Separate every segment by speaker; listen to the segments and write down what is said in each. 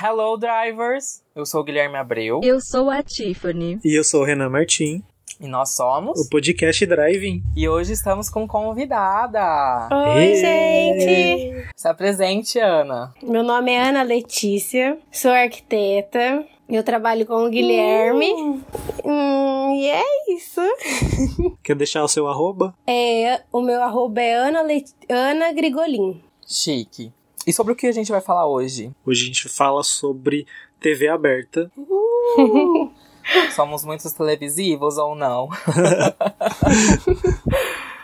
Speaker 1: Hello, drivers! Eu sou o Guilherme Abreu
Speaker 2: Eu sou a Tiffany.
Speaker 3: E eu sou o Renan Martim,
Speaker 1: e nós somos.
Speaker 3: o podcast Driving.
Speaker 1: E hoje estamos com convidada.
Speaker 4: Oi,
Speaker 3: Ei.
Speaker 4: gente!
Speaker 1: Se apresente, Ana.
Speaker 4: Meu nome é Ana Letícia, sou arquiteta, eu trabalho com o Guilherme. Hum, e é isso.
Speaker 3: Quer deixar o seu arroba?
Speaker 4: É, o meu arroba é Ana, Let... Ana Grigolin.
Speaker 1: Chique. E sobre o que a gente vai falar hoje?
Speaker 3: Hoje a gente fala sobre TV aberta.
Speaker 1: Somos muitos televisivos ou não?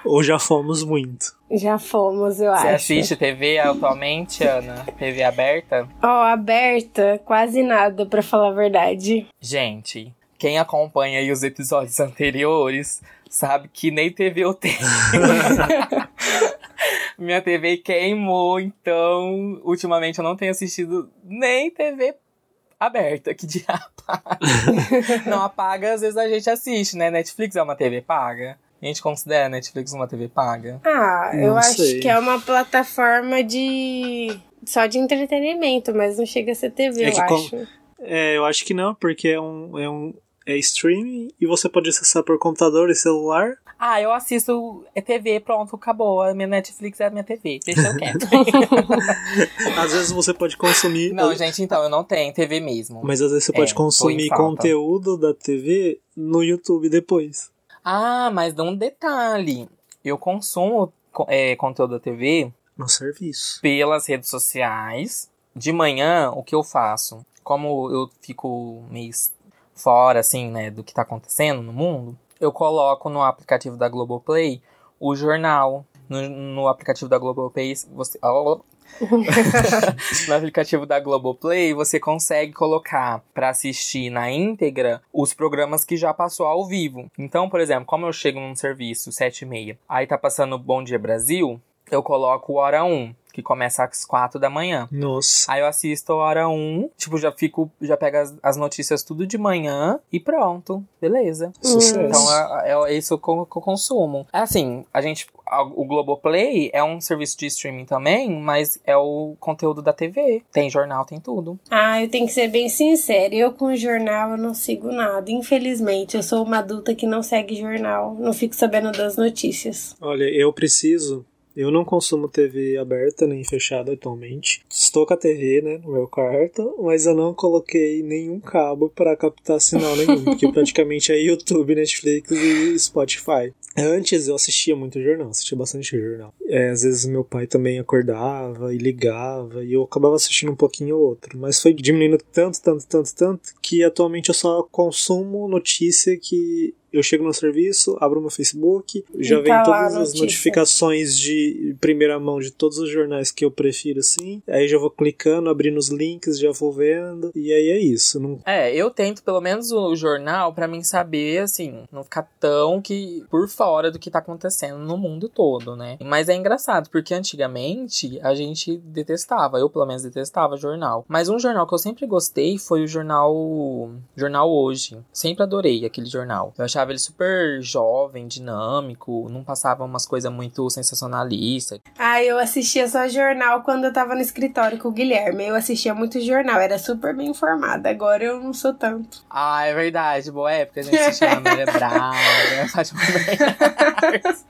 Speaker 3: Ou já fomos muito.
Speaker 4: Já fomos, eu
Speaker 1: Você
Speaker 3: é
Speaker 4: acho.
Speaker 1: assiste TV atualmente, Ana? TV aberta?
Speaker 4: Ó, aberta, quase nada, pra falar a verdade.
Speaker 1: Gente, quem acompanha aí os episódios anteriores sabe que nem TV eu tenho. Minha TV queimou, então ultimamente eu não tenho assistido nem TV aberta, que dia apaga. não apaga, às vezes a gente assiste, né? Netflix é uma TV paga. A gente considera Netflix uma TV paga?
Speaker 4: Ah, eu
Speaker 3: Não
Speaker 4: acho
Speaker 3: sei.
Speaker 4: que é uma plataforma de. só de entretenimento, mas não chega a ser TV,
Speaker 3: É que
Speaker 4: eu
Speaker 3: com-
Speaker 4: acho.
Speaker 3: É, eu acho que não, porque é um, é um é streaming e você pode acessar por computador e celular.
Speaker 1: Ah, eu assisto é TV, pronto, acabou. A minha Netflix é a minha TV. Deixa eu quieto.
Speaker 3: Às vezes você pode consumir.
Speaker 1: não, gente, então, eu não tenho TV mesmo.
Speaker 3: Mas às vezes você
Speaker 1: É, tô
Speaker 3: pode
Speaker 1: em
Speaker 3: consumir
Speaker 1: falta.
Speaker 3: conteúdo da TV no YouTube depois.
Speaker 1: Ah, mas dá um detalhe. Eu consumo co- é, conteúdo da TV
Speaker 3: No serviço.
Speaker 1: pelas redes sociais. De manhã, o que eu faço? Como eu fico meio s- fora, assim, né, do que tá acontecendo no mundo, eu coloco no aplicativo da Globoplay o jornal. No, no aplicativo da Globoplay, você. ó, no aplicativo da Globoplay, você consegue colocar pra assistir na íntegra os programas que já passou ao vivo. Então, por exemplo, como eu chego num serviço 7 e meia, aí tá passando Bom Dia Brasil, eu coloco Hora 1, que começa às 4 da manhã.
Speaker 3: Nossa.
Speaker 1: Aí eu assisto Hora 1, tipo, já fico, já pego as, as notícias tudo de manhã e pronto, beleza.
Speaker 3: Sucesso.
Speaker 1: Então é, é isso que eu, que eu consumo. Assim, a gente. a- O Globoplay é um serviço de streaming também, mas é o conteúdo da TV. Tem jornal, tem tudo.
Speaker 4: Ah, eu tenho que ser bem sincera. Eu com jornal eu não sigo nada. Infelizmente, eu sou uma adulta que não segue jornal. Não fico sabendo das notícias.
Speaker 3: Olha, eu preciso. Eu não consumo TV aberta nem fechada atualmente. Estou com a TV, né, no meu quarto, mas eu não coloquei nenhum cabo para captar sinal nenhum, porque praticamente é YouTube, Netflix e Spotify. Antes eu assistia muito jornal, assistia bastante jornal. É, às vezes meu pai também acordava e ligava, e eu acabava assistindo um pouquinho ou outro, mas foi diminuindo tanto, tanto, tanto, tanto, que atualmente eu só consumo notícia que eu chego no serviço, abro meu Facebook, já
Speaker 4: E
Speaker 3: vem
Speaker 4: tá lá
Speaker 3: todas
Speaker 4: a
Speaker 3: as
Speaker 4: notícia.
Speaker 3: notificações de primeira mão de todos os jornais que eu prefiro, assim, aí já vou clicando, abrindo os links, já vou vendo, e aí é isso, não
Speaker 1: É, eu tento pelo menos o jornal pra mim saber, assim, não ficar tão que por fora do que tá acontecendo no mundo todo, né? Mas é engraçado, porque antigamente a gente detestava, eu pelo menos detestava jornal. Mas um jornal que eu sempre gostei foi o jornal Jornal Hoje. Sempre adorei aquele jornal. Eu achava ele super jovem, dinâmico, não passava umas coisas muito sensacionalistas.
Speaker 4: Ah, eu assistia só jornal quando eu tava no escritório com o Guilherme. Eu assistia muito jornal, era super bem informada. Agora eu não sou tanto.
Speaker 1: Ah, é verdade. Boa época, a gente assistia a Amélia Braga, Fátima Bernardes.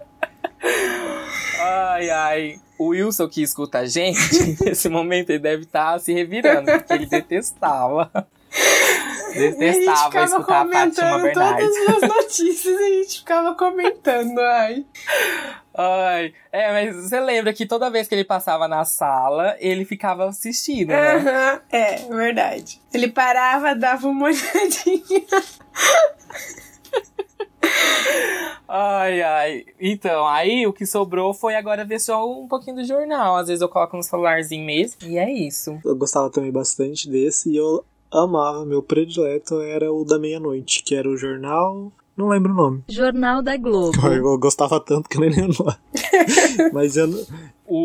Speaker 1: Ai, ai. O Wilson que escuta a gente, nesse momento ele deve estar se revirando, porque ele detestava. Detestava
Speaker 4: a gente
Speaker 1: escutar
Speaker 4: ficava
Speaker 1: a Fátima
Speaker 4: comentando
Speaker 1: Bernardes.
Speaker 4: todas as notícias e a gente ficava comentando, ai.
Speaker 1: Ai, é, mas você lembra que toda vez que ele passava na sala, ele ficava assistindo, né?
Speaker 4: Aham, é, verdade. Ele parava, dava um uma olhadinha.
Speaker 1: Ai, ai. Então, aí o que sobrou foi agora ver só um pouquinho do jornal. Às vezes eu coloco no celularzinho mesmo, e é isso.
Speaker 3: Eu gostava também bastante desse e eu amava. Meu predileto era o da meia-noite, que era o jornal. Não lembro o nome.
Speaker 2: Jornal da Globo.
Speaker 3: Eu gostava tanto que eu nem lembro. o nome. Mas eu não...
Speaker 1: O,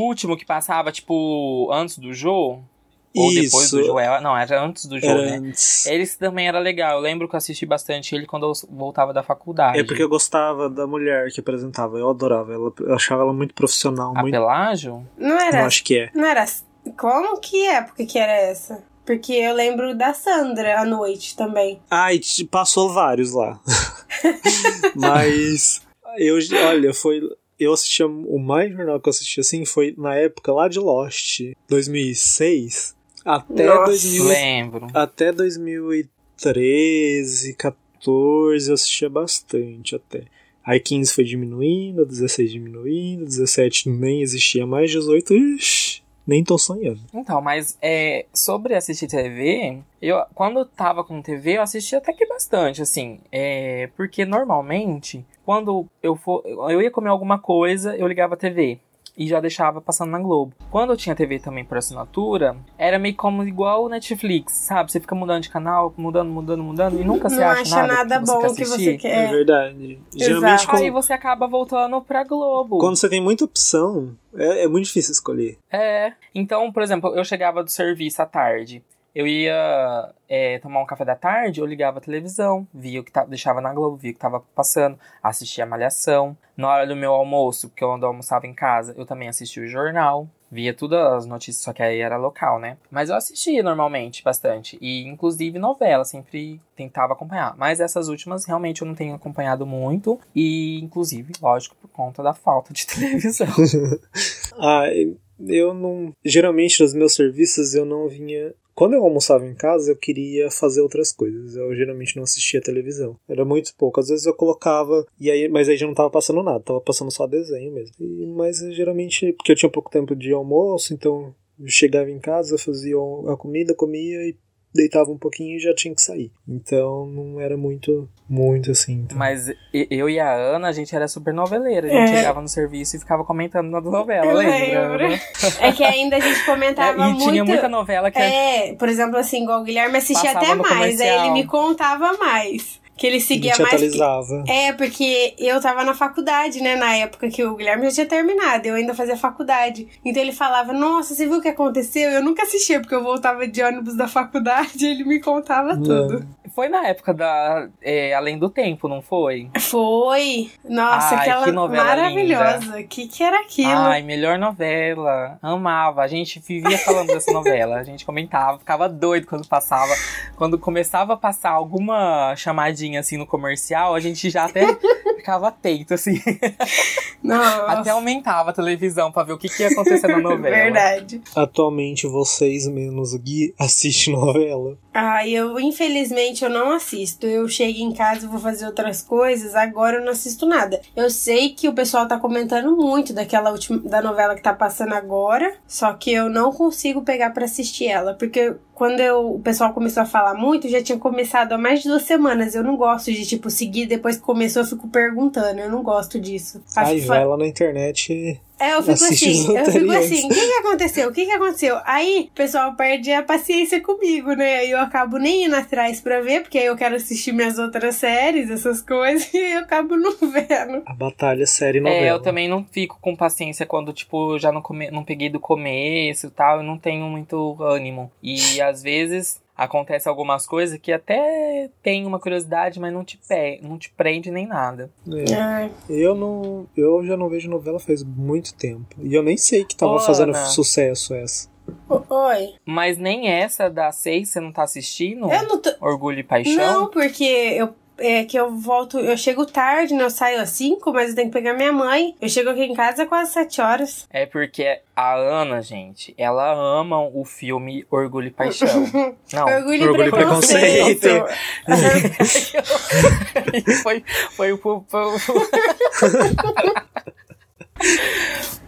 Speaker 1: o último que passava, tipo, antes do Jô? Ou depois do
Speaker 3: Isso.
Speaker 1: Joel? Não, era antes do Jô,
Speaker 3: Era É
Speaker 1: né?
Speaker 3: antes.
Speaker 1: Ele também era legal. Eu lembro que eu assisti bastante ele quando eu voltava da faculdade.
Speaker 3: É porque eu gostava da mulher que apresentava. Eu adorava ela. Eu achava ela muito profissional.
Speaker 1: A
Speaker 3: Muito...
Speaker 1: Pelágio?
Speaker 4: Não era
Speaker 3: Não acho que é.
Speaker 4: Não era. Como que época que era essa? Porque eu lembro da Sandra à noite também.
Speaker 3: Ai, te- passou vários lá. Mas eu, olha, foi eu assistia o mais jornal que eu assisti assim foi na época lá de Lost, 2006 até
Speaker 4: Nossa.
Speaker 3: 2000,
Speaker 1: Lembro.
Speaker 3: até 2013, 14 eu assistia bastante até. Aí 15 foi diminuindo, 16 diminuindo, 17 nem existia mais, 18 ixi, nem tô sonhando.
Speaker 1: Então, mas é, sobre assistir TV, eu quando eu tava com TV, eu assistia até que bastante, assim. É, porque normalmente, quando eu for, eu ia comer alguma coisa, eu ligava a TV. E já deixava passando na Globo. Quando eu tinha TV também por assinatura, era meio como igual o Netflix, sabe? Você fica mudando de canal, mudando, mudando, mudando, e nunca você
Speaker 4: não
Speaker 1: acha,
Speaker 4: acha nada,
Speaker 1: que você
Speaker 4: bom
Speaker 1: quer
Speaker 4: que
Speaker 1: assistir. Tipo,
Speaker 4: você
Speaker 3: É,
Speaker 4: quer.
Speaker 3: verdade. Geralmente
Speaker 4: Exato.
Speaker 3: quando-
Speaker 1: Aí você acaba voltando pra
Speaker 4: Tipo,
Speaker 1: Globo.
Speaker 3: Quando você tem muita opção, é, é muito difícil escolher.
Speaker 1: É. Então, por exemplo, eu chegava do serviço à tarde. Eu ia é, tomar um café da tarde, eu ligava a televisão, via o que tava, deixava na Globo, via o que tava passando, assistia a Malhação. Na hora do meu almoço, porque eu ando almoçava em casa, eu também assistia o jornal, via todas as notícias, só que aí era local, né? Mas eu assistia normalmente bastante, e inclusive novela, sempre tentava acompanhar. Mas essas últimas realmente eu não tenho acompanhado muito, e inclusive, lógico, por conta da falta de televisão.
Speaker 3: Ah, eu não. Geralmente nos meus serviços eu não vinha. Quando eu almoçava em casa, eu queria fazer outras coisas. Eu geralmente não assistia televisão. Era muito pouco. Às vezes eu colocava, e aí, mas aí já não tava passando nada, tava passando só desenho mesmo. E- mas eu geralmente, porque eu tinha pouco tempo de almoço, então eu chegava em casa, fazia a comida, comia e deitava um pouquinho e já tinha que sair. Então não era muito, muito assim. então.
Speaker 1: Mas e- eu e a Ana, a gente era super noveleira. A gente
Speaker 4: É.
Speaker 1: chegava no serviço e ficava comentando na novela,
Speaker 4: Eu
Speaker 1: lembra?
Speaker 4: lembro. É que ainda a gente comentava
Speaker 1: É, e
Speaker 4: muito.
Speaker 1: tinha muita novela que era
Speaker 4: É, por exemplo, assim, igual o Guilherme assistia
Speaker 1: Passava
Speaker 4: até
Speaker 1: no
Speaker 4: mais,
Speaker 1: comercial.
Speaker 4: aí ele me contava mais. Que ele
Speaker 3: a
Speaker 4: seguia
Speaker 3: gente
Speaker 4: mais. que-
Speaker 3: atualizava.
Speaker 4: É, porque eu tava na faculdade, né? Na época que o Guilherme já tinha terminado, eu ainda fazia faculdade. Então ele falava, nossa, você viu o que aconteceu? Eu nunca assistia, porque eu voltava de ônibus da faculdade e ele me contava tudo.
Speaker 1: Foi na época da é, Além do Tempo, não foi?
Speaker 4: Foi! Nossa,
Speaker 1: Ai,
Speaker 4: aquela
Speaker 1: que novela
Speaker 4: maravilhosa. O que, que era aquilo?
Speaker 1: Ai, melhor novela. Amava. A gente vivia falando dessa novela. A gente comentava, ficava doido quando passava. Quando começava a passar alguma chamadinha assim no comercial, a gente já até ficava atento, assim.
Speaker 4: Nossa,
Speaker 1: Até aumentava a televisão pra ver o que, que ia acontecer na novela.
Speaker 4: verdade.
Speaker 3: Atualmente vocês, menos o Gui, assistem novela?
Speaker 4: Ai, eu infelizmente eu não assisto. Eu chego em casa, vou fazer outras coisas, agora eu não assisto nada. Eu sei que o pessoal tá comentando muito daquela última da novela que tá passando agora, só que eu não consigo pegar pra assistir ela, porque quando eu- o pessoal começou a falar muito, já tinha começado há mais de duas semanas. Eu não gosto de tipo seguir depois que começou, eu fico perguntando. Eu não gosto disso.
Speaker 3: Aí
Speaker 4: Acho fa-
Speaker 3: vai lá na internet e
Speaker 4: é, eu fico
Speaker 3: Assiste os
Speaker 4: assim, eu fico
Speaker 3: anteriores.
Speaker 4: assim, o que, que aconteceu? O que, que aconteceu? Aí o pessoal perde a paciência comigo, né? Aí eu acabo nem indo atrás pra ver, porque aí eu quero assistir minhas outras séries, essas coisas, e aí eu acabo não vendo.
Speaker 3: a batalha série novela.
Speaker 1: É, eu também não fico com paciência quando, tipo, eu já não, come- não peguei do começo e tal, eu não tenho muito ânimo. E às vezes acontece algumas coisas que até tem uma curiosidade, mas não te, pe... não te prende nem nada.
Speaker 3: É. Eu não. Eu já não vejo novela faz muito tempo. E eu nem sei que tava
Speaker 1: Ô,
Speaker 3: fazendo
Speaker 1: Ana.
Speaker 3: sucesso essa.
Speaker 4: O- Oi.
Speaker 1: Mas nem essa da seis você não tá assistindo?
Speaker 4: Eu não tô.
Speaker 1: Orgulho e Paixão?
Speaker 4: Não, porque eu. É que eu volto, eu chego tarde, né? Eu saio às 5, mas eu tenho que pegar minha mãe. Eu chego aqui em casa quase 7 horas.
Speaker 1: É porque a Ana, gente, ela ama o filme Orgulho e Paixão. Não,
Speaker 4: Orgulho, e
Speaker 3: Orgulho e
Speaker 4: preconceito.
Speaker 1: foi, foi, o pu- pu-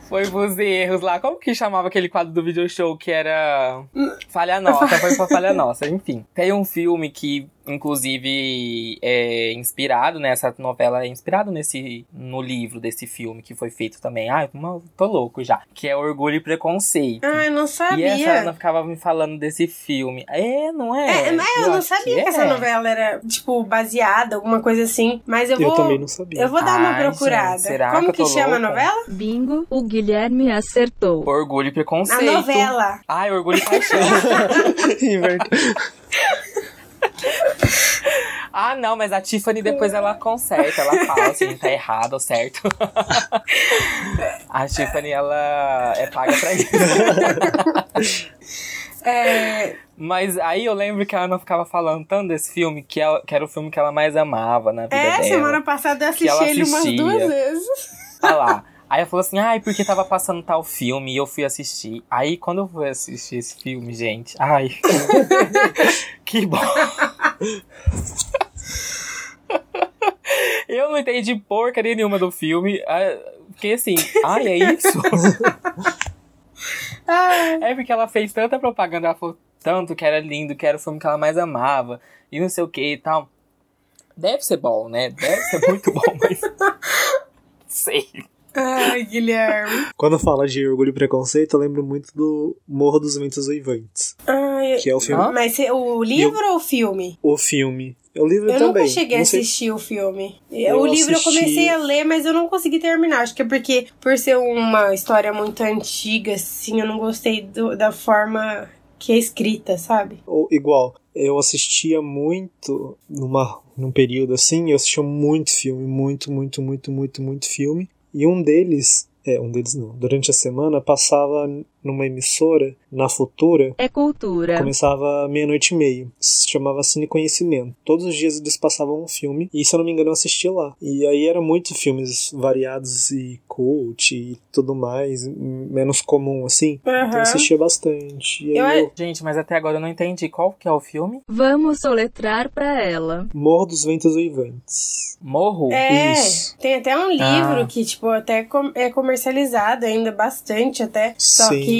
Speaker 1: foi pros erros lá. Como que chamava aquele quadro do video show que era Falha
Speaker 4: Hum,
Speaker 1: Nossa? Foi pra Falha Nossa, enfim. Tem um filme que, inclusive, é inspirado, né? Essa novela é inspirado nesse, no livro desse filme que foi feito também. Ai, uma- tô louco já. Que é Orgulho e Preconceito.
Speaker 4: Ai, não
Speaker 1: E essa Ana
Speaker 4: Ah, sabia.
Speaker 1: ficava me falando desse filme. É, não é?
Speaker 4: É, mas eu não
Speaker 1: acho
Speaker 4: sabia que, essa
Speaker 1: é.
Speaker 4: novela era, tipo, baseada, alguma coisa assim. Mas eu,
Speaker 3: Eu,
Speaker 4: vou.
Speaker 3: também não sabia.
Speaker 4: Eu vou dar uma
Speaker 1: Ai,
Speaker 4: procurada.
Speaker 1: gente, será
Speaker 4: Como
Speaker 1: que
Speaker 4: que,
Speaker 1: eu tô
Speaker 4: chama a
Speaker 1: louca?
Speaker 4: novela?
Speaker 2: Bingo, o Guilherme acertou.
Speaker 1: Orgulho e
Speaker 4: A
Speaker 1: Preconceito.
Speaker 4: novela.
Speaker 1: Ai, Orgulho e Paixão.
Speaker 3: Inverte.
Speaker 1: ah, não, mas a Tiffany depois ela conserta, ela fala se tá errado ou certo. a Tiffany, ela é paga pra isso.
Speaker 4: É,
Speaker 1: Mas aí eu lembro que a Ana ficava falando tanto desse filme que, ela- que era o filme que ela mais amava na vida
Speaker 4: é,
Speaker 1: dela.
Speaker 4: semana passada eu assisti
Speaker 1: ela
Speaker 4: ele umas
Speaker 1: assistia.
Speaker 4: duas vezes.
Speaker 1: Tá lá. Aí ela falou assim, ai, porque tava passando tal filme e eu fui assistir. Aí quando eu fui assistir esse filme, gente, ai. que bom. eu não entendi porcaria nenhuma do filme. ah, Fiquei assim, ai, é isso?
Speaker 4: Ai,
Speaker 1: É porque ela fez tanta propaganda, ela falou tanto que era lindo, que era o filme que ela mais amava, e não sei o que e tal. Deve ser bom, né? Deve ser muito bom, mas. Sei.
Speaker 4: ai, Guilherme.
Speaker 3: Quando fala de orgulho e preconceito, eu lembro muito do Morro dos Ventos Uivantes,
Speaker 4: Ai,
Speaker 3: que é o filme.
Speaker 1: Hã?
Speaker 4: mas o livro ou o filme?
Speaker 3: O filme. O livro
Speaker 4: eu
Speaker 3: também.
Speaker 4: nunca cheguei a
Speaker 3: não sei-
Speaker 4: assistir o filme.
Speaker 3: Eu
Speaker 4: o livro
Speaker 3: assisti-
Speaker 4: eu comecei a ler, mas eu não consegui terminar. Acho que é porque, por ser uma história muito antiga, assim, eu não gostei do- da forma que é escrita, sabe?
Speaker 3: ou igual, eu assistia muito numa, num período assim, eu assistia muito filme, muito, muito, muito, muito, muito filme. E um deles, é, um deles não, durante a semana passava numa emissora, na Futura,
Speaker 2: É cultura.
Speaker 3: começava meia-noite e meia. Se chamava Cine Conhecimento. Todos os dias eles passavam um filme, e se eu não me engano eu assisti lá. E aí era muito filmes variados e cult e tudo mais, menos comum assim. Então eu
Speaker 4: Aham.
Speaker 3: assistia bastante. E
Speaker 4: Eu-
Speaker 3: aí eu
Speaker 1: Gente, mas até agora eu não entendi qual que é o filme.
Speaker 2: Vamos soletrar pra ela.
Speaker 3: Morro dos Ventos Uivantes.
Speaker 1: Morro?
Speaker 4: É,
Speaker 3: Isso.
Speaker 4: tem até um livro
Speaker 1: Ah.
Speaker 4: que, tipo, até com- é comercializado ainda bastante, até. Só
Speaker 3: Sim.
Speaker 4: que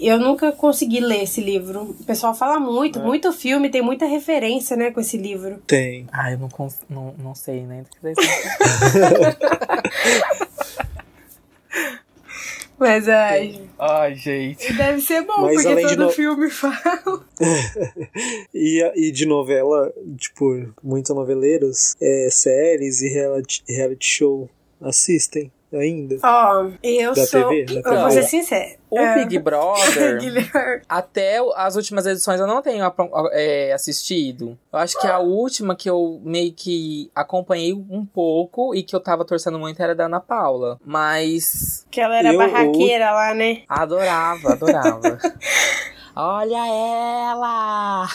Speaker 4: eu nunca consegui ler esse livro. O pessoal fala muito,
Speaker 1: É.
Speaker 4: muito filme, tem muita referência, né, com esse livro.
Speaker 3: Tem.
Speaker 1: Ah, eu não, cons- não, não sei, né?
Speaker 4: Mas, ai,
Speaker 1: Ai, gente.
Speaker 4: deve ser bom,
Speaker 3: Mas
Speaker 4: porque
Speaker 3: além de
Speaker 4: todo
Speaker 3: no-
Speaker 4: filme fala.
Speaker 3: E, e de novela, tipo, muito noveleiros, é, séries e reality, reality show assistem ainda.
Speaker 4: Ó, eu
Speaker 3: Da então,
Speaker 4: sou...
Speaker 3: TV, da
Speaker 4: Eu vou
Speaker 1: TV.
Speaker 4: ser sincera.
Speaker 1: O
Speaker 4: É.
Speaker 1: Big Brother,
Speaker 3: É.
Speaker 4: Guilherme.
Speaker 1: até o- as últimas edições eu não tenho apro- é, assistido. Eu acho que a última que eu meio que acompanhei um pouco e que eu tava torcendo muito era da Ana Paula. Mas
Speaker 4: Que ela era
Speaker 3: Eu-
Speaker 4: barraqueira lá, né?
Speaker 1: Adorava, adorava. Olha ela!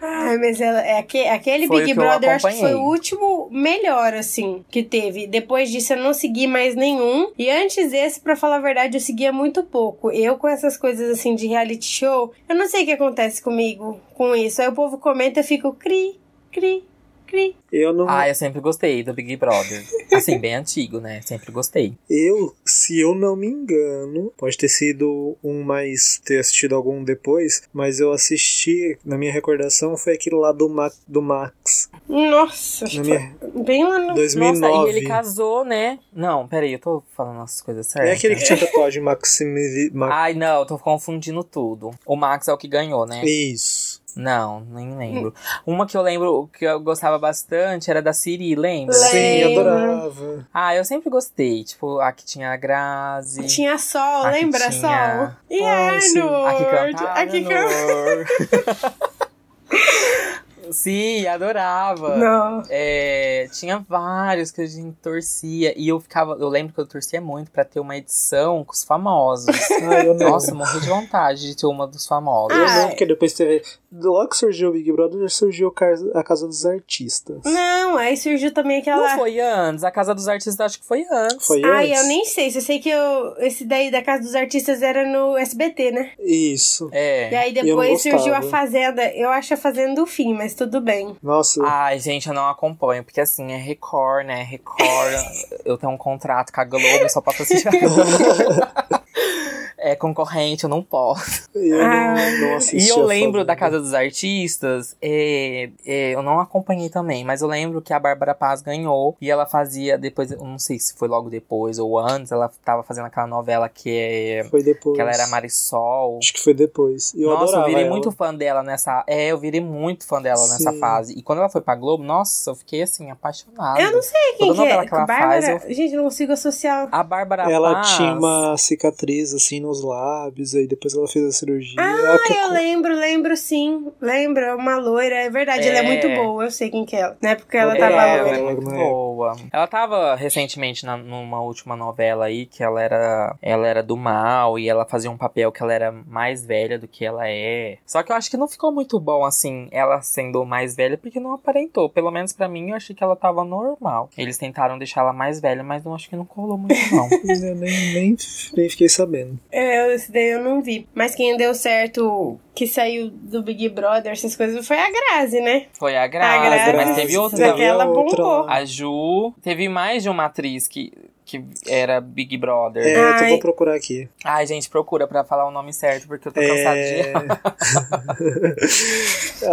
Speaker 4: Ai, mas ela, é aque- aquele,
Speaker 1: Foi o
Speaker 4: Big
Speaker 1: que eu
Speaker 4: Brother, acho que foi o
Speaker 1: acompanhei.
Speaker 4: último melhor, assim, que teve. Depois disso, eu não segui mais nenhum. E antes desse, pra falar a verdade, eu seguia muito pouco. Eu, com essas coisas, assim, de reality show, eu não sei o que acontece comigo com isso. Aí o povo comenta, eu fico cri, cri, cri.
Speaker 3: Eu não.
Speaker 1: Ah, eu sempre gostei do Big Brother. Assim, bem antigo, né? Sempre gostei.
Speaker 3: Eu, se eu não me engano, pode ter sido um mais. ter assistido algum depois, mas eu assisti, na minha recordação, foi aquele lá do, Ma do Max.
Speaker 4: Nossa,
Speaker 3: Na minha,
Speaker 4: bem lá no...
Speaker 1: Nossa, e
Speaker 3: 2009.
Speaker 1: ele casou, né? Não, peraí, eu tô falando essas coisas certas.
Speaker 3: é aquele que tinha tatuagem Maximili. Ma
Speaker 1: Ai, não, eu tô confundindo tudo. O Max é o que ganhou, né?
Speaker 3: Isso.
Speaker 1: Não, nem lembro. Uma que eu lembro que eu gostava bastante era da Siri, lembra?
Speaker 4: Lembro.
Speaker 3: Sim, adorava.
Speaker 1: Ah, eu sempre gostei. Tipo, a que tinha a Grazi.
Speaker 4: Tinha sol,
Speaker 1: a que
Speaker 4: lembra
Speaker 1: tinha-
Speaker 4: sol? E é
Speaker 3: Ai, sim.
Speaker 1: A que
Speaker 4: Arnold,
Speaker 1: cantava.
Speaker 4: a que canta.
Speaker 1: Nor. Sim, adorava.
Speaker 4: Não.
Speaker 1: É, tinha vários que a gente torcia. E eu ficava. Eu lembro que eu torcia muito pra ter uma edição com os famosos.
Speaker 3: Ai, Ah, eu não.
Speaker 1: Nossa, morri de vontade de ter uma dos famosos.
Speaker 3: Eu
Speaker 4: Ah,
Speaker 3: não,
Speaker 4: é.
Speaker 3: porque depois teve. Logo que surgiu o Big Brother, surgiu o Cas- a Casa dos Artistas.
Speaker 4: Não, aí surgiu também aquela...
Speaker 1: Não foi antes. A Casa dos Artistas acho que foi antes.
Speaker 3: Foi
Speaker 4: Ai,
Speaker 3: antes?
Speaker 4: eu nem sei. Só sei que eu, esse daí da Casa dos Artistas era no SBT, né?
Speaker 3: Isso.
Speaker 4: E
Speaker 1: É.
Speaker 4: aí
Speaker 3: eu não
Speaker 4: depois surgiu a
Speaker 3: gostava.
Speaker 4: Fazenda. Eu acho a Fazenda o fim, mas tudo bem.
Speaker 3: Nossa,
Speaker 1: Ai, gente, eu não acompanho, porque assim, é Record, né? Record. eu tenho um contrato com a Globo só pra assistir. a Globo. é concorrente, eu não posso.
Speaker 3: eu
Speaker 4: Ah.
Speaker 3: não, não assisti.
Speaker 1: E eu
Speaker 3: a
Speaker 1: lembro
Speaker 3: Fazenda.
Speaker 1: da Casa dos Artistas, é, é, eu não acompanhei também, mas eu lembro que a Bárbara Paz ganhou e ela fazia depois, eu não sei se foi logo depois ou antes, ela tava fazendo aquela novela que, é,
Speaker 3: Foi depois.
Speaker 1: que ela era Marisol.
Speaker 3: Acho que foi depois. E Eu
Speaker 1: nossa, eu
Speaker 3: adorava
Speaker 1: virei
Speaker 3: ela.
Speaker 1: muito fã dela nessa. É, eu virei muito fã dela nessa
Speaker 3: Sim.
Speaker 1: fase. E quando ela foi pra Globo, nossa, eu fiquei assim, apaixonada.
Speaker 4: Eu não sei quem
Speaker 1: Toda
Speaker 4: que é.
Speaker 1: novela que ela faz, Ah,
Speaker 4: Bárbara. Gente, eu não consigo associar.
Speaker 1: A Bárbara
Speaker 3: Ela
Speaker 1: Paz.
Speaker 3: tinha uma cicatriz assim nos os lábios, aí depois ela fez a cirurgia.
Speaker 4: Ah,
Speaker 3: a que-
Speaker 4: eu lembro, lembro sim. Lembro, é uma loira, é verdade, ela
Speaker 1: É.
Speaker 4: é muito boa, eu sei quem que é ela. Na época ela
Speaker 1: É,
Speaker 4: tava
Speaker 1: ela
Speaker 4: loira.
Speaker 1: é muito
Speaker 3: né?
Speaker 1: boa. Ela tava recentemente na- numa última novela aí, que ela era, ela era do mal e ela fazia um papel que ela era mais velha do que ela é. Só que eu acho que não ficou muito bom, assim, ela sendo mais velha, porque não aparentou. Pelo menos pra mim, eu achei que ela tava normal. Eles tentaram deixar ela mais velha, mas não acho que não colou muito, não.
Speaker 3: Eu nem, nem, nem fiquei sabendo.
Speaker 4: É, Eu, esse daí eu não vi. Mas quem deu certo, que saiu do Big Brother, essas coisas, foi a Grazi, né?
Speaker 1: Foi Tá, a Grazi,
Speaker 4: A Grazi,
Speaker 1: mas teve outra
Speaker 4: Mas
Speaker 1: também.
Speaker 4: aquela bombou.
Speaker 3: lá.
Speaker 1: A Ju, teve mais de uma atriz que, que era Big Brother.
Speaker 3: É, eu tô
Speaker 4: Ai.
Speaker 3: pra procurar aqui.
Speaker 1: Ai, gente, procura pra falar o nome certo, porque eu tô cansada de
Speaker 3: É...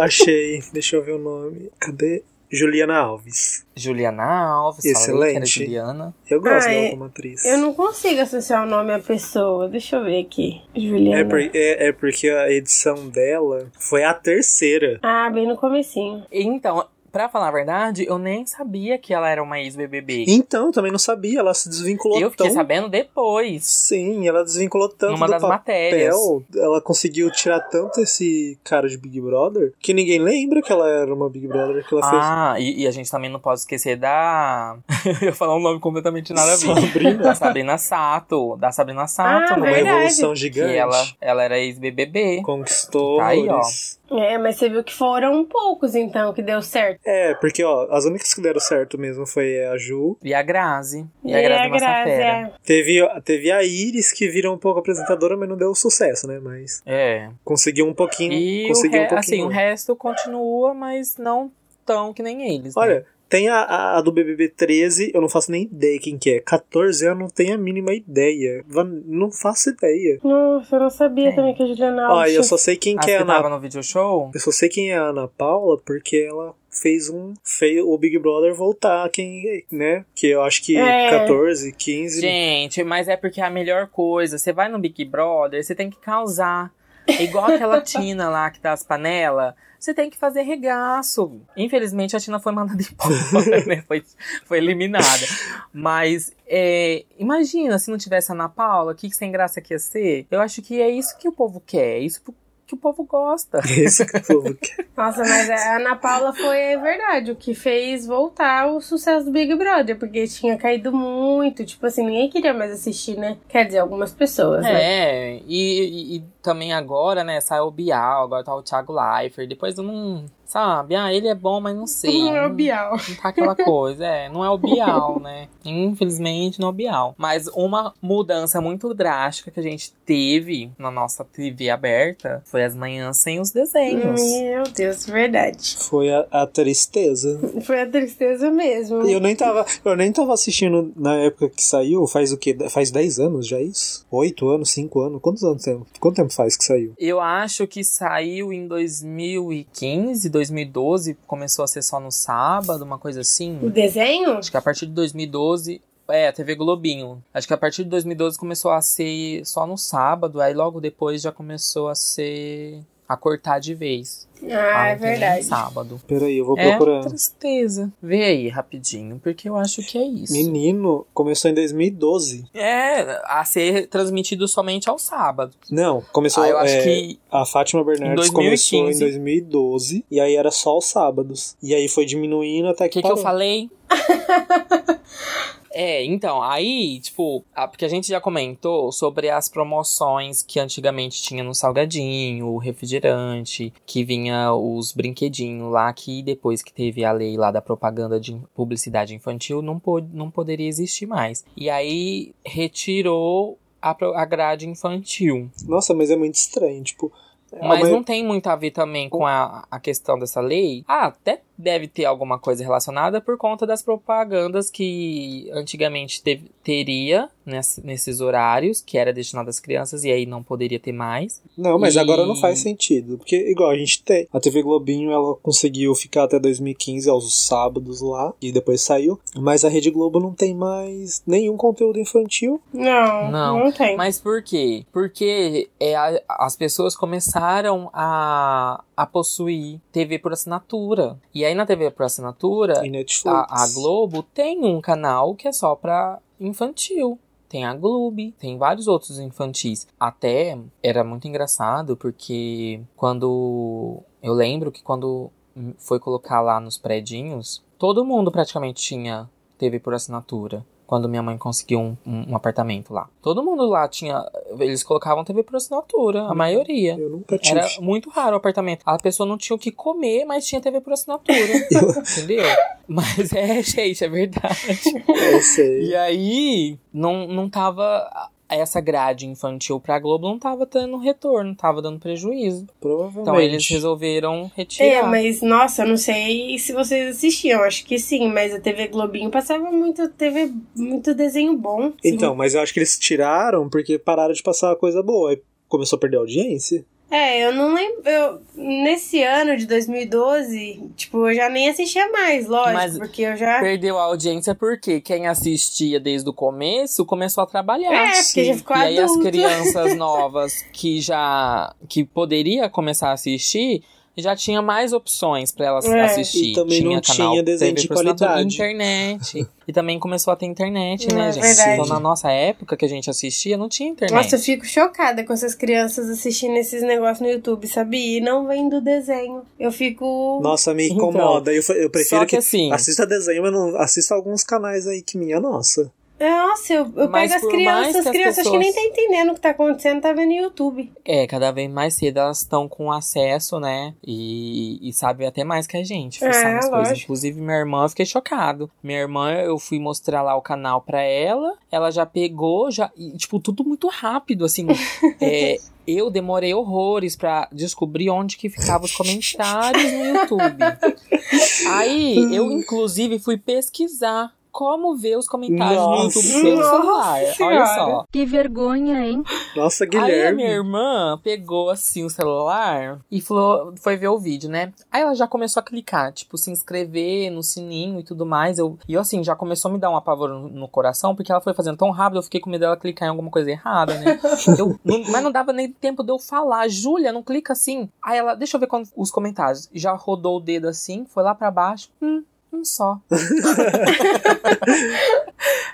Speaker 3: Achei. Deixa eu ver o nome. Cadê? Juliana Alves.
Speaker 1: Juliana Alves,
Speaker 3: Excelente.
Speaker 1: falei que era Juliana.
Speaker 3: Eu gosto
Speaker 4: Ah,
Speaker 3: dela
Speaker 4: é-
Speaker 3: como atriz.
Speaker 4: Eu não consigo associar o nome à pessoa. Deixa eu ver aqui. Juliana.
Speaker 3: É, por- é- é porque a edição dela foi a terceira.
Speaker 4: Ah, bem no comecinho.
Speaker 1: Então, pra falar a verdade, eu nem sabia que ela era uma ex-BBB.
Speaker 3: Então, eu também não sabia. Ela se desvinculou
Speaker 1: Eu fiquei
Speaker 3: tão-
Speaker 1: sabendo depois,
Speaker 3: Sim, ela desvinculou tanto
Speaker 1: numa
Speaker 3: do
Speaker 1: das
Speaker 3: papel.
Speaker 1: matérias.
Speaker 3: Ela conseguiu tirar tanto esse cara de Big Brother que ninguém lembra que ela era uma Big Brother que ela fez.
Speaker 1: Ah, e, e a gente também não pode esquecer da. eu ia falar um nome completamente nada a ver.
Speaker 3: Sabrina.
Speaker 1: Da Sabrina Sato. Da Sabrina Sato,
Speaker 4: Ah,
Speaker 3: Uma
Speaker 1: né?
Speaker 4: verdade.
Speaker 3: revolução
Speaker 1: Que
Speaker 3: gigante.
Speaker 1: ela, ela era ex-BBB.
Speaker 3: Conquistou.
Speaker 1: Tá aí, ó.
Speaker 3: Louris.
Speaker 4: É, mas você viu que foram poucos, então, que deu certo.
Speaker 3: É, porque ó, as únicas que deram certo mesmo foi a Ju.
Speaker 1: E a Grazi. E a Grazi Massafera.
Speaker 4: é.
Speaker 3: Teve, teve a Iris que virou um pouco apresentadora, mas não deu sucesso, né? Mas
Speaker 1: É.
Speaker 3: conseguiu um pouquinho.
Speaker 1: E o,
Speaker 3: conseguiu
Speaker 1: re-
Speaker 3: um pouquinho.
Speaker 1: assim, o resto continua, mas não tão que nem eles. né?
Speaker 3: Olha, tem a, a- a do BBB 13, eu não faço nem ideia quem que é. 14 eu não tenho a mínima ideia. Va- Não faço ideia.
Speaker 4: Nossa, eu não sabia
Speaker 1: É.
Speaker 4: também que a Juliana
Speaker 3: Ó,
Speaker 4: Alves.
Speaker 3: eu só sei quem
Speaker 1: As
Speaker 3: que é a
Speaker 1: que
Speaker 3: Ana.
Speaker 1: tava no video show,
Speaker 3: Eu só sei quem é a Ana Paula porque ela fez um fez o Big Brother voltar quem, né? Que eu acho que
Speaker 4: É.
Speaker 3: 14, 15.
Speaker 1: Gente, mas é porque é a melhor coisa. Você vai no Big Brother, você tem que causar. É igual aquela Tina lá que dá as panelas. Você tem que fazer regaço. Infelizmente, a Tina foi mandada embora, né? Foi, foi eliminada. Mas, é, imagina, se não tivesse a Ana Paula, o que, que sem graça que ia ser? Eu acho que é isso que o povo quer. É isso que o povo gosta.
Speaker 3: É isso que o povo quer.
Speaker 4: Nossa, mas a Ana Paula foi, é verdade, o que fez voltar o sucesso do Big Brother, porque tinha caído muito, tipo assim, ninguém queria mais assistir, né? Quer dizer, algumas pessoas, né?
Speaker 1: É, e, e- e também agora, né, saiu o Bial, agora tá o Thiago Leifert. Depois eu não. Sabe? Ah, ele é bom, mas não sei.
Speaker 4: Não é o
Speaker 1: não-
Speaker 4: Bial.
Speaker 1: Não tá aquela coisa, é. Não é o Bial, né? Infelizmente, não é o Bial. Mas uma mudança muito drástica que a gente teve na nossa TV aberta foi as manhãs sem os desenhos.
Speaker 4: Meu Deus, verdade.
Speaker 3: Foi a, a tristeza.
Speaker 4: Foi a tristeza mesmo.
Speaker 3: E Eu nem tava, eu nem tava assistindo na época que saiu, faz o quê? Faz 10 anos já isso? 8 anos, 5 anos, quantos anos tem? Quanto tempo faz que saiu?
Speaker 1: Eu acho que saiu em 2015, 2012, começou a ser só no sábado, uma coisa assim.
Speaker 4: O desenho?
Speaker 1: Acho que a partir de 2012. É, a TV Globinho. Acho que a partir de 2012 começou a ser só no sábado, aí logo depois já começou a ser. a cortar de vez.
Speaker 4: Ah,
Speaker 1: Ah,
Speaker 4: é
Speaker 1: não tem nem
Speaker 4: verdade.
Speaker 1: Sábado.
Speaker 3: Peraí, eu vou
Speaker 1: É,
Speaker 3: procurar.
Speaker 1: tristeza. Vê aí rapidinho, porque eu acho que é isso.
Speaker 3: Menino, começou em 2012.
Speaker 1: É, a ser transmitido somente ao sábado.
Speaker 3: Não, começou.
Speaker 1: ah, eu acho
Speaker 3: é,
Speaker 1: que
Speaker 3: A Fátima Bernardes
Speaker 1: Em 2015.
Speaker 3: começou em 2012 e aí era só os sábados. E aí foi diminuindo até
Speaker 1: O
Speaker 3: que.
Speaker 1: que, que eu
Speaker 3: parou.
Speaker 1: falei? é, então, aí, tipo, a- porque a gente já comentou sobre as promoções que antigamente tinha no salgadinho, o refrigerante, que vinha os brinquedinhos lá, que depois que teve a lei lá da propaganda de publicidade infantil, não, pôde, não poderia existir mais. E aí retirou a, pro- a grade infantil.
Speaker 3: Nossa, mas é muito estranho. Tipo, a
Speaker 1: Mas
Speaker 3: mãe-
Speaker 1: não tem muito a ver também com a, a questão dessa lei. Ah, até deve ter alguma coisa relacionada por conta das propagandas que antigamente teve- teria ness- nesses horários, que era destinado às crianças, e aí não poderia ter mais.
Speaker 3: Não, mas
Speaker 1: E-
Speaker 3: agora não faz sentido. Porque, igual a gente tem. A TV Globinho, ela conseguiu ficar até 2015 aos sábados lá. E depois saiu. Mas a Rede Globo não tem mais nenhum conteúdo infantil.
Speaker 4: Não, não,
Speaker 1: Não.
Speaker 4: tem.
Speaker 1: Mas por quê? Porque é, a- as pessoas começaram a, a possuir TV por assinatura. E aí na TV por assinatura,
Speaker 3: em Netflix.
Speaker 1: a, a Globo tem um canal que é só pra infantil. tem a Gloob, tem vários outros infantis. Até era muito engraçado porque quando. Eu lembro que quando foi colocar lá nos predinhos, todo mundo praticamente tinha teve por assinatura. Quando minha mãe conseguiu um, um, um apartamento lá. Todo mundo lá tinha. Eles colocavam TV por assinatura, a maioria.
Speaker 3: Eu nunca tive.
Speaker 1: Era muito raro o apartamento. A pessoa não tinha o que comer, mas tinha TV por assinatura. entendeu? Mas é, gente, é verdade.
Speaker 3: Eu sei.
Speaker 1: E aí, não, não tava. Essa grade infantil pra Globo não tava tendo retorno, tava dando prejuízo.
Speaker 3: Provavelmente.
Speaker 1: Então eles resolveram retirar.
Speaker 4: É, mas nossa, eu não sei se vocês assistiam, acho que sim, mas a TV Globinho passava muito TV, muito desenho bom.
Speaker 3: Então, mas eu acho que eles tiraram porque pararam de passar coisa boa. Aí começou a perder audiência.
Speaker 4: É, eu não lembro. eu- nesse ano de 2012, tipo, eu já nem assistia mais, lógico,
Speaker 1: Mas-
Speaker 4: porque eu já.
Speaker 1: Perdeu a audiência porque quem assistia desde o começo começou a trabalhar.
Speaker 4: É, porque já ficou
Speaker 1: e aí as
Speaker 4: adulto.
Speaker 1: crianças novas que já que poderia começar a assistir já tinha mais opções pra elas
Speaker 4: É.
Speaker 1: assistir.
Speaker 3: E também
Speaker 1: tinha
Speaker 3: não
Speaker 1: canal,
Speaker 3: tinha desenho
Speaker 1: TV
Speaker 3: de
Speaker 1: por assinatura,
Speaker 3: qualidade.
Speaker 1: internet. E também começou a ter internet, né,
Speaker 4: É
Speaker 1: gente?
Speaker 4: verdade.
Speaker 1: Então na nossa época que a gente assistia não tinha internet.
Speaker 4: Nossa, eu fico chocada com essas crianças assistindo esses negócios no YouTube, sabia? E não vem do desenho. Eu fico.
Speaker 3: Nossa, me
Speaker 1: Então,
Speaker 3: incomoda. eu, fa- eu prefiro
Speaker 1: Só que,
Speaker 3: que,
Speaker 1: assim,
Speaker 3: assista desenho, mas não assista alguns canais aí que minha nossa.
Speaker 4: Nossa, eu, eu
Speaker 1: Mas
Speaker 4: pego as
Speaker 1: por mais
Speaker 4: crianças,
Speaker 1: que
Speaker 4: as
Speaker 1: as
Speaker 4: crianças acho que nem
Speaker 1: pessoas-
Speaker 4: tá entendendo o que tá acontecendo, tá vendo no YouTube.
Speaker 1: é, cada vez mais cedo elas estão com acesso, né? E, e sabem até mais que a gente.
Speaker 4: É,
Speaker 1: fuçar nas coisas.
Speaker 4: lógico.
Speaker 1: Inclusive, minha irmã, eu fiquei chocado. Minha irmã, eu fui mostrar lá o canal pra ela, ela já pegou, já. e, tipo, tudo muito rápido, assim. é, eu demorei horrores pra descobrir onde que ficavam os comentários no YouTube. Aí, eu, inclusive, fui pesquisar. Como ver os comentários
Speaker 3: Nossa.
Speaker 1: no YouTube pelo celular?
Speaker 4: Nossa
Speaker 1: Olha
Speaker 4: Senhora.
Speaker 1: só.
Speaker 2: Que vergonha, hein?
Speaker 3: Nossa,
Speaker 1: Aí é a minha
Speaker 3: Guilherme.
Speaker 1: irmã pegou assim o celular e falou, foi ver o vídeo, né? Aí ela já começou a clicar, tipo, se inscrever no sininho e tudo mais. Eu, e eu, assim, já começou a me dar um apavoro no, no coração, porque ela foi fazendo tão rápido, eu fiquei com medo dela clicar em alguma coisa errada, né? Eu- não- mas não dava nem tempo de eu falar. Júlia, não clica assim. Aí ela, deixa eu ver quando- os comentários. Já rodou o dedo assim, foi lá pra baixo. Hum, um só.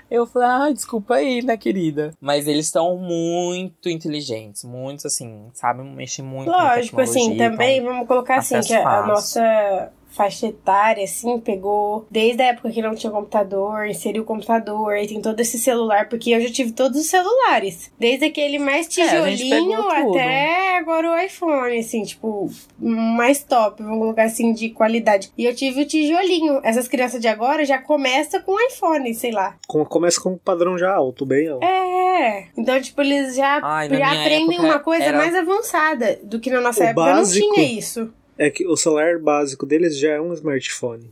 Speaker 1: Eu falei, ah, desculpa aí, né, querida? Mas eles estão muito inteligentes, muito assim, sabem mexer muito. na
Speaker 4: Lógico, assim,
Speaker 1: tecnologia, né?
Speaker 4: também, vamos colocar assim,
Speaker 1: acesso
Speaker 4: que a, a
Speaker 1: fácil.
Speaker 4: nossa faixa etária, assim, pegou desde a época que não tinha computador, inseriu o computador, aí tem todo esse celular, porque eu já tive todos os celulares. Desde aquele mais
Speaker 1: É, a gente
Speaker 4: tijolinho
Speaker 1: pegou tudo.
Speaker 4: até agora o iPhone, assim, tipo, mais top, vamos colocar assim, de qualidade. E eu tive o tijolinho. Essas crianças de agora já começam com o iPhone, sei lá.
Speaker 3: Com- começa com um padrão já alto, bem alto.
Speaker 4: É. Então, tipo, eles já,
Speaker 1: Ai, na
Speaker 4: já
Speaker 1: minha
Speaker 4: aprendem
Speaker 1: época
Speaker 4: uma coisa
Speaker 1: era-
Speaker 4: mais avançada do que na nossa
Speaker 3: O
Speaker 4: época.
Speaker 3: básico.
Speaker 4: Não tinha isso.
Speaker 3: É que o celular básico deles já é um smartphone.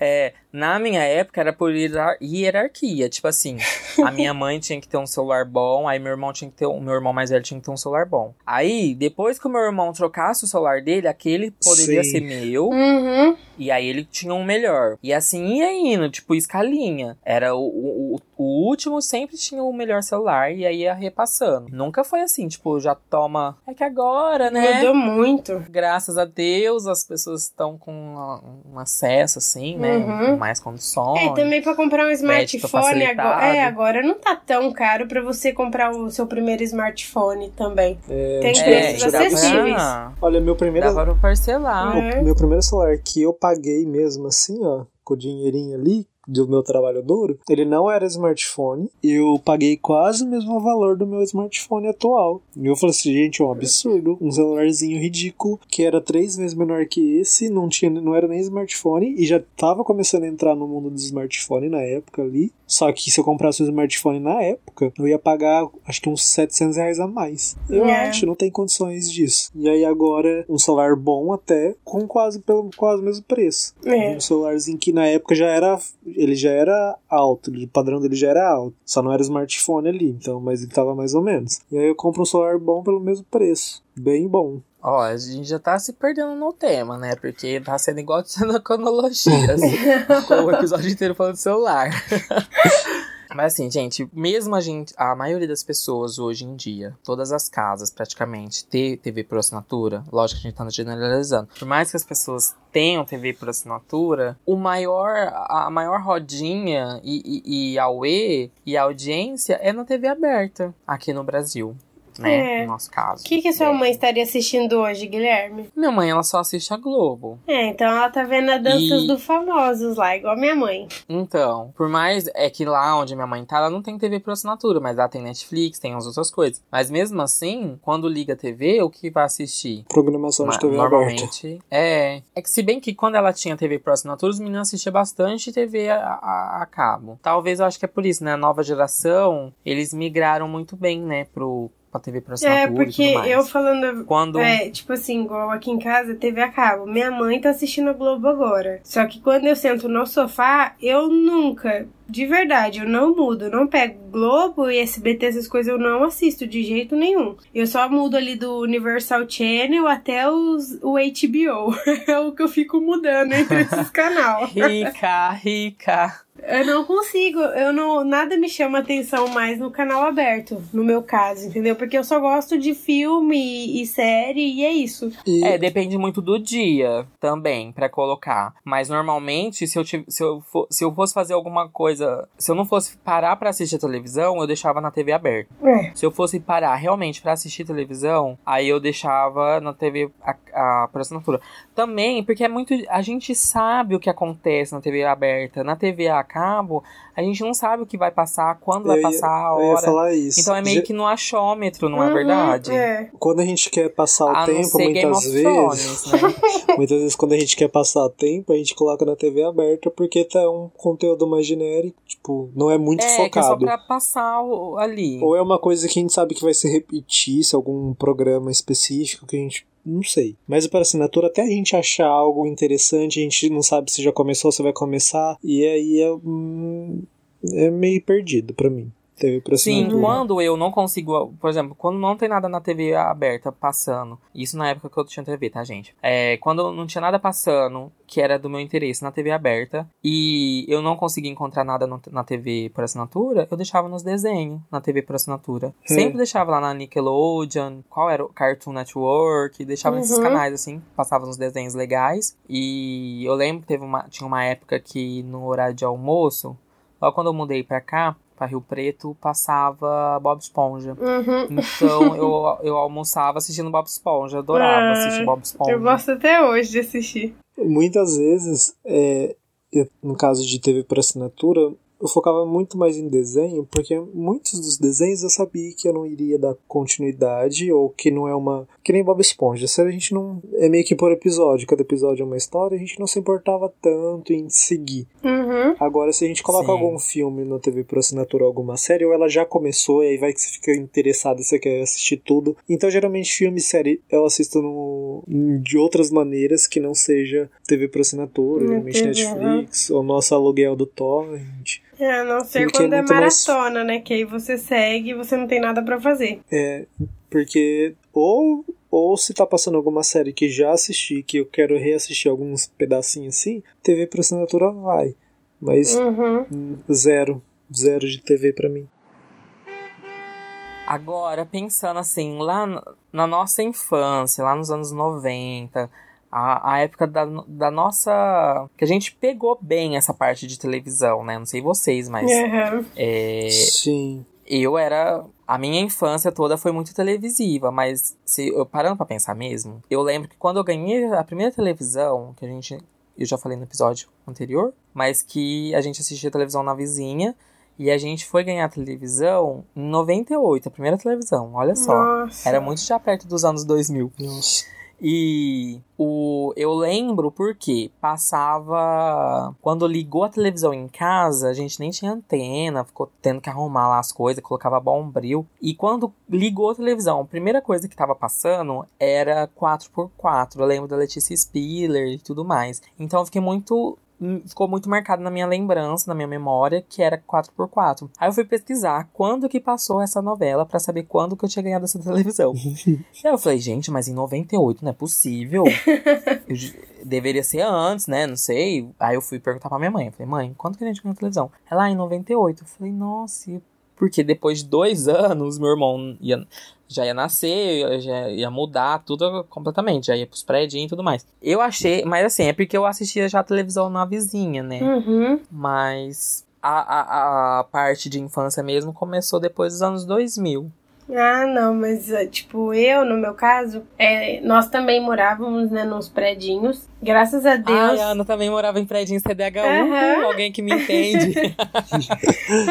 Speaker 1: É, na minha época era por hierar- hierarquia. Tipo assim, a minha mãe tinha que ter um celular bom, aí meu irmão tinha que ter. O meu irmão mais velho tinha que ter um celular bom. Aí, depois que o meu irmão trocasse o celular dele, aquele poderia
Speaker 3: Sim.
Speaker 1: ser meu.
Speaker 4: Uhum.
Speaker 1: E aí ele tinha um melhor. E assim ia indo, tipo, escalinha. Era o, o, o último sempre tinha o melhor celular e aí ia repassando. Nunca foi assim, tipo, já toma. É que agora, né?
Speaker 4: Mudou muito.
Speaker 1: Graças a Deus as pessoas estão com um- um acesso, assim, né?
Speaker 4: Uhum.
Speaker 1: Com mais condições.
Speaker 4: É, também pra comprar um
Speaker 1: Crédito
Speaker 4: smartphone
Speaker 1: facilitado.
Speaker 4: agora. É, agora não tá tão caro pra você comprar o seu primeiro smartphone também. Tem
Speaker 1: É,
Speaker 4: preços
Speaker 1: e dá pra-
Speaker 4: acessíveis.
Speaker 3: Olha, meu primeiro,
Speaker 1: Dá pra parcelar.
Speaker 4: É.
Speaker 3: meu primeiro celular que eu paguei mesmo assim, ó, com o dinheirinho ali do meu trabalho duro, ele não era smartphone. Eu paguei quase o mesmo valor do meu smartphone atual. E eu falei assim, gente, é um absurdo, um celularzinho ridículo que era três vezes menor que esse, não tinha, não era nem smartphone e já tava começando a entrar no mundo do smartphone na época ali. Só que se eu comprasse um smartphone na época, eu ia pagar acho que uns 700 reais a mais. Eu
Speaker 4: É.
Speaker 3: acho, não tem condições disso. E aí agora, um celular bom até, com quase pelo quase o mesmo preço.
Speaker 4: É.
Speaker 3: Um celularzinho que na época já era. Ele já era alto, o padrão dele já era alto. Só não era smartphone ali, então, mas ele tava mais ou menos. E aí eu compro um celular bom pelo mesmo preço. Bem bom.
Speaker 1: Ó, a gente já tá se perdendo no tema, né? Porque tá sendo igual sendo cronologia. assim. Ficou o episódio inteiro falando de celular. Mas assim, gente, mesmo a gente, a maioria das pessoas hoje em dia, todas as casas praticamente ter TV por assinatura, lógico que a gente tá generalizando. Por mais que as pessoas tenham TV por assinatura, o maior, a maior rodinha e, e, e a UE e a audiência é na TV aberta aqui no Brasil. Né?
Speaker 4: É.
Speaker 1: No nosso caso.
Speaker 4: O que, que sua
Speaker 1: É.
Speaker 4: mãe estaria assistindo hoje, Guilherme?
Speaker 1: Minha mãe, ela só assiste a Globo.
Speaker 4: É, então ela tá vendo a Danças
Speaker 1: E-
Speaker 4: do Famosos lá, igual minha mãe.
Speaker 1: Então, por mais é que lá onde minha mãe tá, ela não tem TV por assinatura, mas lá tem Netflix, tem as outras coisas. Mas mesmo assim, quando liga a TV, o que vai assistir?
Speaker 3: Programação de
Speaker 1: Ma-
Speaker 3: TV aberta.
Speaker 1: normalmente é. É que se bem que quando ela tinha TV por assinatura, os meninos assistiam bastante TV a, a- a cabo. Talvez eu acho que é por isso, né? A nova geração, eles migraram muito bem, né, pro pra TV por assinatura
Speaker 4: É,
Speaker 1: e
Speaker 4: porque
Speaker 1: tudo mais.
Speaker 4: eu falando
Speaker 1: Quando
Speaker 4: É, tipo assim, igual aqui em casa, TV a cabo. Minha mãe tá assistindo a Globo agora. Só que quando eu sento no sofá, eu nunca, de verdade, eu não mudo. Eu não pego Globo e SBT, essas coisas, eu não assisto de jeito nenhum. Eu só mudo ali do Universal Channel até os, o HBO. é o que eu fico mudando entre esses canal.
Speaker 1: rica, rica.
Speaker 4: Eu não consigo, eu não, nada me chama atenção mais no canal aberto, no meu caso, entendeu? Porque eu só gosto de filme e série e é isso.
Speaker 3: E
Speaker 1: É, depende muito do dia também pra colocar. Mas normalmente, se eu, tive, se, eu fo- se eu fosse fazer alguma coisa. Se eu não fosse parar pra assistir a televisão, eu deixava na TV aberta.
Speaker 4: É.
Speaker 1: Se eu fosse parar realmente pra assistir televisão, aí eu deixava na TV a, a, por assinatura. Também, porque é muito. A gente sabe o que acontece na TV aberta. Na TV a cabo, a gente não sabe o que vai passar, quando vai
Speaker 3: Eu ia-
Speaker 1: passar, a
Speaker 3: eu ia
Speaker 1: hora.
Speaker 3: falar isso.
Speaker 1: Então é meio
Speaker 3: Ge-
Speaker 1: que no achômetro, não é
Speaker 4: Uhum,
Speaker 1: verdade?
Speaker 4: É.
Speaker 3: Quando a gente quer passar o
Speaker 1: A não
Speaker 3: tempo,
Speaker 1: ser Game
Speaker 3: muitas
Speaker 1: of
Speaker 3: vezes.
Speaker 1: Thrones, né?
Speaker 3: Muitas vezes quando a gente quer passar tempo, a gente coloca na TV aberta porque tá um conteúdo mais genérico, tipo, não é muito
Speaker 1: É, que é só
Speaker 3: focado.
Speaker 1: pra passar o- ali.
Speaker 3: Ou é uma coisa que a gente sabe que vai se repetir, se algum programa específico que a gente. Não sei. Mas para assinatura, até a gente achar algo interessante, a gente não sabe se já começou, se vai começar. E aí é, hum, é meio perdido pra mim. TV por
Speaker 1: Sim,
Speaker 3: assinatura.
Speaker 1: quando eu não consigo, por exemplo, quando não tem nada na TV aberta passando, isso na época que eu tinha TV, tá, gente? É, quando não tinha nada passando, que era do meu interesse na TV aberta, e eu não conseguia encontrar nada no- na TV por assinatura, eu deixava nos desenhos na TV por assinatura.
Speaker 3: É.
Speaker 1: Sempre deixava lá na Nickelodeon, qual era o Cartoon Network, deixava nesses
Speaker 4: Uhum.
Speaker 1: canais assim, passava uns desenhos legais. E eu lembro que teve uma, tinha uma época que no horário de almoço, Logo quando eu mudei pra cá, pra Rio Preto, passava Bob Esponja.
Speaker 4: Uhum.
Speaker 1: Então eu, eu almoçava assistindo Bob Esponja, adorava
Speaker 4: Ah,
Speaker 1: assistir Bob Esponja.
Speaker 4: Eu gosto até hoje de assistir.
Speaker 3: Muitas vezes, é, eu- no caso de TV por assinatura, eu focava muito mais em desenho, porque muitos dos desenhos eu sabia que eu não iria dar continuidade, ou que não é uma. Que nem Bob Esponja. Se a gente não. É meio que por episódio, cada episódio é uma história, a gente não se importava tanto em seguir.
Speaker 4: Uhum.
Speaker 3: Agora, se a gente coloca
Speaker 1: Sim.
Speaker 3: algum filme na TV por assinatura ou alguma série, ou ela já começou, e aí vai que você fica interessado e você quer assistir tudo. Então, geralmente, filme e série eu assisto no- de outras maneiras que não seja TV por assinatura,
Speaker 4: Na
Speaker 3: geralmente
Speaker 4: TV,
Speaker 3: Netflix, ou nosso aluguel do Torrent.
Speaker 4: É, a não ser
Speaker 3: Porque é
Speaker 4: quando é
Speaker 3: muito mais-
Speaker 4: maratona, né? Que aí você segue e você não tem nada pra fazer.
Speaker 3: Porque, ou, ou se tá passando alguma série que já assisti, que eu quero reassistir alguns pedacinhos assim, TV por assinatura vai. Mas
Speaker 4: Uhum.
Speaker 3: hum, zero. Zero de TV pra mim.
Speaker 1: Agora, pensando assim, lá n- na nossa infância, lá nos anos 90, a, a época da, no- da nossa. que a gente pegou bem essa parte de televisão, né? Não sei vocês, mas.
Speaker 4: Uhum.
Speaker 1: é,
Speaker 3: Sim.
Speaker 1: eu era. A minha infância toda foi muito televisiva, mas se eu parando pra pensar mesmo, eu lembro que quando eu ganhei a primeira televisão, que a gente. Eu já falei no episódio anterior, mas que a gente assistia televisão na vizinha. E a gente foi ganhar a televisão em 98, a primeira televisão, olha só.
Speaker 4: Nossa.
Speaker 1: Era um muito já perto dos anos 2000.
Speaker 3: Nossa.
Speaker 1: E o, eu lembro porque passava. Quando ligou a televisão em casa, a gente nem tinha antena, ficou tendo que arrumar lá as coisas, colocava bombril. E quando ligou a televisão, a primeira coisa que tava passando era 4x4. Eu lembro da Letícia Spiller e tudo mais. Então eu fiquei muito hum, ficou muito marcado na minha lembrança, na minha memória, que era 4x4. Aí eu fui pesquisar quando que passou essa novela pra saber quando que eu tinha ganhado essa televisão. Aí eu falei, gente, mas em 98 não é possível. Eu ju- deveria ser antes, né? Não sei. Aí eu fui perguntar pra minha mãe. Eu falei, mãe, quando que a gente ganhou a televisão? Ela, ah, em 98. Eu falei, nossa, e- porque depois de dois anos, meu irmão ia já ia nascer, eu já ia mudar tudo completamente, já ia pros prédios e tudo mais. Eu achei, mas assim, é porque eu assistia já a televisão na vizinha, né?
Speaker 4: Uhum.
Speaker 1: Mas a, a, a parte de infância mesmo começou depois dos anos 2000.
Speaker 4: Ah, não, mas eh, tipo, eu, no meu caso, eh, nós também morávamos, né, nos predinhos. Graças a Deus.
Speaker 1: Ai, a Ana também morava em prédio em CDHU,
Speaker 4: Aham.
Speaker 1: alguém que me entende.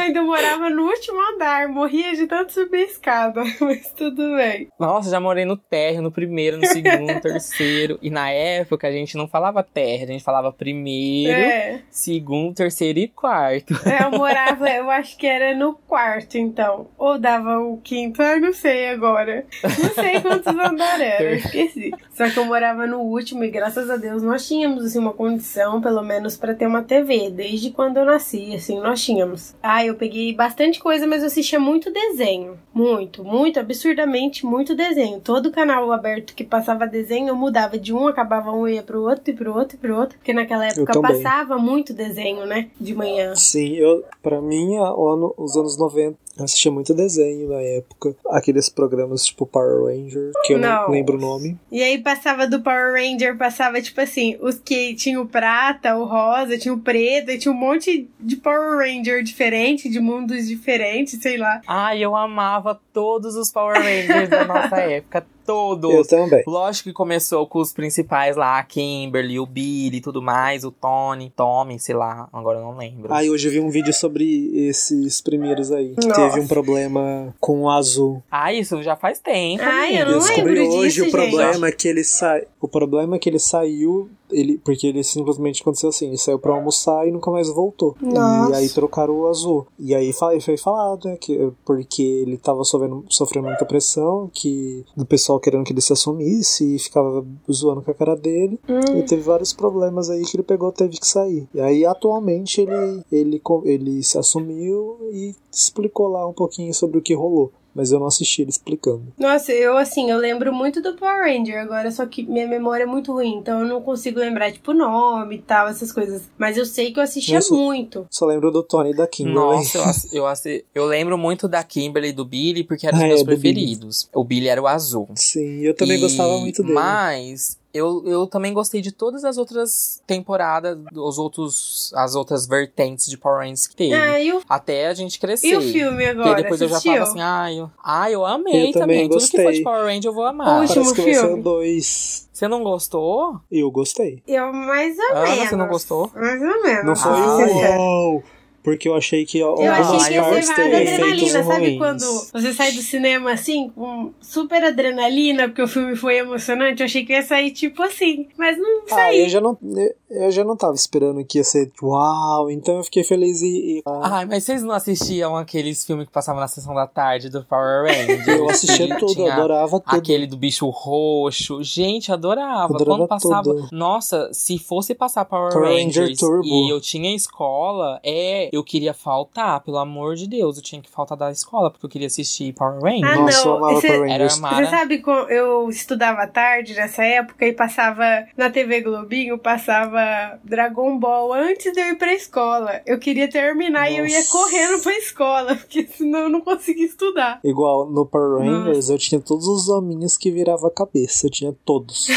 Speaker 4: Ainda morava no último andar, morria de tanto subir a escada, mas tudo bem.
Speaker 1: Nossa, já morei no térreo, no primeiro, no segundo, no terceiro. E na época a gente não falava térreo, a gente falava primeiro,
Speaker 4: É,
Speaker 1: segundo, terceiro e quarto.
Speaker 4: é, eu morava, eu acho que era no quarto, então. Ou dava o quinto, eu não sei agora. Não sei quantos andares era, eu esqueci. Só que eu morava no último e graças a Deus nós tínhamos, assim, uma condição, pelo menos, pra ter uma TV. Desde quando eu nasci, assim, nós tínhamos. Ah, eu peguei bastante coisa, mas eu assistia muito desenho. Muito, muito, absurdamente muito desenho. Todo canal aberto que passava desenho, eu mudava de um, acabava um, ia pro outro, e pro outro, e pro outro. Porque naquela época
Speaker 3: também.
Speaker 4: passava muito desenho, né? De manhã.
Speaker 3: Sim, eu, pra mim, a- o ano, os anos 90, eu assistia muito desenho na época. Aqueles programas tipo Power Ranger, que eu não,
Speaker 4: Não.
Speaker 3: lembro o nome.
Speaker 4: E aí passava do Power Ranger, passava tipo assim, os que tinha o prata, o rosa, tinha o preto, e tinha um monte de Power Ranger diferente, de mundos diferentes, sei lá.
Speaker 1: Ai, eu amava todos os Power Rangers da nossa época,
Speaker 3: Eu
Speaker 1: todos.
Speaker 3: também.
Speaker 1: Lógico que começou com os principais lá, a Kimberly, o Billy e tudo mais, o Tony, Tommy, sei lá, agora eu não lembro.
Speaker 3: Aí hoje eu vi um vídeo sobre esses primeiros aí. Que
Speaker 4: Nossa.
Speaker 3: teve um problema com o azul.
Speaker 1: Ah, isso já faz tempo.
Speaker 4: Ai, eu
Speaker 1: amiga.
Speaker 4: não
Speaker 3: eu descobri
Speaker 4: lembro
Speaker 3: hoje
Speaker 4: disso,
Speaker 3: o problema é que ele sai. O problema é que ele saiu, ele porque ele simplesmente aconteceu assim, ele saiu pra almoçar e nunca mais voltou. E
Speaker 4: Nossa.
Speaker 3: aí trocaram o azul. E aí fa- foi falado, né, que porque ele tava sofrendo, sofrendo muita pressão, que do pessoal querendo que ele se assumisse e ficava zoando com a cara dele.
Speaker 4: Hum.
Speaker 3: E teve vários problemas aí que ele pegou, teve que sair. E aí atualmente ele ele co- ele se assumiu e explicou lá um pouquinho sobre o que rolou. Mas eu não assisti ele explicando.
Speaker 4: Nossa, eu assim, eu lembro muito do Power Ranger agora, só que minha memória é muito ruim, então eu não consigo lembrar, tipo, nome e tal, essas coisas. Mas eu sei que eu assistia
Speaker 3: Nossa.
Speaker 4: muito.
Speaker 3: Só lembro do Tony e da Kimberly.
Speaker 1: Nossa, eu, ass- eu, assi- eu lembro muito da Kimberly e do Billy, porque eram os
Speaker 3: Ah,
Speaker 1: meus
Speaker 3: é, do Billy.
Speaker 1: preferidos. O Billy era o azul.
Speaker 3: Sim, eu também
Speaker 1: E-
Speaker 3: gostava muito dele.
Speaker 1: Mas eu, eu também gostei de todas as outras temporadas, os outros, as outras vertentes de Power Rangers que teve.
Speaker 3: É.
Speaker 4: Ah, e o,
Speaker 1: Até a gente crescer.
Speaker 4: e o filme agora?
Speaker 1: Porque depois eu já
Speaker 4: Assistiu?
Speaker 1: falo assim, ah, eu, ah, eu amei também.
Speaker 3: Eu também
Speaker 1: Tudo que for de
Speaker 3: gostei.
Speaker 1: Power Ranger eu vou amar.
Speaker 4: Puxa.
Speaker 3: Parece
Speaker 4: último
Speaker 3: que vai ser
Speaker 4: filme.
Speaker 3: o 2
Speaker 1: Você não gostou?
Speaker 3: Eu gostei.
Speaker 4: Eu mais ou
Speaker 1: Ana,
Speaker 4: menos.
Speaker 1: Ah, você não gostou?
Speaker 4: Mais ou menos.
Speaker 3: Não foi
Speaker 1: Ah,
Speaker 4: Sim,
Speaker 3: o
Speaker 4: sincero.
Speaker 3: uau, porque eu achei que
Speaker 4: Eu
Speaker 1: Algumas
Speaker 4: achei que ia
Speaker 1: partes
Speaker 4: ser
Speaker 1: têm
Speaker 4: várias
Speaker 1: efeitos
Speaker 4: adrenalina, sabe quando você sai do cinema assim, com super adrenalina, porque o filme foi emocionante, eu achei que ia sair tipo assim, mas não
Speaker 3: Ah, eu
Speaker 4: saí.
Speaker 3: já não, eu- eu já não tava esperando que ia ser uau, então eu fiquei feliz e, e-
Speaker 1: Ai, mas vocês não assistiam aqueles filmes que passavam na sessão da tarde do Power Rangers?
Speaker 3: eu assistia
Speaker 1: Que
Speaker 3: tudo, eu
Speaker 1: tinha
Speaker 3: adorava tudo.
Speaker 1: Aquele do bicho roxo. Gente, adorava.
Speaker 3: Adorava
Speaker 1: Quando passava.
Speaker 3: tudo.
Speaker 1: Nossa, se fosse passar Power,
Speaker 3: Power Ranger
Speaker 1: Rangers
Speaker 3: Turbo.
Speaker 1: e eu tinha escola, é, eu queria faltar, pelo amor de Deus. Eu tinha que faltar da escola, porque eu queria assistir Power Rangers.
Speaker 4: Ah,
Speaker 3: Nossa,
Speaker 4: não,
Speaker 3: eu amava
Speaker 4: esse-
Speaker 3: Power
Speaker 1: Era
Speaker 3: Rangers.
Speaker 4: Você
Speaker 1: Mara.
Speaker 4: sabe, co- eu estudava à tarde nessa época e passava na TV Globinho, passava Dragon Ball antes de eu ir pra escola. Eu queria terminar e eu ia
Speaker 3: Nossa.
Speaker 4: correndo pra escola, porque senão eu não conseguia estudar.
Speaker 3: Igual no Power Rangers, eu tinha todos os hominhos que virava a cabeça, eu tinha todos.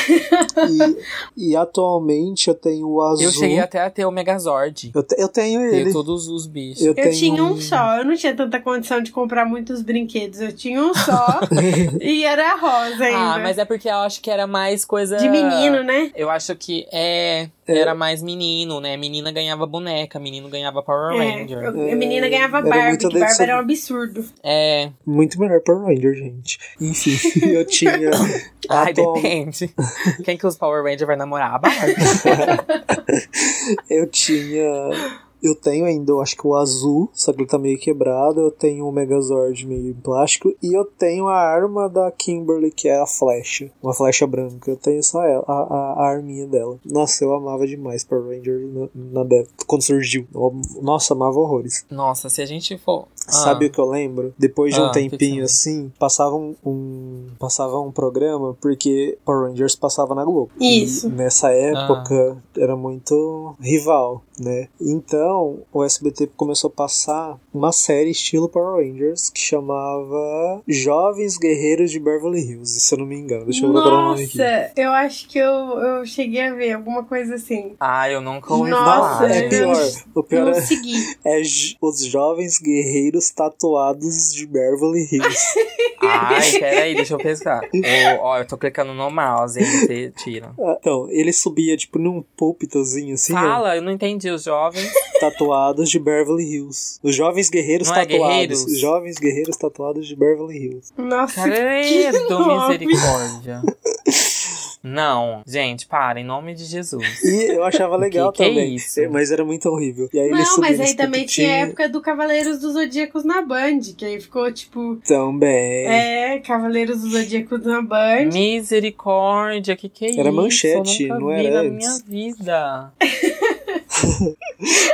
Speaker 3: e, e atualmente eu tenho o azul.
Speaker 1: Eu cheguei até a ter o Megazord.
Speaker 3: eu, te- eu tenho ele.
Speaker 1: Ter todos os bichos.
Speaker 3: Eu,
Speaker 4: Eu
Speaker 3: tenho
Speaker 4: tinha um só, eu não tinha tanta condição de comprar muitos brinquedos. Eu tinha um só e era rosa ainda.
Speaker 1: Ah, mas é porque eu acho que era mais coisa.
Speaker 4: né? De menino, né?
Speaker 1: Eu acho que é. Era mais menino, né? Menina ganhava boneca, menino ganhava Power Ranger.
Speaker 4: É, a menina ganhava
Speaker 3: Era
Speaker 4: Barbie,
Speaker 3: muito
Speaker 4: que Barbie
Speaker 3: desse-
Speaker 4: era um absurdo.
Speaker 1: É.
Speaker 3: Muito melhor Power Ranger, gente. Enfim, eu tinha.
Speaker 1: Ai,
Speaker 3: atual-
Speaker 1: depende. Quem que os Power Ranger vai namorar? A Barbie.
Speaker 3: Eu tinha Eu tenho ainda, eu acho que o azul, só que ele tá meio quebrado. Eu tenho o Megazord meio em plástico. E eu tenho a arma da Kimberly, que é a flecha. Uma flecha branca. Eu tenho só ela, a, a, a arminha dela. Nossa, eu amava demais Power Ranger na, na Dev- quando surgiu. Eu- nossa, amava horrores.
Speaker 1: Nossa, se a gente for. Ah,
Speaker 3: Sabe o que eu lembro? Depois de um
Speaker 1: Ah, que que
Speaker 3: tempinho
Speaker 1: você-
Speaker 3: assim, passava um, um- passava um programa porque Power Rangers passava na Globo.
Speaker 4: Isso.
Speaker 3: E nessa
Speaker 1: Ah.
Speaker 3: época era muito rival, né? Então, o SBT começou a passar uma série estilo Power Rangers que chamava Jovens Guerreiros de Beverly Hills, se eu não me engano. Deixa eu procurar o nome aqui.
Speaker 4: Nossa, eu acho que eu, eu cheguei a ver alguma coisa assim.
Speaker 1: Ah, eu nunca ouvi
Speaker 4: Nossa,
Speaker 1: falar.
Speaker 3: é
Speaker 4: eu
Speaker 3: pior. O pior
Speaker 4: Não
Speaker 3: é
Speaker 4: segui.
Speaker 3: é j- os jovens guerreiros tatuados de Beverly Hills.
Speaker 1: Ai, peraí, deixa eu pescar. Ô, ó, eu tô clicando no mouse, aí você tira.
Speaker 3: Ah, então, ele subia, tipo, num púlpitozinho assim, ó,
Speaker 1: Fala, eu não entendi os jovens.
Speaker 3: tatuados de Beverly Hills. Os jovens guerreiros
Speaker 1: Não é
Speaker 3: tatuados.
Speaker 1: guerreiros?
Speaker 3: Os jovens guerreiros tatuados de Beverly Hills.
Speaker 4: Nossa,
Speaker 1: Credo,
Speaker 4: nome.
Speaker 1: misericórdia. Não, gente, para, em nome de Jesus.
Speaker 3: E eu achava legal
Speaker 1: que é
Speaker 3: também.
Speaker 1: isso?
Speaker 3: é, Mas era muito horrível. E aí ele
Speaker 4: Não,
Speaker 3: subia
Speaker 4: mas aí
Speaker 3: nesse
Speaker 4: também tinha a
Speaker 3: púlpitinho.
Speaker 4: época do Cavaleiros dos Zodíacos na Band, que aí ficou tipo.
Speaker 3: Também.
Speaker 4: É, Cavaleiros dos Zodíacos na Band.
Speaker 1: Misericórdia, que que é isso?
Speaker 3: Era manchete,
Speaker 1: Eu nunca
Speaker 3: não
Speaker 1: vi
Speaker 3: era
Speaker 1: na
Speaker 3: antes.
Speaker 1: minha vida.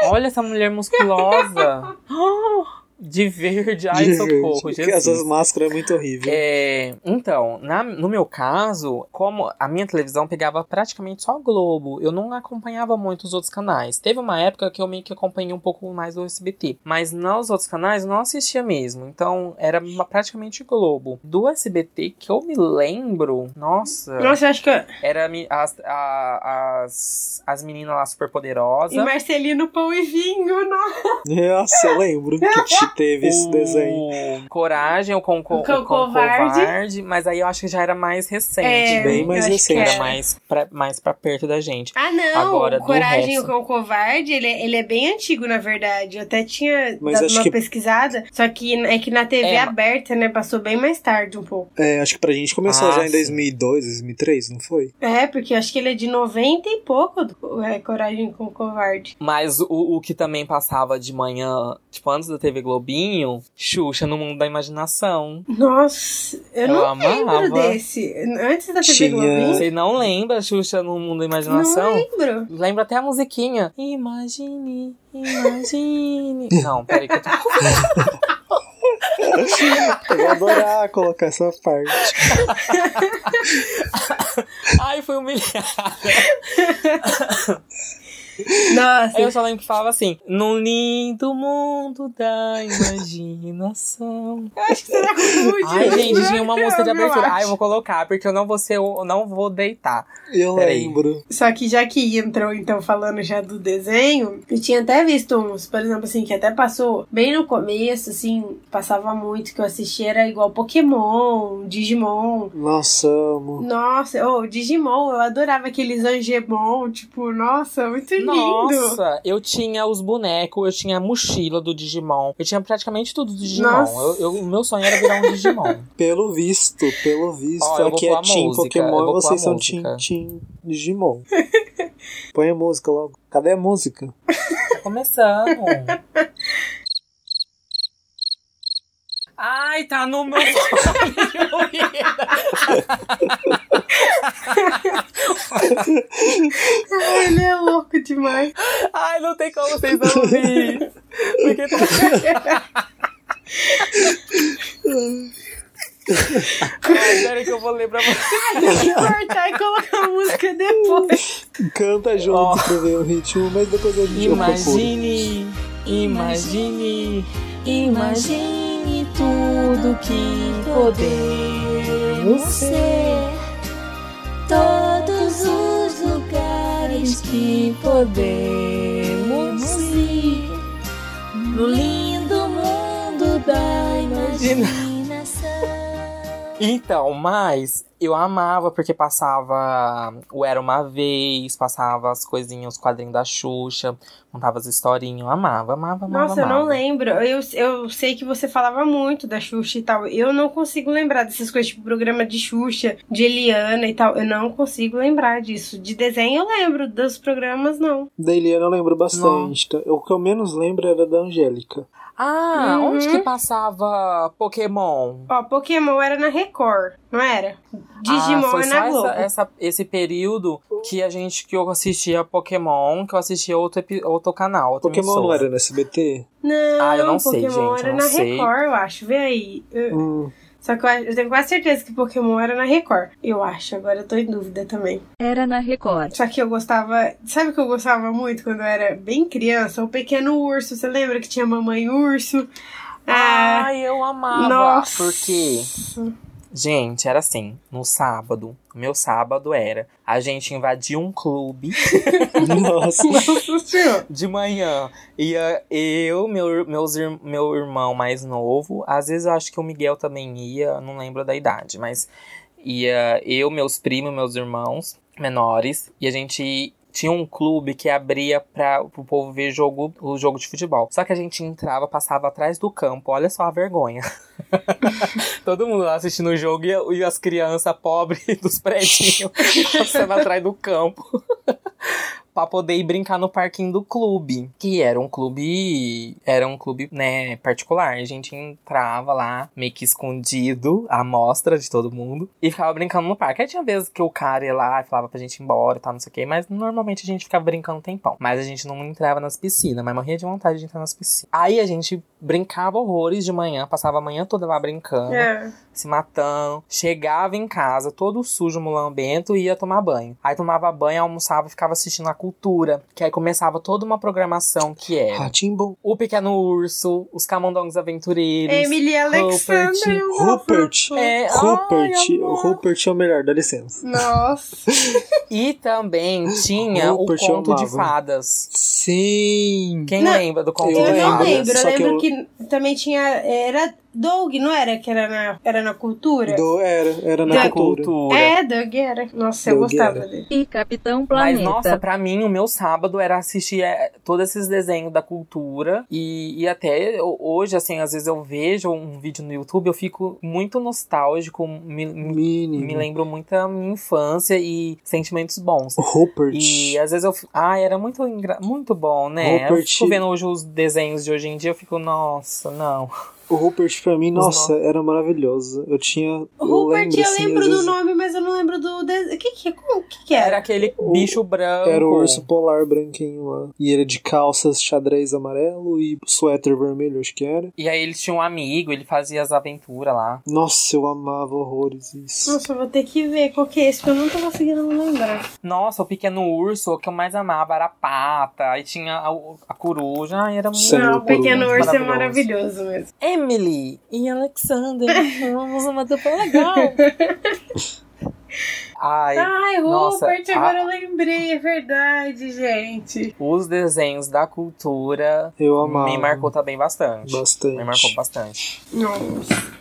Speaker 1: Olha essa mulher musculosa. De verde, ai,
Speaker 3: De
Speaker 1: socorro,
Speaker 3: verde. Essas
Speaker 1: Jesus.
Speaker 3: máscaras é muito horrível.
Speaker 1: É, então, na- no meu caso, como a minha televisão pegava praticamente só Globo, eu não acompanhava muito os outros canais. Teve uma época que eu meio que acompanhei um pouco mais o SBT, mas nos outros canais eu não assistia mesmo. Então, era uma- praticamente Globo. Do SBT que eu me lembro, nossa,
Speaker 4: Nossa, eu acho que. eu-
Speaker 1: era mi- as, a- as, as meninas lá super poderosas.
Speaker 4: E Marcelino Pão e Vinho, nossa.
Speaker 3: Nossa, eu lembro que te teve esse desenho.
Speaker 1: Coragem, o com, com,
Speaker 4: O Cão
Speaker 1: o Cão
Speaker 4: Covarde.
Speaker 1: covarde. mas aí eu acho que já era mais recente,
Speaker 4: É,
Speaker 1: bem
Speaker 3: Bem
Speaker 1: mais
Speaker 3: mais
Speaker 4: eu acho que
Speaker 3: recente.
Speaker 1: era
Speaker 4: é.
Speaker 1: mais pra, mais pra perto da gente.
Speaker 4: Ah, não.
Speaker 1: Agora,
Speaker 4: o
Speaker 1: do
Speaker 4: Coragem e o
Speaker 1: resto.
Speaker 4: Cão Covarde, ele, é- ele é bem antigo, na verdade. Eu até tinha
Speaker 3: Mas
Speaker 4: dado
Speaker 3: acho
Speaker 4: uma
Speaker 3: que-
Speaker 4: pesquisada. Só que é que na TV
Speaker 1: É, mas-
Speaker 4: aberta, né? Passou bem mais tarde um pouco.
Speaker 3: É, acho que pra gente começou
Speaker 1: Ah,
Speaker 3: já em
Speaker 1: sim.
Speaker 3: 2002, 2003, não foi?
Speaker 4: É, porque eu acho que ele é de 90 e pouco, do- é, Coragem e o Cão Covarde.
Speaker 1: Mas o, o que também passava de manhã, tipo, antes da TV Globinho, Xuxa no Mundo da Imaginação.
Speaker 4: Nossa, eu,
Speaker 1: Eu
Speaker 4: não
Speaker 1: amava.
Speaker 4: lembro desse. Antes da TV
Speaker 3: Tinha-
Speaker 4: Globinho,
Speaker 1: Você não lembra Xuxa no Mundo da
Speaker 4: não
Speaker 1: Imaginação?
Speaker 4: lembro.
Speaker 1: Lembra até a musiquinha. Imagine, imagine. Não, peraí que eu tô
Speaker 3: Eu vou adorar colocar essa parte.
Speaker 1: Ai, fui humilhada.
Speaker 4: Nossa,
Speaker 1: Eu só lembro que falava assim: Num lindo mundo da imaginação.
Speaker 4: eu acho que você tá confundindo.
Speaker 1: Ai, gente, tinha uma música de
Speaker 4: Eu
Speaker 1: abertura.
Speaker 4: acho.
Speaker 1: Ai, eu vou colocar, porque eu não vou ser, eu não vou deitar.
Speaker 3: Eu
Speaker 1: Peraí.
Speaker 3: lembro.
Speaker 4: Só que já que entrou, então, falando já do desenho, eu tinha até visto uns, por exemplo, assim, que até passou bem no começo, assim, passava muito que eu assistia, era igual Pokémon, Digimon.
Speaker 3: Nossa, amo.
Speaker 4: Nossa, ô, Digimon, eu adorava aqueles Angemon, tipo, nossa, muito
Speaker 1: Tá
Speaker 4: lindo.
Speaker 1: Nossa, eu tinha os bonecos, eu tinha a mochila do Digimon, eu tinha praticamente tudo do Digimon.
Speaker 4: Nossa.
Speaker 1: Eu- eu- O meu sonho era virar um Digimon.
Speaker 3: Pelo visto, pelo visto.
Speaker 1: Ó, eu vou
Speaker 3: aqui
Speaker 1: pôr
Speaker 3: é
Speaker 1: a
Speaker 3: Team
Speaker 1: música, eu
Speaker 3: Pokémon
Speaker 1: vou
Speaker 3: e
Speaker 1: pôr a
Speaker 3: vocês são
Speaker 1: música.
Speaker 3: Team, team Digimon. Põe a música logo. Cadê a música?
Speaker 1: Tá começando. Ai, tá no meu fone, Juliana.
Speaker 4: Ai, ele é louco demais.
Speaker 1: Ai, não tem como vocês não ouvir. Porque tá Ai, peraí que eu vou ler pra vocês.
Speaker 4: Tem que cortar e colocar a música depois.
Speaker 3: Canta junto
Speaker 1: Ó.
Speaker 3: pra ver o ritmo, mas depois a gente procura.
Speaker 1: Imagine, imagine, imagine tudo que podemos ser.
Speaker 5: todos os lugares que podemos ir no lindo mundo da imaginação.
Speaker 1: Então, mas eu amava porque passava o Era Uma Vez, passava as coisinhas, os quadrinhos da Xuxa, contava as historinhas. Eu amava, amava, amava.
Speaker 4: Nossa, eu não
Speaker 1: amava.
Speaker 4: lembro. Eu, eu sei que você falava muito da Xuxa e tal. Eu não consigo lembrar dessas coisas, tipo programa de Xuxa, de Eliana e tal. Eu não consigo lembrar disso. De desenho eu lembro, dos programas não.
Speaker 3: Da Eliana eu lembro bastante. tá? O que eu menos lembro era da Angélica.
Speaker 1: Ah,
Speaker 4: Uhum.
Speaker 1: onde que passava Pokémon?
Speaker 4: Ó, Pokémon era na Record, não era? Digimon
Speaker 1: ah, foi
Speaker 4: é
Speaker 1: só
Speaker 4: na
Speaker 1: essa-
Speaker 4: Globo.
Speaker 1: essa- esse período que a gente que eu assistia Pokémon, que eu assistia outro, epi- outro canal. outra
Speaker 3: Pokémon não
Speaker 1: emissora.
Speaker 3: era no SBT?
Speaker 4: Não,
Speaker 1: Ah, eu não sei,
Speaker 4: Pokémon
Speaker 1: gente,
Speaker 4: era
Speaker 1: eu não
Speaker 4: na
Speaker 1: sei.
Speaker 4: Record, eu acho. Vê aí. Eu-
Speaker 3: Hum,
Speaker 4: Só que eu, eu tenho quase certeza que Pokémon era na Record. Eu acho, agora eu tô em dúvida também.
Speaker 2: Era na Record.
Speaker 4: Só que eu gostava. Sabe o que eu gostava muito quando eu era bem criança? O Pequeno Urso. Você lembra que tinha Mamãe Urso? Ah,
Speaker 1: Ai, eu amava.
Speaker 4: nossa.
Speaker 1: Porque, gente, era assim, no sábado, meu sábado era, a gente invadia um clube
Speaker 3: nossa.
Speaker 4: Nossa senhora.
Speaker 1: de manhã. Ia eu, meu, meus, ir- meu irmão mais novo, às vezes eu acho que o Miguel também ia, não lembro da idade, mas ia eu, meus primos, meus irmãos menores, e a gente tinha um clube que abria para o povo ver jogo, o jogo de futebol. Só que a gente entrava, passava atrás do campo, olha só a vergonha. Todo mundo lá assistindo o jogo e, e as crianças pobres dos prédios passando atrás do campo. pra poder ir brincar no parquinho do clube. Que era um clube. Era um clube, né, particular. A gente entrava lá, meio que escondido, à mostra de todo mundo. E ficava brincando no parque. Aí tinha vezes que o cara ia lá e falava pra gente ir embora e tal, não sei o quê. Mas normalmente a gente ficava brincando um tempão. Mas a gente não entrava nas piscinas, mas morria de vontade de entrar nas piscinas. Aí a gente brincava horrores de manhã, passava a manhã toda lá brincando
Speaker 4: É.
Speaker 1: se matando. Chegava em casa, todo sujo, mulambento, e ia tomar banho. Aí tomava banho, almoçava e ficava assistindo a cultura. Que aí começava toda uma programação que
Speaker 3: Ah,
Speaker 1: era
Speaker 3: Ratimbom.
Speaker 1: o Pequeno Urso, os Camundongos Aventureiros.
Speaker 4: Emily Alexandra. eu não
Speaker 3: Rupert.
Speaker 4: fui-
Speaker 1: É,
Speaker 3: Rupert.
Speaker 1: ai,
Speaker 3: O
Speaker 1: amor.
Speaker 3: Rupert é o melhor, dá licença.
Speaker 4: Nossa.
Speaker 1: E também tinha o
Speaker 3: Rupert, eu
Speaker 1: Conto de
Speaker 3: amava.
Speaker 1: Fadas.
Speaker 3: Sim.
Speaker 1: Quem
Speaker 4: Não,
Speaker 1: lembra do Conto
Speaker 3: eu
Speaker 1: de
Speaker 4: Eu não
Speaker 1: Fadas?
Speaker 4: lembro. Eu
Speaker 3: só que
Speaker 4: lembro que, também tinha. Era Doug, não era? Que era na, era na cultura?
Speaker 3: Do, era, era na
Speaker 4: Da
Speaker 3: cultura.
Speaker 1: Cultura.
Speaker 4: É, Doug era. Nossa, eu
Speaker 3: Doug
Speaker 4: gostava
Speaker 3: era.
Speaker 4: dele.
Speaker 2: E Capitão
Speaker 1: Mas,
Speaker 2: Planeta.
Speaker 1: nossa, pra mim, o meu sábado era assistir eh, todos esses desenhos da cultura. E, e até eu- hoje, assim, às vezes eu vejo um vídeo no YouTube, eu fico muito nostálgico, me, me,
Speaker 3: Mini.
Speaker 1: me lembro muito a minha infância e sentimentos bons.
Speaker 3: Rupert.
Speaker 1: E às vezes eu. fi- Ah, era muito, engra- muito bom, né? Eu
Speaker 3: Rupert-
Speaker 1: fico vendo hoje os desenhos de hoje em dia, eu fico, nossa, não.
Speaker 3: O Rupert pra mim,
Speaker 1: Os
Speaker 3: nossa, era maravilhoso. Eu tinha. eu
Speaker 4: Rupert,
Speaker 3: lembro,
Speaker 4: eu
Speaker 3: assim,
Speaker 4: lembro
Speaker 3: às
Speaker 4: do
Speaker 3: vezes,
Speaker 4: nome, mas eu não lembro do. des- Que, que, como que, que
Speaker 1: Era
Speaker 4: era?
Speaker 1: aquele
Speaker 3: O-
Speaker 1: bicho branco.
Speaker 3: Era o urso polar branquinho lá. E ele é de calças xadrez amarelo e suéter vermelho, acho que era.
Speaker 1: E aí ele tinha um amigo, ele fazia as aventuras lá.
Speaker 3: Nossa, eu amava horrores isso.
Speaker 4: Nossa, eu vou ter que ver qual que é esse, porque eu não tô conseguindo lembrar.
Speaker 1: Nossa, o pequeno urso, o que eu mais amava era a pata, aí tinha a, a coruja, ai, era muito.
Speaker 3: Sim,
Speaker 4: Não, o
Speaker 3: por um
Speaker 4: Pequeno
Speaker 3: momento.
Speaker 4: Urso é maravilhoso mesmo.
Speaker 1: Emily e Alexander, vamos uma dupla legal. Ai,
Speaker 4: Ai,
Speaker 1: Nossa,
Speaker 4: Rupert,
Speaker 1: a-
Speaker 4: agora eu lembrei, é verdade, gente.
Speaker 1: os desenhos da cultura
Speaker 3: Eu amava.
Speaker 1: me marcou também bastante.
Speaker 3: bastante.
Speaker 1: Me marcou bastante.
Speaker 4: Nossa.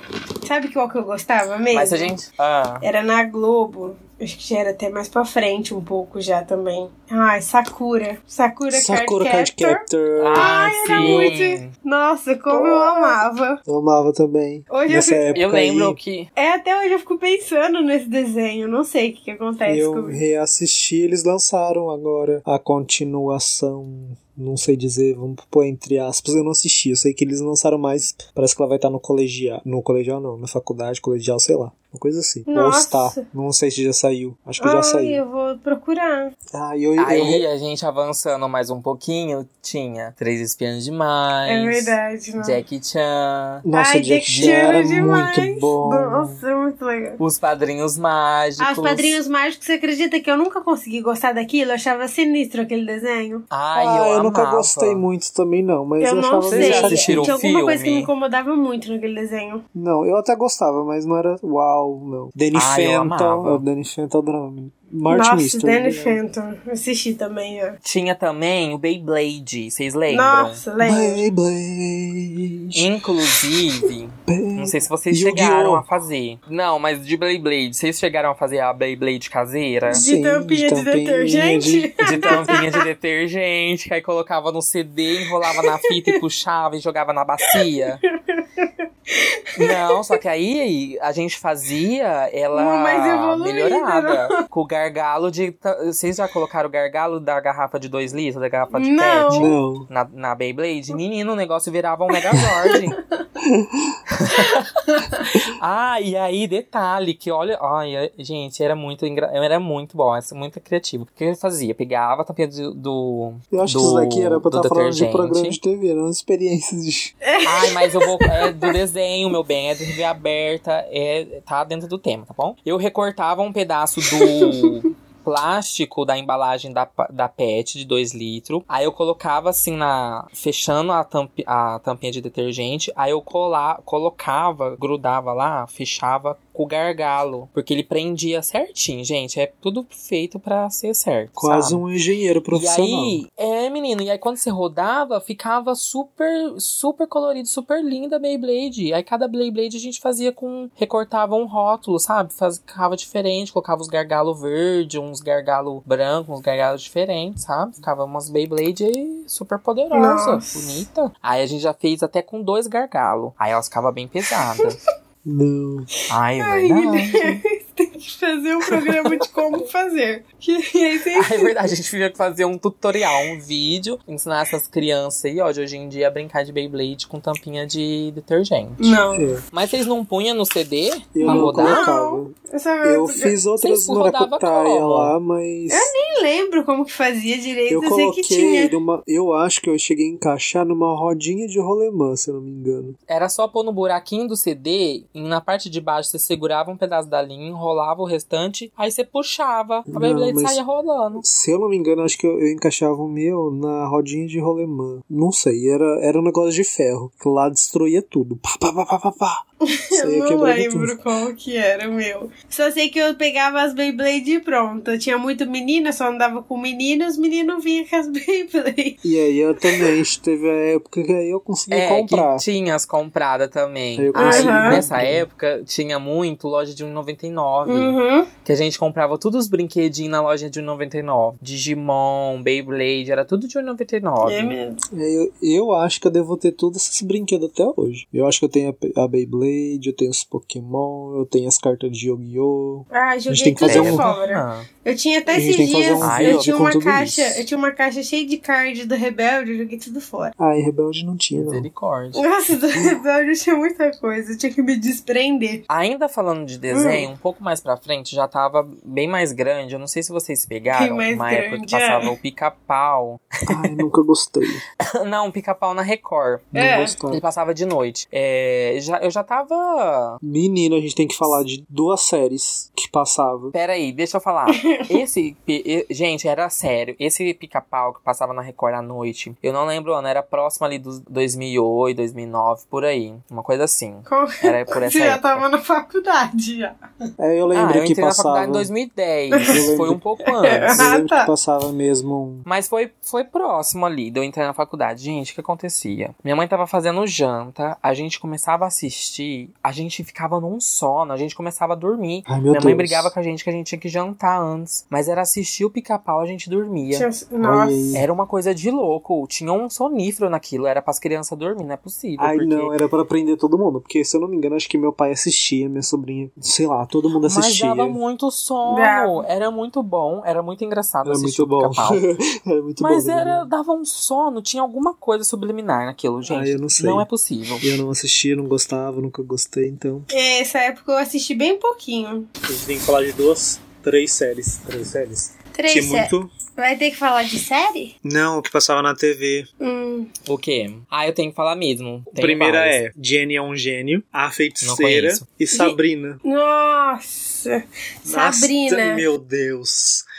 Speaker 4: Sabe qual que eu gostava mesmo?
Speaker 1: Mas a gente. Ah,
Speaker 4: Era na Globo. Acho que já era até mais pra frente um pouco já também. Ai, Sakura. Sakura,
Speaker 3: Sakura Card
Speaker 4: Card Captor.
Speaker 3: Captor.
Speaker 1: ai,
Speaker 4: era
Speaker 1: sim.
Speaker 4: Nossa, como eu amava.
Speaker 3: Eu amava também.
Speaker 4: Hoje eu
Speaker 3: Nessa
Speaker 4: fico-
Speaker 3: época
Speaker 1: Eu lembro
Speaker 3: aí,
Speaker 1: que.
Speaker 4: É, até hoje eu fico pensando nesse desenho. Não sei o que, que acontece
Speaker 3: eu
Speaker 4: comigo.
Speaker 3: reassisti, eles lançaram agora a continuação. Não sei dizer, vamos pôr entre aspas, eu não assisti. Eu sei que eles lançaram mais. Parece que ela vai estar no colegial. No colegial não, na faculdade, colegial, sei lá. Uma coisa assim. Ou
Speaker 4: Nossa.
Speaker 3: está. Não sei se já saiu. Acho que
Speaker 4: Ai,
Speaker 3: já saiu.
Speaker 4: eu vou procurar.
Speaker 3: Ah, e eu, eu,
Speaker 1: Aí a gente avançando mais um pouquinho, tinha Três Espiãs Demais.
Speaker 4: É verdade, não.
Speaker 1: Jack Chan.
Speaker 3: Nossa,
Speaker 4: Ai,
Speaker 3: Jack
Speaker 4: Jack
Speaker 3: Chan era
Speaker 4: Chan é demais.
Speaker 3: muito bom.
Speaker 4: Nossa, muito legal.
Speaker 1: Os Padrinhos Mágicos.
Speaker 4: Ah, os Padrinhos Mágicos, você acredita que eu nunca consegui gostar daquilo? Eu achava sinistro aquele desenho.
Speaker 1: Ai,
Speaker 3: Ah,
Speaker 1: eu,
Speaker 3: eu, nunca
Speaker 1: amava.
Speaker 3: gostei muito também, não, mas eu,
Speaker 4: eu não
Speaker 3: achava
Speaker 4: sei.
Speaker 1: Vocês já
Speaker 3: meio chatinho.
Speaker 1: assistiram o
Speaker 4: Tinha alguma coisa que
Speaker 1: filme?
Speaker 4: me incomodava muito naquele desenho.
Speaker 3: Não, eu até gostava, mas não era uau, não. Danny
Speaker 1: Ah, eu
Speaker 3: Fenton,
Speaker 1: amava.
Speaker 3: é o Danny Fenton do nome. Martin
Speaker 4: Nossa,
Speaker 3: Mystery,
Speaker 4: Danny
Speaker 3: né?
Speaker 4: Phantom. Assisti também, ó.
Speaker 1: Tinha também o Beyblade, vocês lembram?
Speaker 4: Nossa, lembro.
Speaker 3: Beyblade.
Speaker 1: Inclusive, Não sei se vocês
Speaker 3: Yu-Gi-Oh!
Speaker 1: chegaram a fazer. Não, mas de Beyblade. Vocês chegaram a fazer a Beyblade caseira?
Speaker 4: É. De
Speaker 3: Sim, de
Speaker 4: tampinha de
Speaker 3: tampinha,
Speaker 4: detergente.
Speaker 1: De tampinha de detergente, que aí colocava no CD, enrolava na fita e puxava e jogava na bacia. Não, só que aí a gente fazia ela
Speaker 4: Uma mais evoluída,
Speaker 1: melhorada. Com o gargalo de. ta- Vocês já colocaram o gargalo da garrafa de 2 litros, da garrafa de
Speaker 4: Não.
Speaker 1: pet?
Speaker 3: Não.
Speaker 1: Na, na Beyblade, menino, o negócio virava um Megazord. ah, e aí, detalhe, que olha. Ai, é, gente, era muito, engra... era muito bom, era muito criativo. O que eu fazia? Pegava a tampinha do. do
Speaker 3: Eu acho
Speaker 1: do,
Speaker 3: que isso daqui era pra
Speaker 1: do
Speaker 3: estar falando de
Speaker 1: detergente.
Speaker 3: programa de TV, não experiências de.
Speaker 1: Ai, mas eu vou. É do desenho, meu bem, é da TV aberta, é, tá dentro do tema, tá bom? Eu recortava um pedaço do. Plástico da embalagem da, pa- da PET de 2 litros. Aí eu colocava assim na. Fechando a, tampi, a tampinha de detergente. Aí eu cola, colocava, grudava lá, fechava com o gargalo. Porque ele prendia certinho, gente. É tudo feito pra ser certo.
Speaker 3: Quase
Speaker 1: sabe?
Speaker 3: um engenheiro profissional.
Speaker 1: E aí, é, menino, e aí quando você rodava, ficava super, super colorido, super linda a Beyblade. Aí cada Beyblade a gente fazia com. recortava um rótulo, sabe? Faz- Ficava diferente, colocava uns gargalo verde, uns gargalo branco, uns gargalos diferentes, sabe? Ficava umas Beyblade aí super poderosa,
Speaker 4: Nossa.
Speaker 1: bonita. Aí a gente já fez até com dois gargalo. Aí elas ficavam bem pesadas.
Speaker 3: Não.
Speaker 1: Ai, é
Speaker 4: Ai,
Speaker 1: verdade.
Speaker 4: meu Deus, tem que fazer um programa de como fazer. Que aí você
Speaker 1: Ah, é verdade, a gente tinha que fazer um tutorial, um vídeo, ensinar essas crianças aí, ó, de hoje em dia a brincar de Beyblade com tampinha de detergente.
Speaker 4: Não.
Speaker 3: É,
Speaker 1: Mas vocês não punham no CD
Speaker 3: eu
Speaker 1: pra
Speaker 3: não
Speaker 1: rodar?
Speaker 3: colocava.
Speaker 4: Eu, só,
Speaker 3: Eu fiz outras
Speaker 1: Vocês rodavam
Speaker 3: maracutaia
Speaker 1: como?
Speaker 3: lá, mas.
Speaker 4: nem lembro como que fazia direito.
Speaker 3: Eu
Speaker 4: É Eu sei que
Speaker 3: coloquei
Speaker 4: tinha.
Speaker 3: numa. Eu acho que eu cheguei a encaixar numa rodinha de rolemã, se eu não me engano.
Speaker 1: Era só pôr no buraquinho do CD e na parte de baixo você segurava um pedaço da linha, enrolava o restante, aí você puxava, a
Speaker 3: Não,
Speaker 1: Beyblade
Speaker 3: mas-
Speaker 1: saía rolando.
Speaker 3: Se eu não me engano, acho que eu, eu encaixava o meu na rodinha de rolemã. Não sei, era, era um negócio de ferro. Que lá destruía tudo. Pá, pá, pá, pá, pá, pá. Isso aí
Speaker 4: Eu não
Speaker 3: quebrava
Speaker 4: lembro
Speaker 3: tudo.
Speaker 4: como que era o meu. Só sei que eu pegava as Beyblade e pronto. Eu tinha muito menina, só andava com menino e os meninos vinham com as Beyblade.
Speaker 3: E aí eu também teve a época que aí eu consegui
Speaker 1: É,
Speaker 3: comprar.
Speaker 1: que tinha as compradas também.
Speaker 3: Eu
Speaker 1: Aí,
Speaker 4: consegui.
Speaker 1: nessa época, tinha muito loja de 1,99.
Speaker 4: Uhum.
Speaker 1: Que a gente comprava todos os brinquedinhos na loja de 1,99. Digimon, Beyblade, era tudo de
Speaker 4: É
Speaker 1: 1,99.
Speaker 4: mesmo.
Speaker 3: Eu, eu acho que eu devo ter todos esses brinquedos até hoje. Eu acho que eu tenho a, P- a Beyblade, eu tenho os Pokémon, eu tenho as cartas de Yu-Gi-Oh!
Speaker 4: Ah,
Speaker 3: tem
Speaker 4: joguei
Speaker 3: que
Speaker 4: tudo
Speaker 3: fazer um-
Speaker 4: fora.
Speaker 1: Ah,
Speaker 4: Eu tinha até
Speaker 3: A gente
Speaker 4: esses
Speaker 3: tem que fazer
Speaker 4: dias,
Speaker 3: um
Speaker 4: eu
Speaker 1: vídeo
Speaker 4: tinha
Speaker 3: com
Speaker 4: uma
Speaker 3: tudo
Speaker 4: caixa,
Speaker 3: isso.
Speaker 4: eu tinha uma caixa cheia de card do Rebelde, eu joguei tudo fora.
Speaker 3: Ah, e Rebelde não tinha, não.
Speaker 1: misericórdia.
Speaker 4: Nossa, do Rebelde eu tinha muita coisa, eu tinha que me desprender.
Speaker 1: Ainda falando de desenho,
Speaker 4: Hum.
Speaker 1: um pouco mais pra frente já tava bem mais grande. Eu não sei se vocês pegaram
Speaker 4: mais
Speaker 1: uma época que
Speaker 4: grande, é.
Speaker 1: passava o pica-pau.
Speaker 3: Ai, nunca gostei.
Speaker 1: não, o pica-pau na Record.
Speaker 3: Não
Speaker 4: É.
Speaker 1: Ele
Speaker 3: gostava.
Speaker 1: passava de noite. É, já, eu já tava.
Speaker 3: Menino, a gente tem que falar de duas séries que passava.
Speaker 1: Peraí, deixa eu falar. Esse. pi- e- Gente, era sério. Esse pica-pau que passava na Record à noite, eu não lembro o ano, era próximo ali dos 2008, 2009, por aí. Uma coisa assim.
Speaker 4: Com-
Speaker 1: Era por essa
Speaker 4: Você já
Speaker 1: época.
Speaker 4: tava na faculdade já.
Speaker 3: É, eu
Speaker 1: ah,
Speaker 3: lembro
Speaker 1: eu
Speaker 3: que
Speaker 1: entrei na
Speaker 3: passava. um
Speaker 1: faculdade em 2010.
Speaker 3: lembro.
Speaker 1: Foi um pouco
Speaker 4: É.
Speaker 1: antes.
Speaker 3: Eu lembro
Speaker 4: Ah, tá.
Speaker 3: que passava mesmo um.
Speaker 1: Mas foi, foi próximo ali de eu entrar na faculdade. Gente, o que acontecia? Minha mãe tava fazendo janta, a gente começava a assistir, a gente ficava num sono, a gente começava a dormir.
Speaker 3: Ai, meu
Speaker 1: Minha
Speaker 3: Deus.
Speaker 1: mãe brigava com a gente que a gente tinha que jantar antes. Mas era assistir o pica-pau, a gente dormia.
Speaker 4: Tinha- Nossa.
Speaker 3: aí.
Speaker 1: Era uma coisa de louco. Tinha um sonífero naquilo. Era pras crianças dormir, não é possível.
Speaker 3: Ai,
Speaker 1: porque...
Speaker 3: não, era pra prender todo mundo. Porque, se eu não me engano, acho que meu pai assistia, minha sobrinha, sei lá, todo mundo
Speaker 1: Mas
Speaker 3: assistia.
Speaker 1: dava muito sono.
Speaker 4: Dava.
Speaker 1: Era muito bom. Era muito engraçado
Speaker 3: Era
Speaker 1: assistir
Speaker 3: muito bom.
Speaker 1: o pica-pau.
Speaker 3: era muito
Speaker 1: Mas
Speaker 3: bom.
Speaker 1: era, dava um sono, tinha alguma coisa subliminar naquilo, gente.
Speaker 3: eu não sei.
Speaker 1: é possível.
Speaker 3: Eu não assisti, não gostava, nunca gostei, então.
Speaker 4: Essa época eu assisti bem pouquinho.
Speaker 3: A gente tem que falar de duas, três séries. Três séries?
Speaker 4: Três sé- Vai ter que falar de série?
Speaker 3: Não, o que passava na TV.
Speaker 4: Hum.
Speaker 1: O quê? Ah, eu tenho que falar mesmo. Tem
Speaker 3: Primeira
Speaker 1: várias.
Speaker 3: é Jenny é um gênio, a feiticeira
Speaker 1: conheço.
Speaker 3: e Sabrina.
Speaker 4: Nossa.
Speaker 3: Nossa,
Speaker 4: Sabrina.
Speaker 3: meu Deus. é,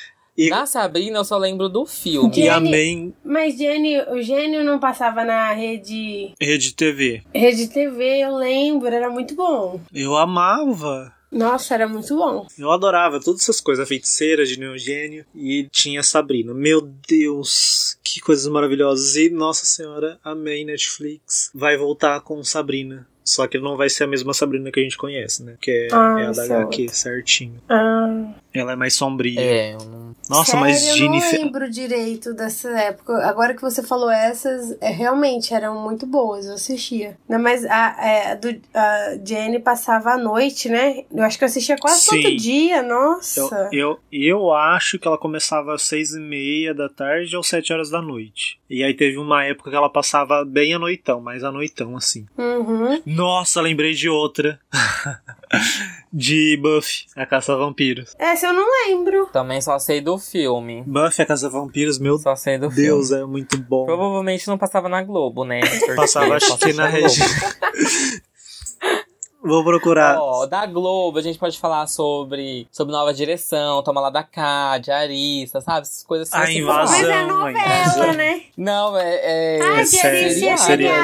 Speaker 3: E,
Speaker 1: Da Ah, Sabrina, eu só lembro do filme.
Speaker 3: e
Speaker 4: Jenny-
Speaker 3: a Man
Speaker 4: Mas Jenny, o gênio não passava na rede.
Speaker 3: Rede TV.
Speaker 4: Rede TV, eu lembro, era muito bom.
Speaker 3: Eu amava.
Speaker 4: Nossa, era muito bom.
Speaker 3: Eu adorava todas essas coisas, a feiticeira de Neon Gênio e tinha a Sabrina. Meu Deus, que coisas maravilhosas. E Nossa Senhora, amei Netflix. Vai voltar com Sabrina. Só que não vai ser a mesma Sabrina que a gente conhece, né? Que é,
Speaker 4: Ah,
Speaker 3: é a da
Speaker 4: essa é
Speaker 3: HQ, certinho.
Speaker 4: Ah,
Speaker 3: Ela é mais sombria.
Speaker 1: É, eu não.
Speaker 3: Nossa,
Speaker 4: sério,
Speaker 3: mas
Speaker 4: eu
Speaker 3: Jennifer.
Speaker 4: não é lembro direito dessa época. Agora que você falou essas, é, realmente eram muito boas, eu assistia. Não, mas a, é, a do, a Jenny passava a noite, né? Eu acho que eu assistia quase
Speaker 3: Sim.
Speaker 4: todo dia,
Speaker 3: Eu,
Speaker 4: nossa.
Speaker 3: eu, eu acho que ela começava às seis e meia da tarde ou sete horas da noite. E aí teve uma época que ela passava bem à noitão, mais à noitão, assim.
Speaker 4: Uhum.
Speaker 3: Nossa, lembrei de outra. de Buffy, a Caça a Vampiros.
Speaker 4: Essa eu não lembro.
Speaker 1: Também só sei do filme.
Speaker 3: Buffy, a Caça a Vampiros, meu
Speaker 1: Só sei do filme.
Speaker 3: Deus, é muito bom.
Speaker 1: Provavelmente não passava na Globo, né? Porque
Speaker 3: Passava acho
Speaker 1: só
Speaker 3: que
Speaker 1: assistia
Speaker 3: na
Speaker 1: Globo.
Speaker 3: região. Vou procurar.
Speaker 1: Ó, da Globo, a gente pode falar sobre, sobre nova direção, Toma lá da cá, diarista, sabe? Essas coisas assim.
Speaker 3: A
Speaker 1: assim,
Speaker 3: invasão.
Speaker 4: Mas
Speaker 1: falar.
Speaker 4: é
Speaker 3: Razão, mãe,
Speaker 4: novela,
Speaker 3: razão.
Speaker 4: né?
Speaker 1: Não, é. é
Speaker 4: Ah,
Speaker 3: É série,
Speaker 4: Diarista é
Speaker 3: é seriado,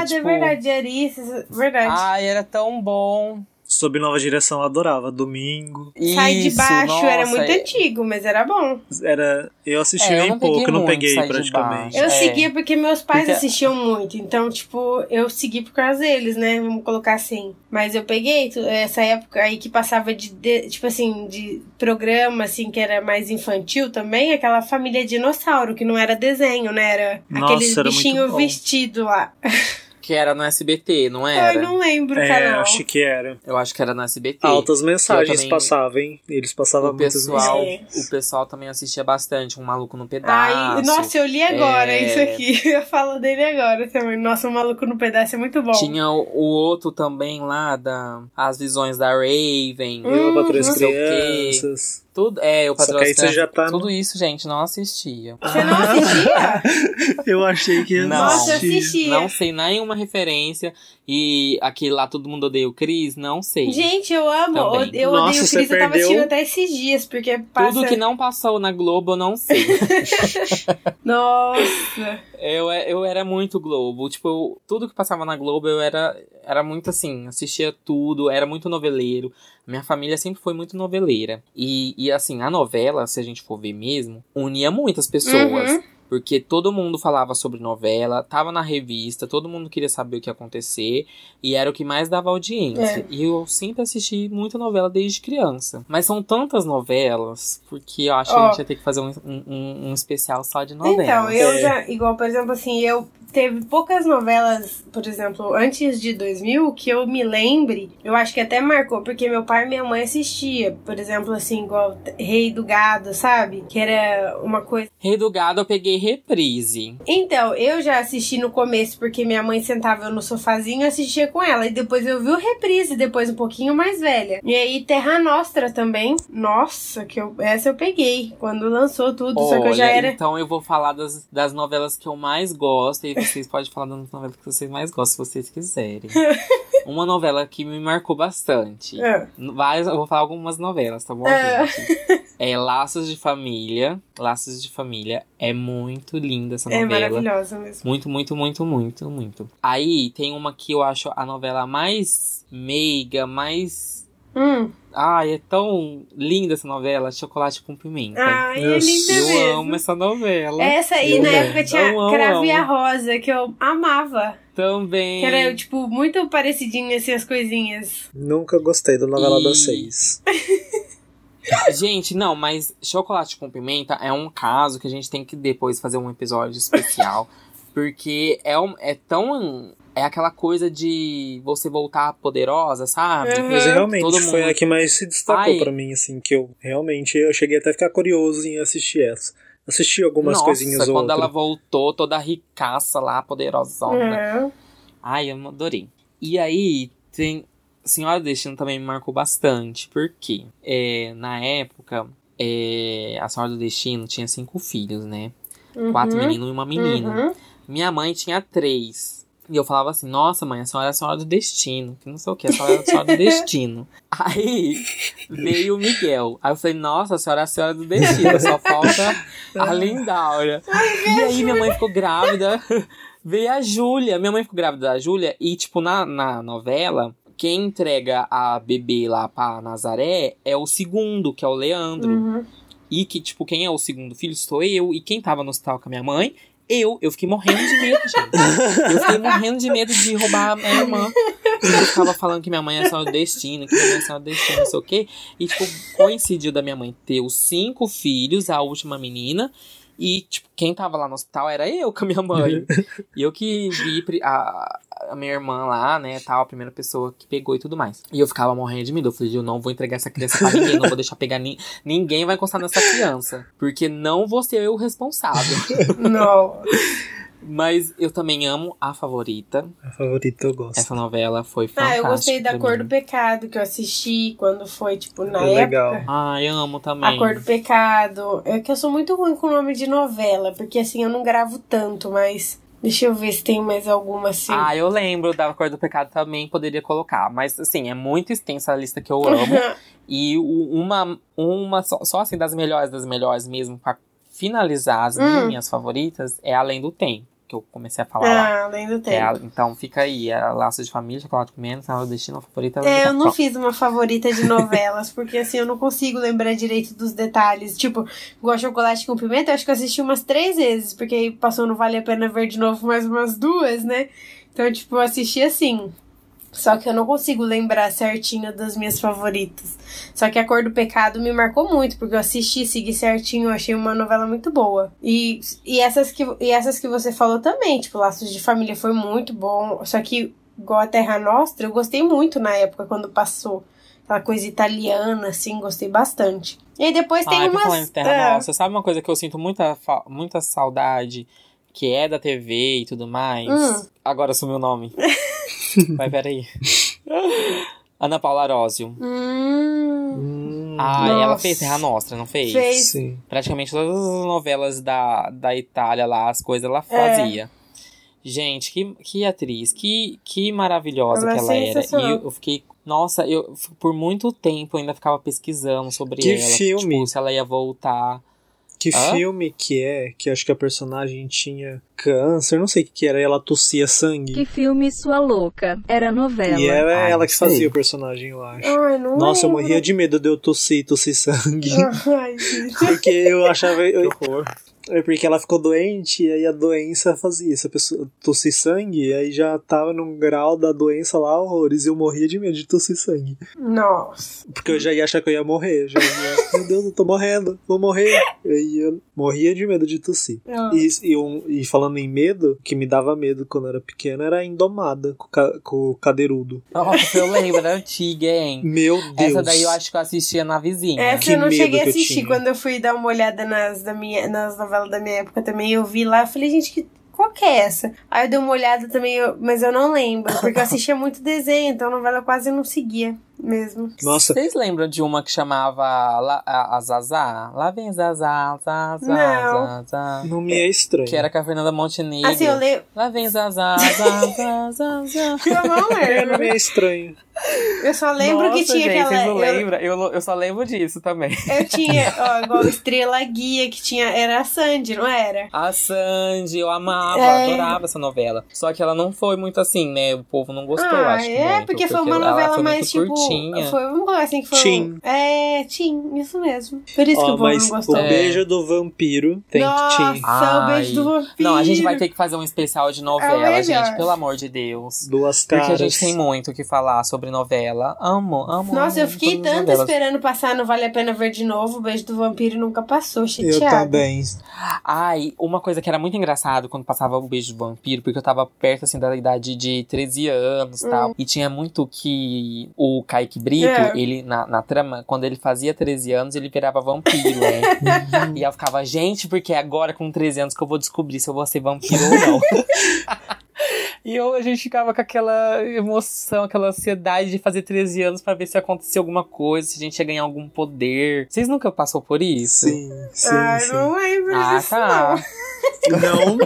Speaker 1: tipo
Speaker 4: seriado, é verdade. Diarista, verdade.
Speaker 1: Ai, era tão bom.
Speaker 3: Sob nova direção, eu adorava. Domingo.
Speaker 4: Sai de
Speaker 1: Isso,
Speaker 4: baixo era
Speaker 1: nossa,
Speaker 4: muito
Speaker 1: é-
Speaker 4: antigo, mas era bom.
Speaker 3: Era. Eu assisti
Speaker 1: É, eu
Speaker 3: bem
Speaker 1: não peguei
Speaker 3: pouco, eu não
Speaker 1: muito
Speaker 3: peguei
Speaker 1: Sai de
Speaker 3: praticamente.
Speaker 1: Baixo.
Speaker 4: Eu
Speaker 1: É.
Speaker 4: seguia porque meus pais
Speaker 1: Porque-
Speaker 4: assistiam muito, então, tipo, eu segui por causa deles, né? Vamos colocar assim. Mas eu peguei tu- essa época aí que passava de, de- tipo assim, de programa, assim, que era mais infantil também, aquela família dinossauro, que não era desenho, né? Era
Speaker 3: Nossa,
Speaker 4: aquele
Speaker 3: era muito
Speaker 4: bichinho
Speaker 3: bom.
Speaker 4: vestido lá.
Speaker 1: Que era no SBT, não era?
Speaker 4: Eu não lembro o
Speaker 3: É,
Speaker 4: canal.
Speaker 3: acho que era.
Speaker 1: Eu acho que era no SBT.
Speaker 3: Altas mensagens
Speaker 1: também-
Speaker 3: passavam, hein? Eles passavam
Speaker 1: o
Speaker 3: muitas
Speaker 1: pessoal,
Speaker 3: mensagens.
Speaker 4: É.
Speaker 1: o pessoal também assistia bastante, um maluco no pedaço.
Speaker 4: Ai, nossa, eu li agora
Speaker 1: Ah, é.
Speaker 4: isso aqui. Eu falo dele agora também. Nossa, o maluco no pedaço é muito bom.
Speaker 1: Tinha o, o outro também lá da as visões da Raven.
Speaker 4: Hum.
Speaker 3: Eu, patroa
Speaker 4: Não
Speaker 3: as
Speaker 1: sei o quê.
Speaker 3: crianças.
Speaker 1: Tudo, é, o
Speaker 3: Só que
Speaker 1: Patrão
Speaker 3: aí você já tá no-
Speaker 1: Tudo isso, gente, não assistia.
Speaker 4: Você não assistia?
Speaker 3: Eu achei que ia
Speaker 1: Não.
Speaker 4: Nossa, eu
Speaker 3: assistir.
Speaker 4: assistia.
Speaker 1: Não sei nenhuma referência. E aquele lá, todo mundo odeia o Chris, não sei.
Speaker 4: Gente, eu amo.
Speaker 1: Também.
Speaker 4: Ode- Eu
Speaker 3: Nossa,
Speaker 4: odeio o
Speaker 3: você
Speaker 4: Cris. Eu tava
Speaker 3: perdeu-
Speaker 4: assistindo até esses dias, porque passa.
Speaker 1: Tudo que não passou na Globo, eu não sei.
Speaker 4: Nossa.
Speaker 1: eu, é- eu era muito Globo. Tipo, eu- tudo que passava na Globo, eu era, era muito assim, assistia tudo, era muito noveleiro. Minha família sempre foi muito noveleira. E, e assim, a novela, se a gente for ver mesmo, unia muitas pessoas.
Speaker 4: Uhum.
Speaker 1: Porque todo mundo falava sobre novela, tava na revista, todo mundo queria saber o que ia acontecer, e era o que mais dava audiência.
Speaker 4: É.
Speaker 1: E eu sempre assisti muita novela desde criança. Mas são tantas novelas, porque eu acho que
Speaker 4: Ó.
Speaker 1: a gente ia ter que fazer um, um, um especial só de novelas.
Speaker 4: Então, eu
Speaker 3: É.
Speaker 4: já. Igual, por exemplo, assim, eu teve poucas novelas, por exemplo, antes de 2000, que eu me lembre. Eu acho que até marcou, porque meu pai e minha mãe assistia. Por exemplo, assim, igual Rei do Gado, sabe? Que era uma coisa.
Speaker 1: Rei do Gado eu peguei reprise.
Speaker 4: Então, eu já assisti no começo, porque minha mãe sentava eu no sofazinho e assistia com ela. E depois eu vi o reprise, depois um pouquinho mais velha. E aí, Terra Nostra também. Nossa, que eu, essa eu peguei quando lançou tudo, só que eu já
Speaker 1: Olha,
Speaker 4: era.
Speaker 1: Então eu vou falar das, das novelas que eu mais gosto, e vocês podem falar das novelas que vocês mais gostam, se vocês quiserem. Uma novela que me marcou bastante.
Speaker 4: Ah,
Speaker 1: Várias, eu vou falar algumas novelas, tá bom,
Speaker 4: É.
Speaker 1: gente? É Laços de Família. Laços de Família é muito linda essa
Speaker 4: é
Speaker 1: novela.
Speaker 4: maravilhosa mesmo.
Speaker 1: muito, muito, muito, muito, muito. Aí tem uma que eu acho a novela mais meiga, mais.
Speaker 4: Hum.
Speaker 1: Ai, é tão linda essa novela, Chocolate com Pimenta.
Speaker 4: Ai, é
Speaker 3: Eu-
Speaker 4: linda
Speaker 1: eu
Speaker 4: mesmo.
Speaker 1: amo essa novela.
Speaker 4: Essa aí,
Speaker 3: Eu
Speaker 4: na
Speaker 3: amo.
Speaker 4: época, tinha
Speaker 1: Eu amo,
Speaker 4: Cravo e a
Speaker 1: amo.
Speaker 4: Rosa, que eu amava.
Speaker 1: Também.
Speaker 4: Que era, tipo, muito parecidinha, assim, as coisinhas.
Speaker 3: Nunca gostei da novela
Speaker 1: E- é,
Speaker 3: das seis.
Speaker 1: Gente, não, mas chocolate com pimenta é um caso que a gente tem que depois fazer um episódio especial. porque é, um- é tão. É aquela coisa de você voltar poderosa, sabe?
Speaker 4: Uhum.
Speaker 3: Mas realmente
Speaker 1: Todo
Speaker 3: foi
Speaker 1: mundo.
Speaker 3: a que mais se destacou
Speaker 1: Ai.
Speaker 3: pra mim, assim, que eu realmente eu cheguei até a ficar curioso em assistir essa. Assisti algumas
Speaker 1: Nossa,
Speaker 3: coisinhas ou
Speaker 1: quando
Speaker 3: outras.
Speaker 1: ela voltou toda ricaça lá, poderosona.
Speaker 4: Uhum.
Speaker 1: Ai, eu adorei. E aí, tem. Senhora do Destino também me marcou bastante, porque é, na época, é, a Senhora do Destino tinha cinco filhos, né? Quatro
Speaker 4: Uhum.
Speaker 1: meninos e uma menina.
Speaker 4: Uhum.
Speaker 1: Minha mãe tinha três. E eu falava assim, nossa mãe, a senhora é a senhora do destino. Que não sei o que, a senhora é a senhora do destino. Aí veio o Miguel. Aí eu falei, nossa, a senhora é a senhora do destino. Só falta
Speaker 3: É,
Speaker 1: a Lindaura. E aí minha mãe ficou grávida. Veio a Júlia. Minha mãe ficou grávida da Júlia. E tipo, na, na novela, quem entrega a bebê lá pra Nazaré é o segundo, que é o Leandro.
Speaker 4: Uhum.
Speaker 1: E que, tipo, quem é o segundo filho sou eu. E quem tava no hospital com a minha mãe, eu. Eu fiquei morrendo de medo, gente. Eu fiquei morrendo de medo de roubar a minha irmã. Eu ficava falando que minha mãe é só o destino, que minha mãe é só o destino, não sei o quê. E, tipo, coincidiu da minha mãe ter os cinco filhos, a última menina. E, tipo, quem tava lá no hospital era eu com a minha mãe. E eu que vi pri- a, a minha irmã lá, né, tal, a primeira pessoa que pegou e tudo mais. E eu ficava morrendo de medo. Eu falei, eu não vou entregar essa criança pra ninguém, não vou deixar pegar ni ninguém vai encostar nessa criança. Porque não vou ser eu o responsável.
Speaker 4: Não.
Speaker 1: Mas eu também amo a favorita.
Speaker 3: A favorita eu gosto.
Speaker 1: Essa novela foi
Speaker 4: Ah,
Speaker 1: fantástica.
Speaker 4: eu gostei da
Speaker 1: pra
Speaker 4: Cor
Speaker 1: mim.
Speaker 4: do Pecado, que eu assisti quando foi, tipo, na
Speaker 3: É
Speaker 4: época.
Speaker 3: legal.
Speaker 1: Ah, eu amo também.
Speaker 4: A Cor do Pecado. É que eu sou muito ruim com o nome de novela, porque assim, eu não gravo tanto, mas. Deixa eu ver se tem mais alguma assim.
Speaker 1: Ah, eu lembro da Cor do Pecado também, poderia colocar. Mas, assim, é muito extensa a lista que eu amo. e o- uma, uma só, só, assim, das melhores, das melhores mesmo, pra finalizar as
Speaker 4: Hum.
Speaker 1: minhas favoritas, é Além do Tempo, que eu comecei a falar lá.
Speaker 4: ah, além do
Speaker 1: É a-
Speaker 4: tempo.
Speaker 1: então fica aí, é Laço de Família, Chocolate com Menos, Sinal do Destino, Favorita. Além do
Speaker 4: É, eu
Speaker 1: Tempo.
Speaker 4: não
Speaker 1: Pronto.
Speaker 4: fiz uma favorita de novelas, porque assim, eu não consigo lembrar direito dos detalhes. Tipo, igual Chocolate com Pimenta, eu acho que eu assisti umas três vezes, porque aí passou no Vale a Pena Ver de novo mais umas duas, né? Então, tipo, eu assisti assim. Só que eu não consigo lembrar certinho das minhas favoritas. Só que A Cor do Pecado me marcou muito, porque eu assisti, segui certinho, eu achei uma novela muito boa. E, e, essas, que, e essas que você falou também, tipo, Laços de Família foi muito bom. Só que, igual a Terra Nostra, eu gostei muito na época, quando passou. Aquela coisa italiana, assim, gostei bastante. E aí depois tem
Speaker 1: Ai, pra falar
Speaker 4: umas.
Speaker 1: em Terra
Speaker 4: ah,
Speaker 1: Nossa, sabe uma coisa que eu sinto muita, fa- muita saudade, que é da TV e tudo mais?
Speaker 4: Hum.
Speaker 1: Agora sumiu o nome. Mas peraí. Ana Paula Arósio.
Speaker 4: hum,
Speaker 3: Hum,
Speaker 1: Ah, ela
Speaker 4: Nossa.
Speaker 1: fez Terra Nostra, não fez?
Speaker 4: Fez.
Speaker 3: sim.
Speaker 1: Praticamente todas as novelas da, da Itália lá, as coisas ela
Speaker 4: É.
Speaker 1: fazia. Gente, que, que atriz, que, que maravilhosa
Speaker 4: Ela é
Speaker 1: que ela era. E
Speaker 4: sensacional.
Speaker 1: eu, eu fiquei. Nossa, eu f- por muito tempo eu ainda ficava pesquisando sobre
Speaker 3: Que
Speaker 1: ela.
Speaker 3: filme.
Speaker 1: Tipo, se ela ia voltar.
Speaker 3: Que
Speaker 1: Hã?
Speaker 3: filme que é, que acho que a personagem tinha câncer, não sei o que que era, e ela tossia sangue.
Speaker 2: Que é filme sua louca. Era novela.
Speaker 3: E era
Speaker 1: Ah,
Speaker 3: ela
Speaker 1: não
Speaker 3: que
Speaker 1: sei.
Speaker 3: fazia o personagem, eu acho.
Speaker 4: Ai, não
Speaker 3: Nossa, eu
Speaker 4: lembro.
Speaker 3: morria de medo de eu tossir, tossir sangue.
Speaker 4: Ai, gente.
Speaker 3: Porque eu achava. eu-
Speaker 1: horror.
Speaker 3: é porque ela ficou doente, e aí a doença fazia. Se a pessoa tossir sangue, e aí já tava num grau da doença lá, horrores, e eu morria de medo de tossir sangue.
Speaker 4: Nossa.
Speaker 3: Porque eu já ia achar que eu ia morrer. Já ia, meu Deus, eu tô morrendo, vou morrer. E aí eu morria de medo de tossir. E, e um- e falando em medo, o que me dava medo quando eu era pequeno era a indomada com, o ca- com o cadeirudo.
Speaker 1: Nossa, eu lembro, era antiga, hein?
Speaker 3: Meu Deus.
Speaker 1: Essa daí eu acho que eu assistia na vizinha.
Speaker 4: Essa
Speaker 3: Que
Speaker 4: eu não
Speaker 3: medo
Speaker 4: cheguei a
Speaker 3: que eu
Speaker 4: assistir.
Speaker 3: tinha.
Speaker 4: Quando eu fui dar uma olhada nas, da minha, nas novelas da minha época também, eu vi lá, eu falei, gente, que, qual que é essa? Aí eu dei uma olhada também, eu- mas eu não lembro, porque eu assistia muito desenho, então a novela eu quase não seguia mesmo.
Speaker 3: Nossa,
Speaker 1: Vocês lembram de uma que chamava La- a, a Zazá? Lá vem Zazá, Zazá,
Speaker 4: Não.
Speaker 1: Zazá.
Speaker 3: não me é estranho.
Speaker 1: Que era com a Fernanda Montenegro.
Speaker 4: Assim, eu leio.
Speaker 1: Lá vem Zazá, Zazá, Zazá.
Speaker 4: Eu não
Speaker 3: É, não me
Speaker 4: lembro.
Speaker 3: é estranho.
Speaker 4: Eu só lembro que
Speaker 1: Nossa,
Speaker 4: tinha
Speaker 1: gente,
Speaker 4: aquela.
Speaker 1: Vocês não
Speaker 4: eu-
Speaker 1: lembram? Eu, eu só lembro disso também.
Speaker 4: Eu tinha, ó, igual Estrela Guia, que tinha. Era a Sandy, não era?
Speaker 1: A Sandy, eu amava,
Speaker 4: É.
Speaker 1: adorava essa novela. Só que ela não foi muito assim, né? O povo não gostou,
Speaker 4: ah,
Speaker 1: acho.
Speaker 4: é,
Speaker 1: muito,
Speaker 4: porque foi uma
Speaker 1: ela- ela
Speaker 4: novela
Speaker 1: foi
Speaker 4: mais
Speaker 1: muito
Speaker 4: tipo.
Speaker 1: curtinha.
Speaker 4: Foi uma coisa assim que foi.
Speaker 3: Teen.
Speaker 4: É, Tim, isso mesmo. Por isso que
Speaker 3: Ó,
Speaker 4: o povo não
Speaker 3: mas o
Speaker 4: gostou.
Speaker 1: É.
Speaker 3: beijo do vampiro tem
Speaker 4: Nossa,
Speaker 3: que tinha.
Speaker 4: o beijo do vampiro.
Speaker 1: Não, a gente vai ter que fazer um especial de novela,
Speaker 4: É melhor.
Speaker 1: gente, pelo amor de Deus.
Speaker 3: Duas caras.
Speaker 1: Porque a gente tem muito o que falar sobre novela. Amo, amo.
Speaker 4: Nossa, eu
Speaker 1: amo
Speaker 4: fiquei
Speaker 1: todas as
Speaker 4: tanto
Speaker 1: novelas.
Speaker 4: esperando passar no Vale a Pena Ver de novo. O beijo do vampiro nunca passou,
Speaker 3: Eu
Speaker 4: chateado.
Speaker 3: também.
Speaker 1: Ai, uma coisa que era muito engraçado quando passava o beijo do vampiro, porque eu tava perto assim da idade de 13 anos e
Speaker 4: Hum.
Speaker 1: tal. E tinha muito que o Kaique Brito,
Speaker 4: É.
Speaker 1: ele, na, na trama, quando ele fazia 13 anos, ele virava vampiro, né? e eu ficava, gente, porque é agora com 13 anos que eu vou descobrir se eu vou ser vampiro ou não. E eu, a gente ficava com aquela emoção, aquela ansiedade de fazer 13 anos pra ver se acontecia alguma coisa, se a gente ia ganhar algum poder. Vocês nunca passou por isso?
Speaker 3: Sim, sim,
Speaker 4: Ah,
Speaker 3: sim.
Speaker 4: não lembro
Speaker 1: Ah,
Speaker 4: disso, não.
Speaker 1: tá.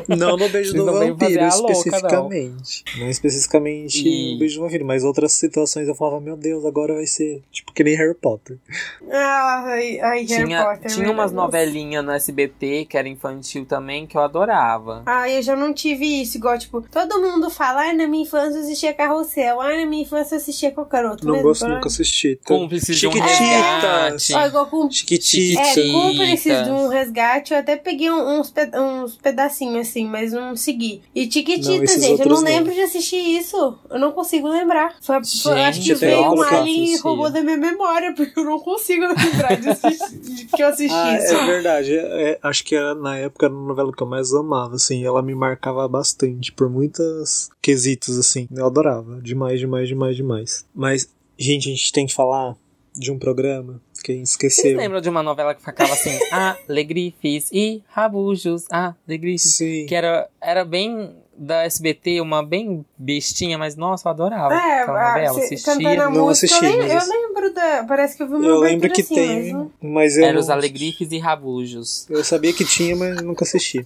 Speaker 3: Não, não no beijo
Speaker 1: Vocês não
Speaker 3: do
Speaker 1: vêm fazer
Speaker 3: vampiro
Speaker 1: a louca, não.
Speaker 3: especificamente. Não, especificamente
Speaker 1: E-
Speaker 3: o beijo do vampiro, mas outras situações eu falava, meu Deus, agora vai ser tipo que nem Harry Potter.
Speaker 4: Ah, ai, ai, Harry
Speaker 1: Tinha,
Speaker 4: Potter.
Speaker 1: tinha
Speaker 4: meu
Speaker 1: umas
Speaker 4: Deus.
Speaker 1: novelinhas no SBT que era infantil também que eu adorava.
Speaker 4: Ah, eu já não tive isso, igual, tipo, todo mundo mundo fala, ai, na minha infância eu assistia Carrossel, ai, na minha infância eu assistia qualquer outro.
Speaker 3: Não
Speaker 4: mesmo,
Speaker 3: gosto,
Speaker 4: pra-
Speaker 3: nunca assisti. Tá?
Speaker 1: Cúmplices de um
Speaker 3: Chiquititas.
Speaker 1: resgate.
Speaker 4: Ó, igual com
Speaker 3: Chiquitita.
Speaker 4: É,
Speaker 1: Sim.
Speaker 4: cúmplices de um resgate, eu até peguei um- uns, pe- uns pedacinhos assim, mas não segui. E
Speaker 3: Não,
Speaker 4: Tiquitita,
Speaker 3: esses
Speaker 4: gente, eu não
Speaker 3: outros não.
Speaker 4: lembro de assistir isso. Eu não consigo lembrar. Foi, foi- eu acho
Speaker 1: Gente,
Speaker 4: que
Speaker 3: até
Speaker 4: veio um
Speaker 3: colocar,
Speaker 4: alien e
Speaker 1: assistia.
Speaker 4: roubou da minha memória, porque eu não consigo lembrar de, assistir- de que eu assisti
Speaker 3: Ah,
Speaker 4: isso.
Speaker 3: é verdade. É, é, acho que era, na época era a novela que eu mais amava, assim. Ela me marcava bastante por muitas quesitos, assim. Eu adorava. Demais, demais, demais, demais. Mas, gente, a gente tem que falar de um programa que a gente
Speaker 1: Vocês
Speaker 3: esqueceu.
Speaker 1: lembram de uma novela que ficava assim, Alegrifes e Rabujos, Alegrifes?
Speaker 3: Sim.
Speaker 1: Que era, era bem da SBT, uma bem bestinha, mas nossa, eu adorava
Speaker 4: É,
Speaker 1: aquela
Speaker 4: ah,
Speaker 1: novela,
Speaker 4: cê-
Speaker 1: assistia.
Speaker 4: cantando a
Speaker 3: Não
Speaker 4: música.
Speaker 3: assisti,
Speaker 4: eu, lem-
Speaker 3: mas-
Speaker 4: eu lembro da. Parece que
Speaker 1: é um
Speaker 4: eu vi uma
Speaker 3: Eu
Speaker 4: abertura
Speaker 3: lembro que
Speaker 4: assim,
Speaker 3: tem, um
Speaker 4: mas não-
Speaker 3: mas eu
Speaker 1: Era os
Speaker 3: não-
Speaker 1: Alegrifes e Rabujos.
Speaker 3: Eu sabia que tinha, mas nunca assisti.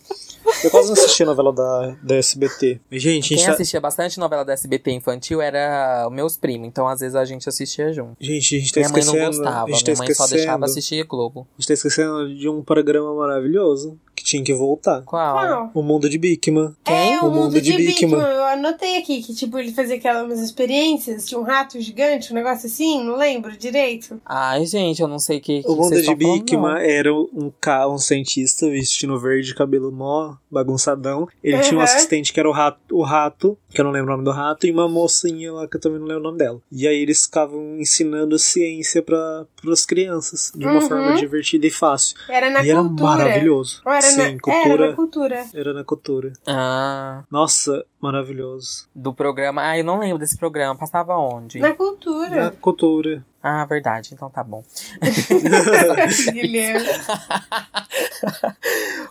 Speaker 3: Eu quase não assisti a novela da, da SBT. Mas, gente, a
Speaker 1: Quem
Speaker 3: gente, tá,
Speaker 1: assistia bastante novela da SBT infantil era meus primos, então às vezes a gente assistia junto.
Speaker 3: gente, a gente tá
Speaker 1: Minha mãe
Speaker 3: esquecendo.
Speaker 1: não gostava,
Speaker 3: a gente tá
Speaker 1: minha mãe só deixava
Speaker 3: esquecendo.
Speaker 1: assistir Globo.
Speaker 3: A gente tá esquecendo de um programa maravilhoso que tinha que voltar.
Speaker 1: Qual?
Speaker 4: Qual?
Speaker 3: O Mundo de Bikman.
Speaker 4: É, o, mundo, de, Bikman.
Speaker 3: Bikman.
Speaker 4: Eu anotei aqui que, tipo, ele fazia aquelas experiências, tinha um rato gigante, um negócio assim, não lembro direito.
Speaker 1: Ai, gente, eu não sei o que, que
Speaker 3: O Mundo
Speaker 1: vocês
Speaker 3: de
Speaker 1: estão falando, não.
Speaker 3: Bikman era um, ca- um cientista vestindo verde, cabelo mó bagunçadão. Ele tinha um
Speaker 4: Uhum.
Speaker 3: assistente que era o rato, o rato, que eu não lembro o nome do rato, e uma mocinha lá que eu também não lembro o nome dela. E aí eles ficavam ensinando ciência para as crianças, de uma
Speaker 4: Uhum.
Speaker 3: forma divertida e fácil.
Speaker 4: Era na
Speaker 3: e era
Speaker 4: cultura.
Speaker 3: maravilhoso.
Speaker 4: Ou era
Speaker 3: Sim,
Speaker 4: na...
Speaker 3: cultura.
Speaker 4: Era na cultura.
Speaker 3: Era na cultura.
Speaker 1: Ah,
Speaker 3: Nossa, maravilhoso.
Speaker 1: do programa. Ah, eu não lembro desse programa. Passava onde?
Speaker 4: Na cultura.
Speaker 3: Na cultura.
Speaker 1: Ah, verdade. Então tá bom.
Speaker 4: Guilherme.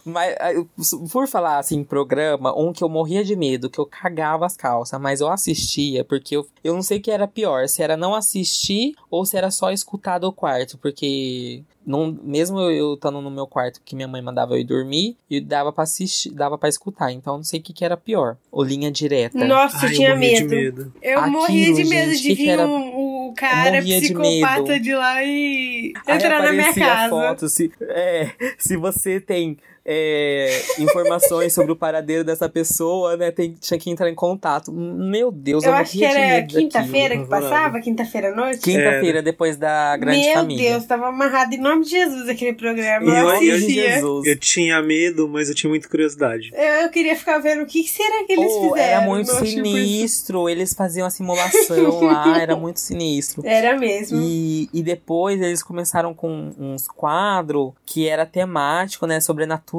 Speaker 1: Mas, ah, eu- por falar assim, programa, um que eu morria de medo, que eu cagava as calças, mas eu assistia, porque eu, eu não sei o que era pior, se era não assistir ou se era só escutar do quarto, porque não, mesmo eu- eu estando no meu quarto, que minha mãe mandava eu ir dormir, e dava pra assistir, dava pra escutar, então eu não sei o que, que era pior. Ou linha direta.
Speaker 4: Nossa,
Speaker 3: Ai,
Speaker 4: eu
Speaker 3: eu
Speaker 4: tinha
Speaker 3: morria de
Speaker 4: medo.
Speaker 3: medo.
Speaker 4: Eu
Speaker 1: Aquilo,
Speaker 4: morria de medo
Speaker 1: gente,
Speaker 4: de
Speaker 1: que
Speaker 4: vir
Speaker 1: que era-
Speaker 4: um- o cara
Speaker 1: Eu morria de
Speaker 4: psicopata de,
Speaker 1: medo.
Speaker 4: lá e
Speaker 1: Aí
Speaker 4: entrar na minha
Speaker 1: aparecia
Speaker 4: casa.
Speaker 1: foto, se, é, se você tem é, informações sobre o paradeiro dessa pessoa, né? tem- tinha que entrar em contato. Meu Deus, eu,
Speaker 4: Eu acho que
Speaker 1: morria de
Speaker 4: era
Speaker 1: medo daquilo.
Speaker 4: quinta-feira que
Speaker 3: apavorado.
Speaker 4: passava, quinta-feira à noite.
Speaker 1: Quinta-feira, depois da Grande
Speaker 4: Meu
Speaker 1: Família.
Speaker 4: Deus, tava amarrado em nome de Jesus aquele programa.
Speaker 3: Em
Speaker 4: Eu
Speaker 3: nome de
Speaker 4: assistia.
Speaker 1: Jesus.
Speaker 3: Eu tinha medo, mas eu tinha muita curiosidade.
Speaker 4: Eu, eu queria ficar vendo o que, que será que eles
Speaker 1: Oh,
Speaker 4: fizeram.
Speaker 1: era muito
Speaker 4: não, tipo, isso-
Speaker 1: sinistro. Eles faziam a simulação lá, era muito sinistro.
Speaker 4: Era mesmo.
Speaker 1: E, e depois eles começaram com uns quadros que era temático, né? Sobrenatural,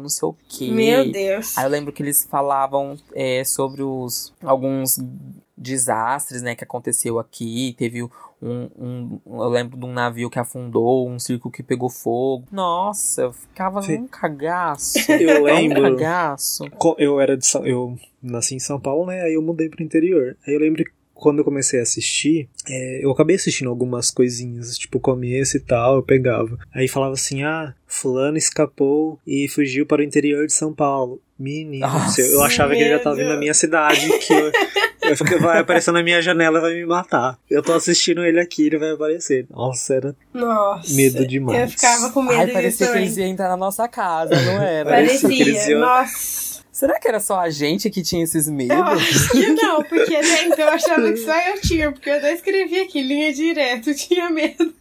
Speaker 1: não sei o quê.
Speaker 4: Meu Deus.
Speaker 1: Aí eu lembro que eles falavam é, sobre os alguns desastres, né, que aconteceu aqui. Teve um, um- eu lembro de um navio que afundou, um circo que pegou fogo. Nossa, eu ficava
Speaker 3: Sim.
Speaker 1: num cagaço.
Speaker 3: Eu
Speaker 1: Um
Speaker 3: lembro.
Speaker 1: cagaço.
Speaker 3: co- eu era de São, eu nasci em São Paulo, né? Aí eu mudei pro interior. Aí eu lembro que quando eu comecei a assistir, é, eu acabei assistindo algumas coisinhas, tipo começo e tal, eu pegava. Aí falava assim: "Ah, fulano escapou e fugiu para o interior de São Paulo". Menino, do céu, eu
Speaker 1: Nossa,
Speaker 3: achava que ele já tava
Speaker 4: meu
Speaker 3: vindo na
Speaker 4: Deus.
Speaker 3: minha cidade, que eu, eu fico- vai aparecer na minha janela e vai me matar. Eu tô assistindo ele aqui, ele vai aparecer. Nossa, era
Speaker 4: Nossa.
Speaker 3: medo demais.
Speaker 4: Eu ficava com medo
Speaker 1: Ai,
Speaker 4: disso
Speaker 1: parecia que
Speaker 4: também.
Speaker 1: eles iam entrar na nossa casa, não era?
Speaker 3: Parecia que eles
Speaker 4: Parecia.
Speaker 3: iam-
Speaker 4: Nossa.
Speaker 1: Será que era só a gente que tinha esses
Speaker 4: Eu
Speaker 1: medos?
Speaker 4: acho que não, porque até então eu achava que só eu tinha, porque eu até escrevi aqui, linha direta, eu tinha medo.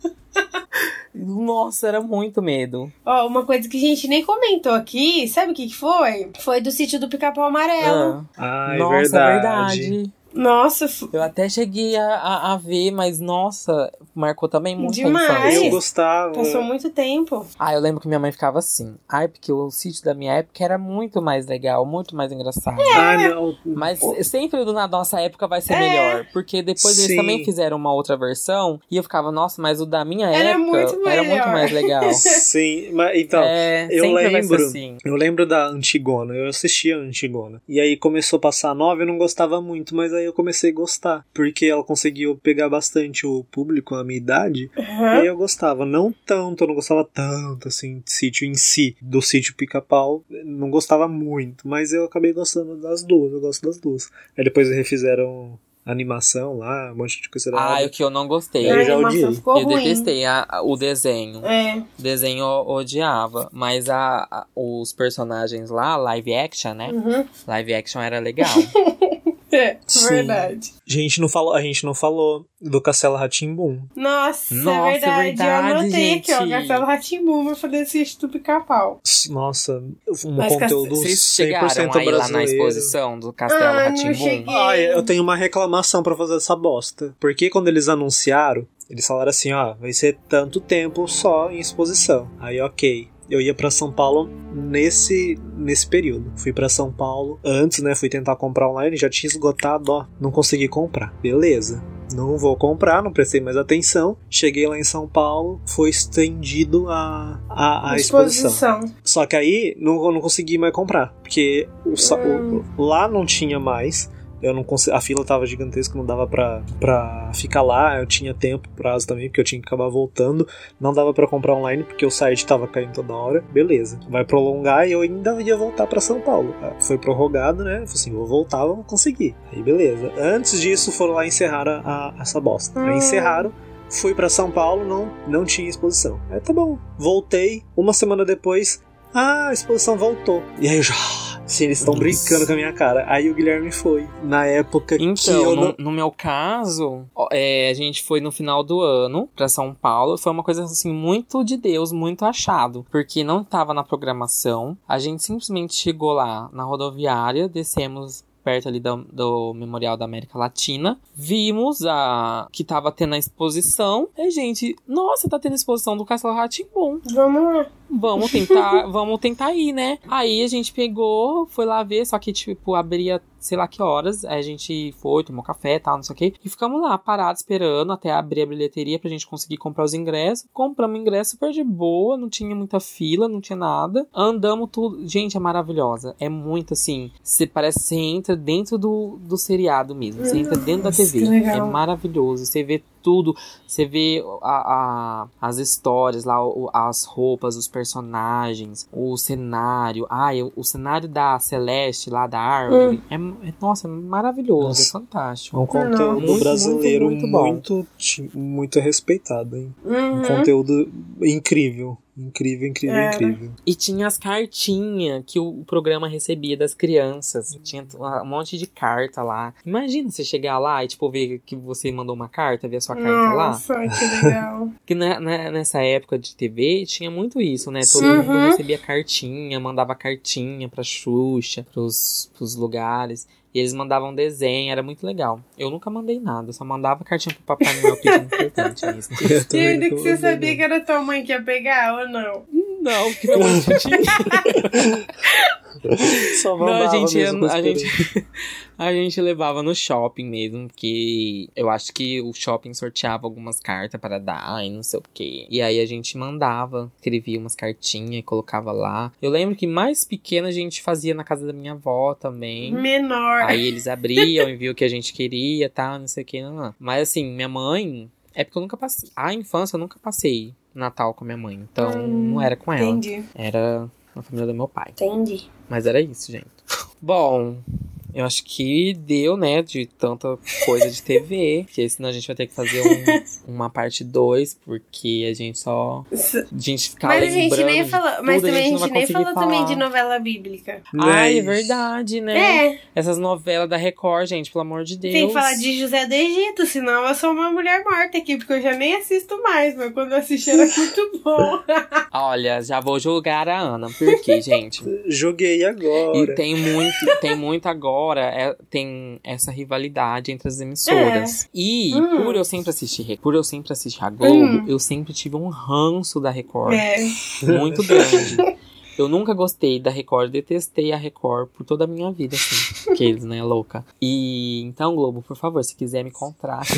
Speaker 1: Nossa, era muito medo.
Speaker 4: Ó, uma coisa que a gente nem comentou aqui, sabe o que que foi? Foi do sítio do Pica-Pau Amarelo.
Speaker 1: Ah.
Speaker 3: Ah, é
Speaker 1: nossa, é
Speaker 3: verdade.
Speaker 1: verdade.
Speaker 4: Nossa, f-
Speaker 1: Eu até cheguei a, a, a ver, mas nossa, marcou também muito
Speaker 4: Demais.
Speaker 1: a infância.
Speaker 3: Eu gostava.
Speaker 4: passou um muito tempo.
Speaker 1: Ah, eu lembro que minha mãe ficava assim. Ai, porque o sítio da minha época era muito mais legal, muito mais engraçado.
Speaker 3: Ah, não.
Speaker 1: Mas sempre do na nossa época vai ser
Speaker 4: É.
Speaker 1: melhor. Porque depois
Speaker 3: Sim.
Speaker 1: eles também fizeram uma outra versão. E eu ficava, nossa, mas o da minha
Speaker 4: Era
Speaker 1: época
Speaker 4: muito
Speaker 1: era
Speaker 4: melhor.
Speaker 1: muito mais legal.
Speaker 3: Sim, mas então,
Speaker 1: é,
Speaker 3: eu
Speaker 1: sempre vai ser
Speaker 3: lembro.
Speaker 1: assim.
Speaker 3: Eu lembro da Antigona, eu assistia a Antigona. E aí começou a passar a nova, eu não gostava muito, mas aí eu comecei a gostar. Porque ela conseguiu pegar bastante o público, a minha idade.
Speaker 4: Uhum.
Speaker 3: E aí eu gostava. Não tanto, eu não gostava tanto, assim, de sítio em si. Do sítio pica-pau, não gostava muito. Mas eu acabei gostando das duas, eu gosto das duas. Aí depois refizeram animação lá, um monte de coisa.
Speaker 1: Ah, o que eu não gostei.
Speaker 3: Eu
Speaker 4: a
Speaker 3: já
Speaker 4: animação
Speaker 3: odiei.
Speaker 4: É, ficou
Speaker 1: eu
Speaker 4: ruim.
Speaker 1: detestei a- a- o desenho.
Speaker 4: É,
Speaker 1: O desenho eu odiava. Mas a, a- os personagens lá, live action, né?
Speaker 4: uhum.
Speaker 1: Live action era legal.
Speaker 4: é
Speaker 3: Sim.
Speaker 4: verdade.
Speaker 3: Gente, não falou, a gente não falou do Castelo Ratimbum.
Speaker 4: Nossa,
Speaker 1: Nossa, é
Speaker 4: é verdade.
Speaker 1: verdade,
Speaker 4: Eu anotei aqui,
Speaker 1: gente.
Speaker 4: ó, Castelo Ratimbum, eu falei assiste do pica-pau.
Speaker 3: Nossa, um
Speaker 4: Mas
Speaker 3: conteúdo
Speaker 1: Vocês
Speaker 3: 100%
Speaker 1: chegaram aí
Speaker 3: brasileiro.
Speaker 1: lá na exposição do Castelo
Speaker 4: Ah, não
Speaker 1: Ratimbum?
Speaker 4: cheguei.
Speaker 3: Ai, eu tenho uma reclamação pra fazer essa bosta. Porque quando eles anunciaram, eles falaram assim, ó, vai ser tanto tempo só em exposição. Aí, ok. Eu ia pra São Paulo nesse nesse período. Fui pra São Paulo antes, né? Fui tentar comprar online, já tinha esgotado, ó. Não consegui comprar. Beleza. Não vou comprar, não prestei mais atenção. Cheguei lá em São Paulo, foi estendido a, a, a exposição. Só que aí não, eu não consegui mais comprar. Porque o, sa-
Speaker 4: Hum.
Speaker 3: o- lá não tinha mais. Eu não consegui, a fila tava gigantesca, não dava pra, pra ficar lá. Eu tinha tempo, prazo também, porque eu tinha que acabar voltando. Não dava pra comprar online, porque o site tava caindo toda hora. Beleza, vai prolongar e eu ainda ia voltar pra São Paulo. Ah, Foi prorrogado, né? Eu Falei assim, vou voltar, vou conseguir. Aí beleza. Antes disso, foram lá e encerraram a, a- essa bosta. Aí
Speaker 4: Hum.
Speaker 3: encerraram, fui pra São Paulo, não, não tinha exposição. Aí tá bom, voltei. Uma semana depois, ah, a exposição voltou. E aí eu já. Sim, eles estão
Speaker 1: Nossa.
Speaker 3: brincando com a minha cara. Aí o Guilherme foi. Na época que
Speaker 1: Então,
Speaker 3: eu
Speaker 1: no,
Speaker 3: não.
Speaker 1: no meu caso, ó, é, a gente foi no final do ano pra São Paulo. Foi uma coisa assim, muito de Deus, muito achado. Porque não tava na programação. A gente simplesmente chegou lá na rodoviária, descemos perto ali do, do Memorial da América Latina. Vimos a que tava tendo a exposição. E, gente, nossa, tá tendo exposição do Castelo Rá-Tim-Bum
Speaker 4: Vamos lá.
Speaker 1: vamos tentar, vamos tentar ir, né? Aí a gente pegou, foi lá ver, só que, tipo, abria sei lá que horas, aí a gente foi, tomou café e tal, não sei o quê, e ficamos lá parados esperando até abrir a bilheteria pra gente conseguir comprar os ingressos. Compramos o ingresso super de boa, não tinha muita fila, não tinha nada. Andamos tudo. Gente, é maravilhosa. É muito assim, você parece que você entra dentro do, do seriado mesmo, você entra dentro da
Speaker 4: Nossa,
Speaker 1: TV.
Speaker 4: que legal.
Speaker 1: É maravilhoso, você vê tudo, você vê a- a- as histórias lá, o- as roupas, os personagens, o cenário. Ai, o, o cenário da Celeste lá da árvore. É, é- nossa, é maravilhoso, é
Speaker 3: Nossa.
Speaker 1: fantástico.
Speaker 3: É um conteúdo
Speaker 1: Muito, muito,
Speaker 3: brasileiro
Speaker 1: muito
Speaker 3: muito,
Speaker 1: bom.
Speaker 3: muito, respeitado, hein? Um
Speaker 4: Uhum.
Speaker 3: conteúdo incrível. Incrível, incrível,
Speaker 4: É.
Speaker 3: incrível.
Speaker 1: E tinha as cartinhas que o o programa recebia das crianças. Tinha t- um monte de carta lá. Imagina você chegar lá e, tipo, ver que você mandou uma carta, ver a sua carta lá.
Speaker 4: Nossa, que legal.
Speaker 1: Que na- na- nessa época de TV tinha muito isso, né? Todo
Speaker 4: Sim.
Speaker 1: mundo
Speaker 4: Uhum.
Speaker 1: recebia cartinha, mandava cartinha pra Xuxa, pros, pros lugares. E eles mandavam desenho, era muito legal. Eu nunca mandei nada, eu só mandava cartinha pro Papai Noel pedindo importante mesmo.
Speaker 3: Eu
Speaker 4: E
Speaker 3: também né?
Speaker 4: ainda
Speaker 3: nunca
Speaker 4: que você
Speaker 3: mandei,
Speaker 4: sabia que era tua mãe que ia pegar ou não?
Speaker 1: Não, porque meu mãe tinha.
Speaker 3: não. Só
Speaker 1: Não, a
Speaker 3: mandava
Speaker 1: gente, ia-
Speaker 3: mesmo
Speaker 1: a,
Speaker 3: esperando.
Speaker 1: gente, a gente levava no shopping mesmo, que eu acho que o shopping sorteava algumas cartas para dar e não sei o quê. E aí a gente mandava, escrevia umas cartinhas e colocava lá. Eu lembro que mais pequena a gente fazia na casa da minha avó também.
Speaker 4: Hum. Menor.
Speaker 1: Aí eles abriam e viu o que a gente queria, tá, não sei o que, não, não. Mas assim, minha mãe, é porque eu nunca passei, a infância eu nunca passei Natal com minha mãe, então
Speaker 4: Hum,
Speaker 1: não era com ela,
Speaker 4: Entendi.
Speaker 1: era na família do meu pai.
Speaker 4: Entendi.
Speaker 1: Mas era isso, gente. Bom, eu acho que deu, né, de tanta coisa de TV. Porque senão a gente vai ter que fazer um- uma parte 2, porque a gente só. A gente fica
Speaker 4: Mas a
Speaker 1: lembrando.
Speaker 4: gente nem
Speaker 1: de
Speaker 4: falou. Mas
Speaker 1: tudo,
Speaker 4: também a gente,
Speaker 1: não vai
Speaker 4: nem
Speaker 1: conseguir
Speaker 4: falou também
Speaker 1: falar.
Speaker 4: de novela bíblica.
Speaker 1: Ai, é
Speaker 3: Mas-
Speaker 1: verdade, né?
Speaker 4: É,
Speaker 1: Essas novelas da Record, gente, pelo amor de Deus.
Speaker 4: tem que falar de José do Egito, senão eu sou uma mulher morta aqui, porque eu já nem assisto mais, mas quando eu assisti era muito bom.
Speaker 1: Olha, já vou julgar a Ana, porque, gente.
Speaker 3: Joguei agora.
Speaker 1: E tem muito, tem muito agora, é- tem essa rivalidade entre as emissoras. E
Speaker 4: Hum.
Speaker 1: por eu sempre assistir, Re- por eu sempre assistir a Globo,
Speaker 4: Hum.
Speaker 1: eu sempre tive um ranço da Record
Speaker 4: É.
Speaker 1: muito grande. Eu nunca gostei da Record, detestei a Record por toda a minha vida, assim. Porque eles, né, louca. E então, Globo, por favor, se quiser me contrate.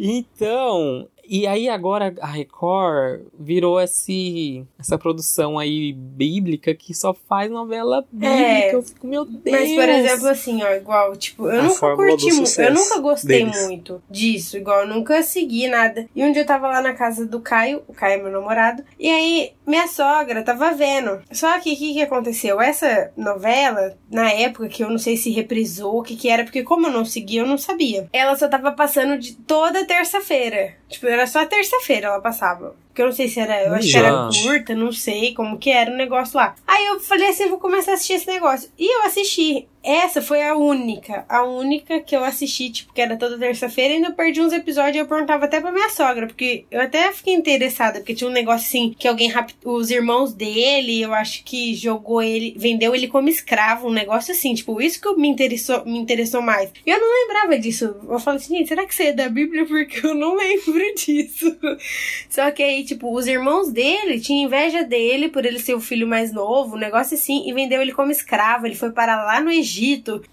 Speaker 1: então, E aí agora a Record virou esse, essa produção aí bíblica que só faz novela bíblica.
Speaker 4: É.
Speaker 1: eu fico, meu Deus.
Speaker 4: Mas, por exemplo, assim, ó, igual, tipo, eu
Speaker 3: A
Speaker 4: nunca
Speaker 3: fórmula
Speaker 4: curti
Speaker 3: do
Speaker 4: muito, eu
Speaker 3: sucesso
Speaker 4: nunca gostei
Speaker 3: deles.
Speaker 4: muito disso, igual, eu nunca segui nada. E um dia eu tava lá na casa do Caio, o Caio é meu namorado, e aí minha sogra tava vendo. Só que o que, que aconteceu? Essa novela, na época, que eu não sei se reprisou, o que que era, porque como eu não segui, eu não sabia. Ela só tava passando de toda terça-feira. Tipo, era só terça-feira ela passava. Porque eu não sei se era, eu acho que era
Speaker 3: Gente.
Speaker 4: curta, não sei como que era o negócio lá. Aí eu falei assim, vou começar a assistir esse negócio. E eu assisti. Essa foi a única, a única que eu assisti, tipo, que era toda terça-feira. E ainda perdi uns episódios e eu perguntava até pra minha sogra, porque eu até fiquei interessada, porque tinha um negócio assim, que alguém raptou os irmãos dele, eu acho que jogou ele, vendeu ele como escravo, um negócio assim, tipo, isso que me interessou, me interessou mais. E eu não lembrava disso. Eu falei assim, gente, será que isso é da Bíblia? Porque eu não lembro disso. Só que aí, tipo, os irmãos dele tinham inveja dele por ele ser o filho mais novo, um negócio assim, e vendeu ele como escravo. Ele foi parar lá no Egito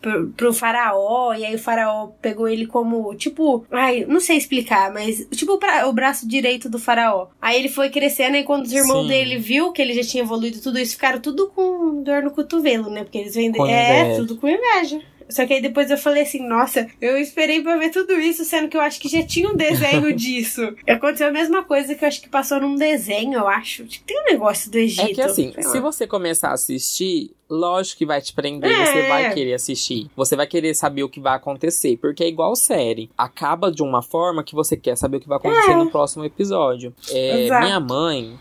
Speaker 4: pro, pro faraó, e aí o faraó pegou ele como, tipo, ai, não sei explicar, mas tipo o, bra- o braço direito do faraó. Aí ele foi crescendo, e quando os irmãos
Speaker 1: Sim.
Speaker 4: dele viu que ele já tinha evoluído tudo isso, ficaram tudo com dor no cotovelo, né? Porque eles venderam.
Speaker 1: Com
Speaker 4: É,
Speaker 1: inveja.
Speaker 4: tudo com inveja. Só que aí depois eu falei assim, nossa, eu esperei pra ver tudo isso, sendo que eu acho que já tinha um desenho disso. Aconteceu a mesma coisa que eu acho que passou num desenho, eu acho. Tipo, Tem um negócio do Egito.
Speaker 1: É que assim,
Speaker 4: sei lá.
Speaker 1: se você começar a assistir, lógico que vai te prender,
Speaker 4: É.
Speaker 1: você vai querer assistir. Você vai querer saber o que vai acontecer, porque é igual série. Acaba de uma forma que você quer saber o que vai acontecer no próximo episódio. É,
Speaker 4: É. Exato.
Speaker 1: minha mãe,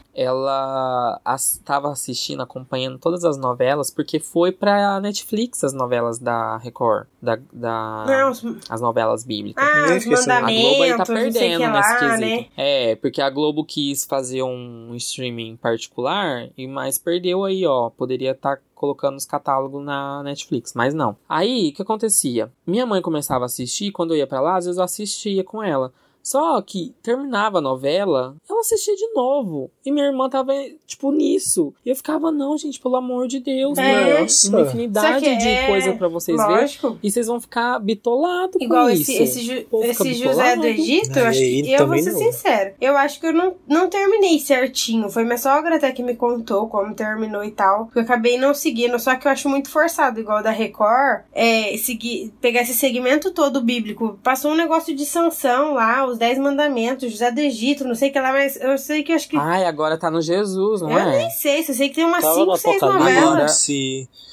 Speaker 1: ela estava assistindo, acompanhando todas as novelas, porque foi pra Netflix as novelas da Record, da, da-
Speaker 4: Não, os,
Speaker 1: as novelas bíblicas.
Speaker 4: ah,
Speaker 3: Nem
Speaker 4: os
Speaker 3: esqueci, a
Speaker 1: A Globo aí tá
Speaker 4: mandamentos, não sei o que
Speaker 1: perdendo nesse
Speaker 4: lá,
Speaker 1: quesito.
Speaker 4: né?
Speaker 1: É, porque a Globo quis fazer um streaming particular, e mas perdeu aí, ó. Poderia estar colocando os catálogos na Netflix, mas não. Aí, o que acontecia? Minha mãe começava a assistir, quando eu ia pra lá, às vezes eu assistia com ela. Só que terminava a novela, eu assistia de novo. E minha irmã tava, tipo, nisso. E eu ficava, não, gente, pelo amor de Deus,
Speaker 4: É.
Speaker 1: mano.
Speaker 3: Nossa.
Speaker 1: Uma
Speaker 4: Só
Speaker 1: infinidade
Speaker 4: que
Speaker 1: de
Speaker 4: é,
Speaker 1: coisa pra vocês verem.
Speaker 4: Lógico.
Speaker 1: E vocês vão ficar bitolados com
Speaker 4: Igual
Speaker 1: isso.
Speaker 4: esse, esse, Ju-
Speaker 1: povo fica
Speaker 4: esse José do
Speaker 1: bitolado.
Speaker 4: Egito, eu, acho que-
Speaker 3: Aí,
Speaker 4: eu vou
Speaker 3: também
Speaker 4: ser
Speaker 3: não.
Speaker 4: sincera. Eu acho que eu não, não terminei certinho. Foi minha sogra até que me contou como terminou e tal. Eu acabei não seguindo, só que eu acho muito forçado, igual da Record, é, seguir, pegar esse segmento todo bíblico. Passou um negócio de sanção lá, os Dez Mandamentos, José do Egito, não sei o que lá, mas eu sei que eu acho que.
Speaker 1: Ai, agora tá no Jesus, não
Speaker 4: eu
Speaker 1: é?
Speaker 4: nem sei, só sei Assim que tem umas
Speaker 3: Ah, Tava no
Speaker 4: cinco, seis
Speaker 3: Apocalipse.
Speaker 1: novela.
Speaker 4: novelas.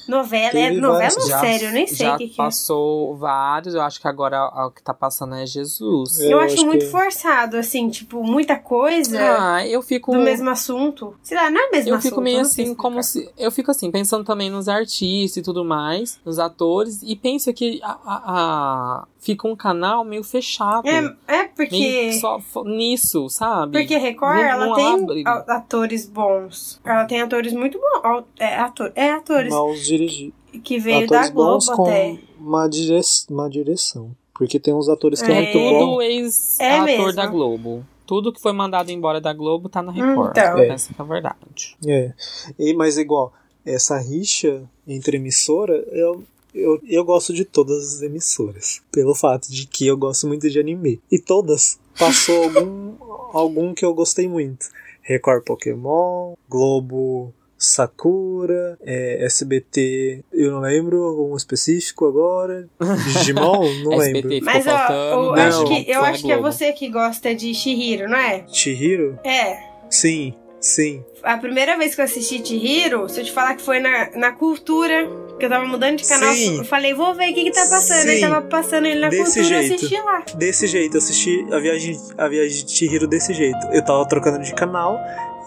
Speaker 4: Novela, é
Speaker 3: Teve
Speaker 4: novela
Speaker 3: várias-
Speaker 4: ou
Speaker 3: Já-
Speaker 4: sério, eu nem sei o
Speaker 1: Já
Speaker 4: que, que é.
Speaker 1: passou vários, eu acho que agora o que tá passando é Jesus.
Speaker 3: É.
Speaker 4: Eu
Speaker 3: Eu
Speaker 4: acho
Speaker 3: acho
Speaker 4: muito
Speaker 3: que-
Speaker 4: forçado, assim, tipo, muita coisa.
Speaker 1: Ah, eu fico.
Speaker 4: do mesmo assunto. Sei lá, não é o mesmo
Speaker 1: Eu
Speaker 4: assunto.
Speaker 1: fico meio
Speaker 4: não sei
Speaker 1: assim, como
Speaker 4: explicar.
Speaker 1: se. Eu fico assim, pensando também nos artistas e tudo mais, nos atores, e penso que a, a- a- fica um canal meio fechado.
Speaker 4: É, é
Speaker 1: meio
Speaker 4: porque.
Speaker 1: só fo- nisso, sabe?
Speaker 4: Porque Record,
Speaker 1: Não-
Speaker 4: ela
Speaker 1: não
Speaker 4: tem
Speaker 1: abre.
Speaker 4: a- atores bons. Ela tem atores muito bons. É, ator, é atores
Speaker 3: Mal dirigidos.
Speaker 4: que veio
Speaker 3: atores
Speaker 4: da Globo
Speaker 3: bons com
Speaker 4: até.
Speaker 3: uma, dire... uma direção. Porque tem uns atores que é,
Speaker 4: É.
Speaker 3: muito bom.
Speaker 1: Tudo ex-ator
Speaker 4: É mesmo.
Speaker 1: da Globo. Tudo que foi mandado embora da Globo tá na Record.
Speaker 4: Então.
Speaker 3: É.
Speaker 1: Essa que é a verdade.
Speaker 3: É. E, mas igual, essa rixa entre emissora, eu, eu, eu gosto de todas as emissoras. Pelo fato de que eu gosto muito de anime. E todas passou algum, algum que eu gostei muito. Record Pokémon, Globo Sakura, é, SBT, eu não lembro, algum específico agora. Digimon? Não
Speaker 1: SBT
Speaker 3: lembro.
Speaker 1: ficou
Speaker 4: Mas ó,
Speaker 1: faltando.
Speaker 4: eu
Speaker 3: né?
Speaker 4: acho
Speaker 3: Não,
Speaker 4: que, eu
Speaker 1: foi na
Speaker 4: acho que é
Speaker 1: Globo.
Speaker 4: você que gosta de Shihiro, não é?
Speaker 3: Chihiro?
Speaker 4: É.
Speaker 3: Sim, sim.
Speaker 4: A primeira vez que eu assisti Shihiro, se eu te falar que foi na, na cultura, que eu tava mudando de canal,
Speaker 3: Sim.
Speaker 4: eu falei, vou ver o que que tá passando. Aí
Speaker 3: Sim.
Speaker 4: tava passando ele na
Speaker 3: Desse
Speaker 4: cultura, eu
Speaker 3: jeito.
Speaker 4: assisti lá.
Speaker 3: desse jeito, eu assisti a viagem, a viagem de Chihiro desse jeito. Eu tava trocando de canal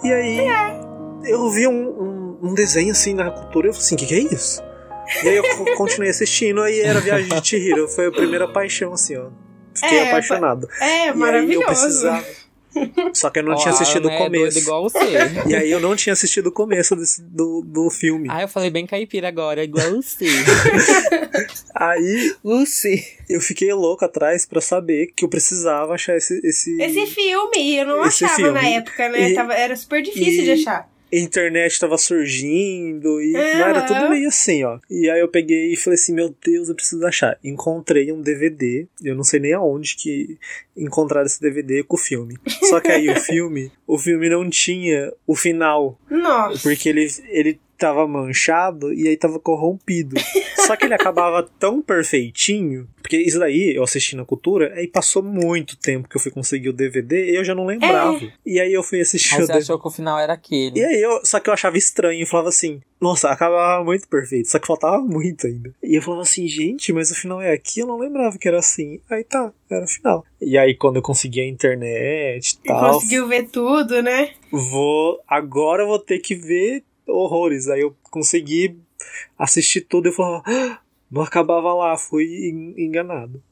Speaker 3: e aí
Speaker 4: é.
Speaker 3: eu vi um, um, um desenho assim na cultura, eu falei assim, o que, que é isso? E aí eu co- continuei assistindo, aí era a viagem de Chihiro, foi a primeira paixão, assim, ó. Fiquei
Speaker 4: É,
Speaker 3: apaixonado. e
Speaker 4: É,
Speaker 3: aí eu
Speaker 4: maravilhoso.
Speaker 3: precisava. Só que eu não
Speaker 1: Ó,
Speaker 3: tinha
Speaker 1: a
Speaker 3: assistido
Speaker 1: Ana
Speaker 3: o
Speaker 1: é doida
Speaker 3: começo.
Speaker 1: igual você.
Speaker 3: E aí eu não tinha assistido o começo desse- do, do filme.
Speaker 1: ah, eu falei bem caipira agora, igual você.
Speaker 3: Aí
Speaker 1: você.
Speaker 3: eu fiquei louco atrás pra saber que eu precisava achar esse. esse...
Speaker 4: Esse filme, eu não
Speaker 3: Esse
Speaker 4: achava na
Speaker 3: filme.
Speaker 4: época, né?
Speaker 3: E-
Speaker 4: Tava- era super difícil
Speaker 3: e-
Speaker 4: de achar.
Speaker 3: a internet tava surgindo e
Speaker 4: É,
Speaker 3: não, era tudo
Speaker 4: é.
Speaker 3: meio assim, ó. E aí eu peguei e falei assim, meu Deus, eu preciso achar. Encontrei um DVD, eu não sei nem aonde que encontraram esse DVD com o filme. Só que aí o filme, o filme não tinha o final,
Speaker 4: Nossa.
Speaker 3: porque ele, ele tava manchado e aí tava corrompido. Só que ele acabava tão perfeitinho, porque isso daí, eu assisti na cultura, aí passou muito tempo que eu fui conseguir o DVD e eu já não lembrava. E aí eu fui assistir
Speaker 1: Aí
Speaker 3: o
Speaker 1: você
Speaker 3: DVD.
Speaker 1: achou que o final era aquele.
Speaker 3: E aí eu, só que eu achava estranho, eu falava assim, nossa, acabava muito perfeito, só que faltava muito ainda. E eu falava assim, gente, mas o final é aqui, eu não lembrava que era assim. Aí tá, era o final. E aí quando eu consegui a internet e
Speaker 4: E
Speaker 3: tal,
Speaker 4: conseguiu ver tudo, né?
Speaker 3: vou, agora eu vou ter que ver horrores. Aí eu consegui assistir tudo e eu falava, "Ah, não acabava lá, fui en- enganado.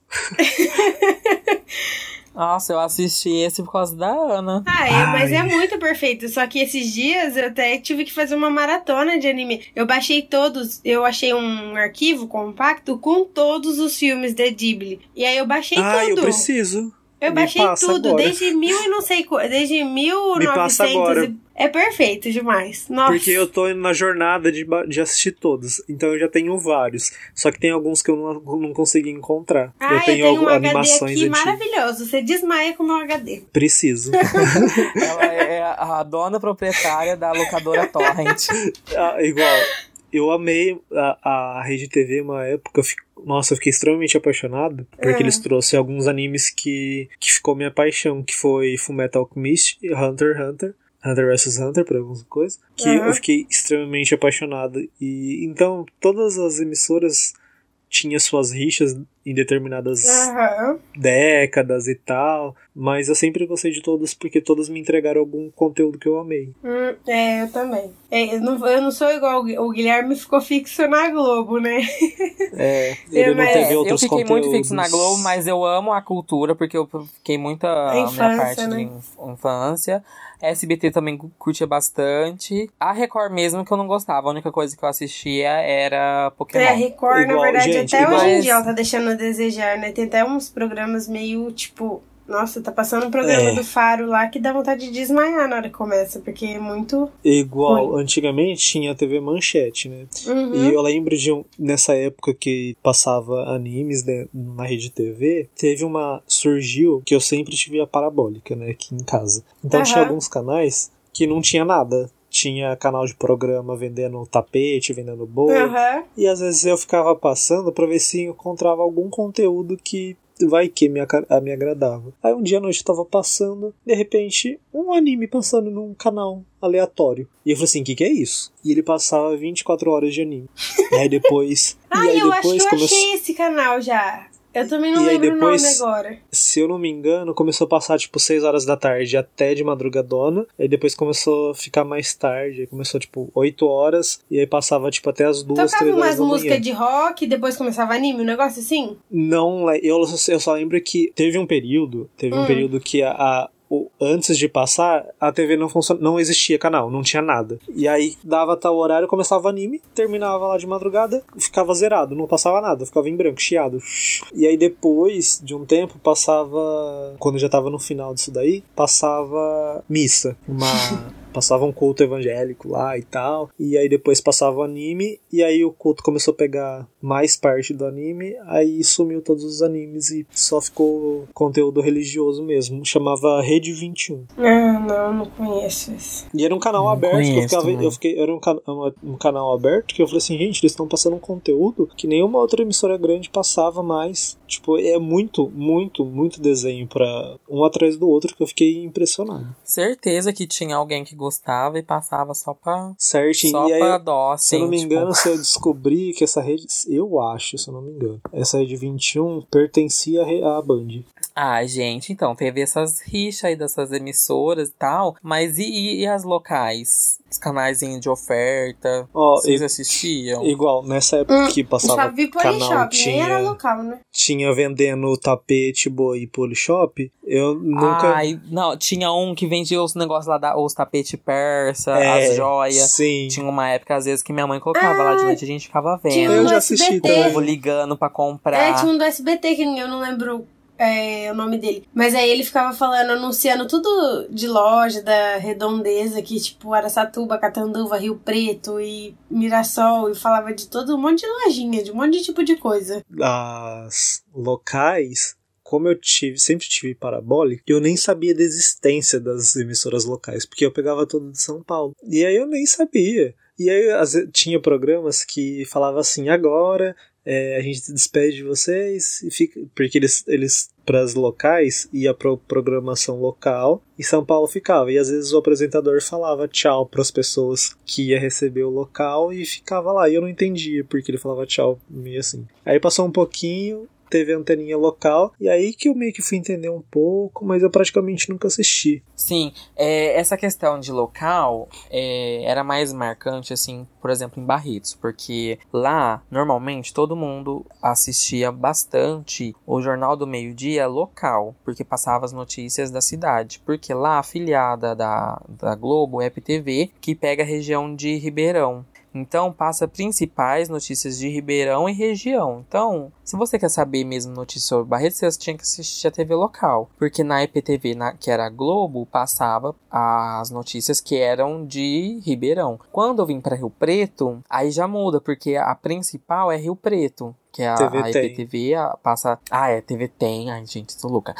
Speaker 1: Nossa, eu assisti esse por causa da Ana.
Speaker 4: Ah, é, mas
Speaker 3: Ai.
Speaker 4: é muito perfeito. Só que esses dias eu até tive que fazer uma maratona de anime. Eu baixei todos, eu achei um arquivo compacto com todos os filmes da Ghibli. E aí eu baixei
Speaker 3: ah, eu
Speaker 4: tudo.
Speaker 3: preciso.
Speaker 4: Eu
Speaker 3: Me
Speaker 4: baixei
Speaker 3: passa
Speaker 4: tudo,
Speaker 3: agora.
Speaker 4: desde mil e não sei quanto. Desde 1900.
Speaker 3: passa agora.
Speaker 4: e- É perfeito demais. Nossa.
Speaker 3: Porque eu tô na jornada de, ba- de assistir todos. Então eu já tenho vários. Só que tem alguns que eu não, não consegui encontrar.
Speaker 4: Ah,
Speaker 3: eu tenho,
Speaker 4: um
Speaker 3: algu-
Speaker 4: HD
Speaker 3: animações
Speaker 4: aqui
Speaker 3: antigas.
Speaker 4: maravilhoso. Você desmaia com o meu HD.
Speaker 3: Preciso.
Speaker 1: Ela é a dona proprietária da locadora Torrent.
Speaker 3: Ah, igual. Eu amei a, a Rede TV uma época. eu fi- Nossa, eu fiquei extremamente apaixonado. Porque
Speaker 4: Ah.
Speaker 1: É.
Speaker 3: eles trouxeram alguns animes que, que ficou minha paixão. Que foi Fullmetal Alchemist e Hunter x Hunter. Hunter vs Hunter, por alguma coisa. Que
Speaker 4: Aham.
Speaker 3: eu fiquei extremamente apaixonado. E então, todas as emissoras tinham suas rixas em determinadas
Speaker 1: Ah.
Speaker 4: Aham.
Speaker 3: décadas e tal. Mas eu sempre gostei de todas porque todas me entregaram algum conteúdo que eu amei.
Speaker 4: Hum, é, eu também. É, eu, não, eu não sou igual o Gui- o Guilherme ficou fixo na Globo, né?
Speaker 3: É,
Speaker 4: Eu-
Speaker 3: ele não
Speaker 4: mas-
Speaker 3: teve
Speaker 1: É, eu
Speaker 3: outros
Speaker 1: fiquei muito fixo na
Speaker 3: conteúdos.
Speaker 1: Globo, mas eu amo a cultura, porque eu fiquei muito a,
Speaker 4: A infância,
Speaker 1: minha parte
Speaker 4: né?
Speaker 1: de inf- infância. SBT também cu- curtia bastante. A Record mesmo que eu não gostava, a única coisa que eu assistia era Pokémon.
Speaker 4: É, a Record,
Speaker 3: Igual,
Speaker 4: na verdade,
Speaker 3: gente,
Speaker 4: até hoje em
Speaker 1: igual-
Speaker 4: dia ela tá deixando a desejar, né? Tem até uns programas meio tipo. Nossa, tá passando um programa
Speaker 3: É.
Speaker 4: do Faro lá que dá vontade de desmaiar na hora que começa, porque é muito.
Speaker 3: Igual, antigamente tinha a TV Manchete, né?
Speaker 4: Uhum.
Speaker 3: E eu lembro de um, nessa época que passava animes né, na rede TV, teve uma. surgiu que eu sempre tive a parabólica, né, aqui em casa. Então tinha
Speaker 4: Aham.
Speaker 3: alguns canais que não tinha nada. Tinha canal de programa vendendo tapete, vendendo bolo.
Speaker 4: Aham.
Speaker 3: E às vezes eu ficava passando pra ver se encontrava algum conteúdo que vai que me, aca- a- me agradava. Aí um dia à noite eu tava passando, de repente, um anime passando num canal aleatório. E eu falei assim, o que, que é isso? E ele passava 24 horas de anime. e aí depois.
Speaker 4: Ah,
Speaker 3: e aí
Speaker 4: eu acho que
Speaker 3: depois
Speaker 4: eu
Speaker 3: começou.
Speaker 4: achei esse canal já. Eu também não
Speaker 3: E aí
Speaker 4: lembro o nome
Speaker 3: depois-
Speaker 4: agora.
Speaker 3: Se eu não me engano, começou a passar tipo 6 horas da tarde até de madrugadona. Aí depois começou a ficar mais tarde. Aí começou tipo 8 horas. E aí passava tipo até as 2, 3
Speaker 4: Tocava
Speaker 3: horas
Speaker 4: umas
Speaker 3: da manhã.
Speaker 4: músicas de rock, depois começava anime, um negócio assim?
Speaker 3: Não, le- eu, só- eu só lembro que teve um período, teve
Speaker 4: Hum.
Speaker 3: um período que a, a- o- antes de passar, a TV não funcionava, não existia canal, não tinha nada. E aí dava tal horário, começava anime, terminava lá de madrugada, ficava zerado, não passava nada, ficava em branco, chiado. E aí depois de um tempo passava, quando já tava no final disso daí, passava missa, uma passava um culto evangélico lá e tal. E aí depois passava o anime. E aí o culto começou a pegar mais parte do anime. Aí sumiu todos os animes e só ficou conteúdo religioso mesmo. Chamava Rede 21.
Speaker 4: Ah, não, não conheço esse.
Speaker 3: E era um canal
Speaker 1: Não
Speaker 3: aberto que eu
Speaker 1: conheço
Speaker 3: ficava.
Speaker 1: também.
Speaker 3: Eu fiquei, era um, can- uma- um canal aberto que eu falei assim, gente, eles estão passando um conteúdo que nenhuma outra emissora grande passava mais. Tipo, é muito, muito, muito desenho pra um atrás do outro que eu fiquei impressionado.
Speaker 1: Certeza que tinha alguém que gostava e passava só pra,
Speaker 3: Certinho.
Speaker 1: só
Speaker 3: e aí,
Speaker 1: pra dó,
Speaker 3: Se eu não
Speaker 1: assim,
Speaker 3: me
Speaker 1: tipo,
Speaker 3: engano, se eu descobri que essa rede. Eu acho, se eu não me engano. Essa rede 21 pertencia à re- à Band.
Speaker 1: Ah, gente, então, teve essas rixas aí dessas emissoras e tal, mas e, e- e as locais? Os canais de oferta,
Speaker 3: Ó,
Speaker 1: vocês
Speaker 3: i-
Speaker 1: assistiam?
Speaker 3: igual, nessa época que
Speaker 4: Só
Speaker 3: passava
Speaker 4: vi
Speaker 3: canal,
Speaker 4: Polishop, nem era
Speaker 3: tinha,
Speaker 4: local, né?
Speaker 3: tinha vendendo tapete, boi e polishop, eu nunca.
Speaker 1: Ai, não, tinha um que vendia os negócios lá, da, os tapete persa,
Speaker 3: É,
Speaker 1: as joias.
Speaker 3: Sim.
Speaker 1: Tinha uma época, às vezes, que minha mãe colocava lá de noite, a gente ficava
Speaker 4: Ah, Tinha
Speaker 1: vendo.
Speaker 3: Eu
Speaker 4: um
Speaker 3: já
Speaker 4: do
Speaker 3: assisti
Speaker 1: O
Speaker 4: SBT.
Speaker 3: também.
Speaker 1: povo ligando pra comprar.
Speaker 4: É, tinha um do SBT que eu não lembro é, o nome dele. Mas aí ele ficava falando, anunciando tudo de loja, da redondeza, que tipo Araçatuba, Catanduva, Rio Preto e Mirassol. E falava de todo um monte de lojinha, de um monte de tipo de coisa.
Speaker 3: das locais, como eu tive, sempre tive parabólica, eu nem sabia da existência das emissoras locais, porque eu pegava tudo de São Paulo. E aí eu nem sabia. E aí às ve- tinha programas que falava assim, agora é, a gente se despede de vocês e fica. Porque eles, eles para as locais ia para programação local e São Paulo ficava. E às vezes o apresentador falava tchau para as pessoas que ia receber o local e ficava lá. E eu não entendia porque ele falava tchau meio assim. Aí passou um pouquinho, teve a anteninha local, e aí que eu meio que fui entender um pouco, mas eu praticamente nunca assisti.
Speaker 1: Sim, é, essa questão de local é, era mais marcante, assim, por exemplo, em Barretos, porque lá, normalmente, todo mundo assistia bastante o Jornal do Meio-Dia local, porque passava as notícias da cidade. Porque lá, a afiliada da, da Globo é a PTV, que pega a região de Ribeirão. Então, passa principais notícias de Ribeirão e região. Então, se você quer saber mesmo notícias sobre Barretos, você tinha que assistir a TV local. Porque na EPTV, na- que era a Globo, passava as notícias que eram de Ribeirão. Quando eu vim para Rio Preto, aí já muda, porque a principal é Rio Preto. Que é a,
Speaker 3: TV
Speaker 1: a
Speaker 3: tem.
Speaker 1: EPTV a- passa. Ah, é, TV tem. Ai, gente, tô louca.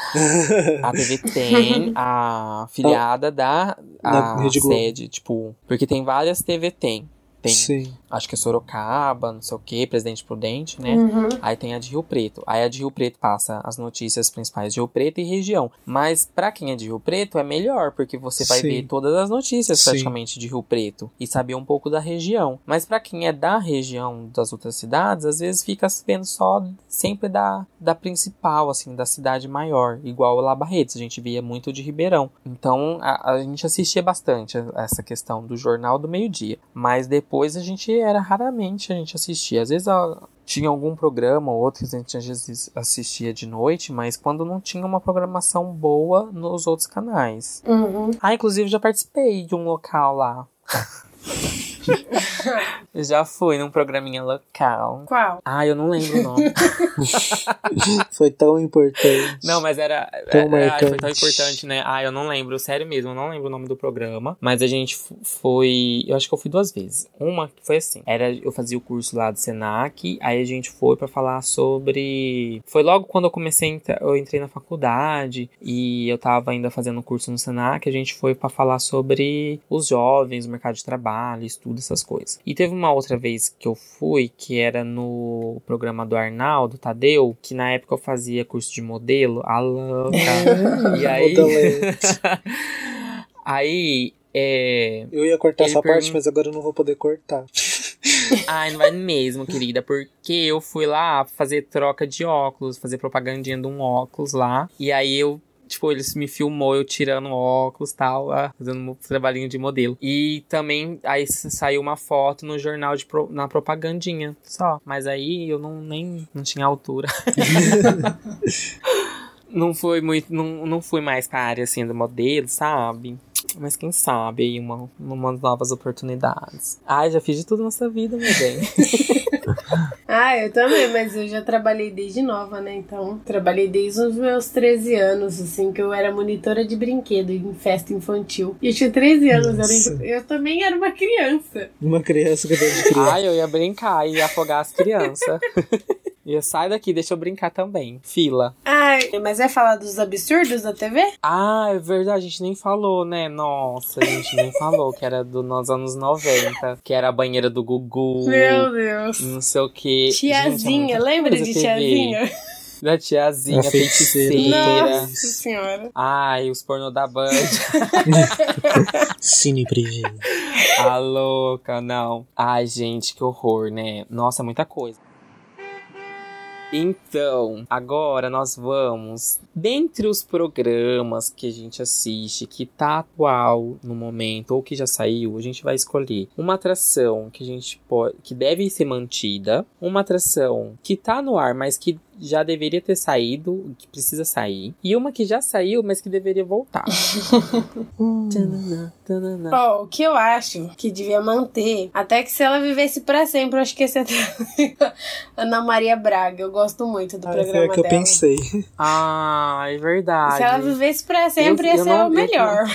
Speaker 1: A TV tem a filiada da
Speaker 3: Da
Speaker 1: a
Speaker 3: Rede Globo.
Speaker 1: sede, tipo. Porque tem várias TV tem. Tem,
Speaker 3: Sim.
Speaker 1: acho que é Sorocaba, não sei o que, Presidente Prudente, né?
Speaker 4: Uhum.
Speaker 1: Aí tem a de Rio Preto. Aí a de Rio Preto passa as notícias principais de Rio Preto e região. Mas pra quem é de Rio Preto é melhor, porque você vai
Speaker 3: Sim.
Speaker 1: ver todas as notícias
Speaker 3: Sim.
Speaker 1: praticamente de Rio Preto e saber um pouco da região. Mas pra quem é da região das outras cidades, às vezes fica vendo só sempre da, da principal, assim, da cidade maior, igual lá Barretos, a gente via muito de Ribeirão. Então a, a gente assistia bastante a- essa questão do jornal do meio-dia, mas depois a gente era raramente a gente assistia. Às vezes a, tinha algum programa ou outro que a gente às vezes assistia de noite, mas quando não tinha uma programação boa nos outros canais.
Speaker 4: Uhum.
Speaker 1: Ah, inclusive já participei de um local lá. Eu já fui num programinha local.
Speaker 4: Qual?
Speaker 1: Ah, eu não lembro o nome.
Speaker 3: Foi tão importante.
Speaker 1: Ah. Não, mas era.
Speaker 3: Tão
Speaker 1: é, ai, foi tão
Speaker 3: marcante.
Speaker 1: importante, né? Ah, eu não lembro, sério mesmo, eu não lembro o nome do programa. Mas a gente f- foi. Eu acho que eu fui duas vezes. Uma que foi assim: era eu fazia o curso lá do SENAC, aí a gente foi pra falar sobre. Foi logo quando eu comecei, a entra- eu entrei na faculdade e eu tava ainda fazendo o curso no SENAC, a gente foi pra falar sobre os jovens, o mercado de trabalho, estudo, essas coisas. E teve uma outra vez que eu fui, que era no programa do Arnaldo Tadeu, que na época eu fazia curso de modelo, a louca. e aí. aí. É...
Speaker 3: Eu ia cortar
Speaker 1: Ele
Speaker 3: essa parte,
Speaker 1: pergunta-
Speaker 3: mas agora eu não vou poder cortar.
Speaker 1: Ai, não vai mesmo, querida, porque eu fui lá fazer troca de óculos, fazer propagandinha de um óculos lá. E aí eu Tipo, eles me filmou eu tirando óculos e tal, ah, fazendo um trabalhinho de modelo. E também, aí s- saiu uma foto no jornal, de pro- na propagandinha, só. Mas aí eu não, nem, não tinha altura. não foi muito, não, não fui mais pra área, assim, do modelo, sabe? Mas quem sabe aí uma, umas novas oportunidades. Ai, já fiz de tudo nessa vida, meu bem.
Speaker 4: Ah, eu também, mas eu já trabalhei desde nova, né? Então, trabalhei desde os meus 13 anos, assim, que eu era monitora de brinquedo em festa infantil. E eu tinha 13 anos, eu,
Speaker 3: Nossa.
Speaker 4: nem- eu também era uma criança.
Speaker 3: Uma criança que deve criar.
Speaker 1: Ai, eu ia brincar e ia afogar as crianças. Ia sai daqui, deixa eu brincar também. Fila.
Speaker 4: Ai, mas vai falar dos absurdos da TV?
Speaker 1: Ah, é verdade, a gente nem falou, né? Nossa, a gente nem falou que era do- nos anos 90, que era a banheira do Gugu.
Speaker 4: Meu Deus.
Speaker 1: Não sei o que.
Speaker 4: Tiazinha, lembra de tiazinha?
Speaker 1: Da tiazinha,
Speaker 3: A feiticeira.
Speaker 1: feiticeira.
Speaker 4: Nossa senhora.
Speaker 1: Ai, os pornô da Band.
Speaker 3: Cine privê.
Speaker 1: A Tá louca, não. Ai, gente, que horror, né? Nossa, muita coisa. Então, agora nós vamos. Dentre os programas que a gente assiste, que tá atual no momento, ou que já saiu, a gente vai escolher uma atração que a gente pode. que deve ser mantida, uma atração que tá no ar, mas que já deveria ter saído, que precisa sair, e uma que já saiu, mas que deveria voltar.
Speaker 4: Hum.
Speaker 1: Tanana, tanana.
Speaker 4: Ó, o que eu acho que devia manter, até que se ela vivesse pra sempre, eu acho que ia ser até Ana Maria Braga. Eu gosto muito do
Speaker 3: Ah,
Speaker 1: é
Speaker 4: programa
Speaker 3: foi a que eu
Speaker 4: dela.
Speaker 3: pensei.
Speaker 1: Ah, é verdade.
Speaker 4: Se ela vivesse pra sempre,
Speaker 1: Eu-
Speaker 4: ia
Speaker 1: eu
Speaker 4: ser
Speaker 1: não-
Speaker 4: o melhor.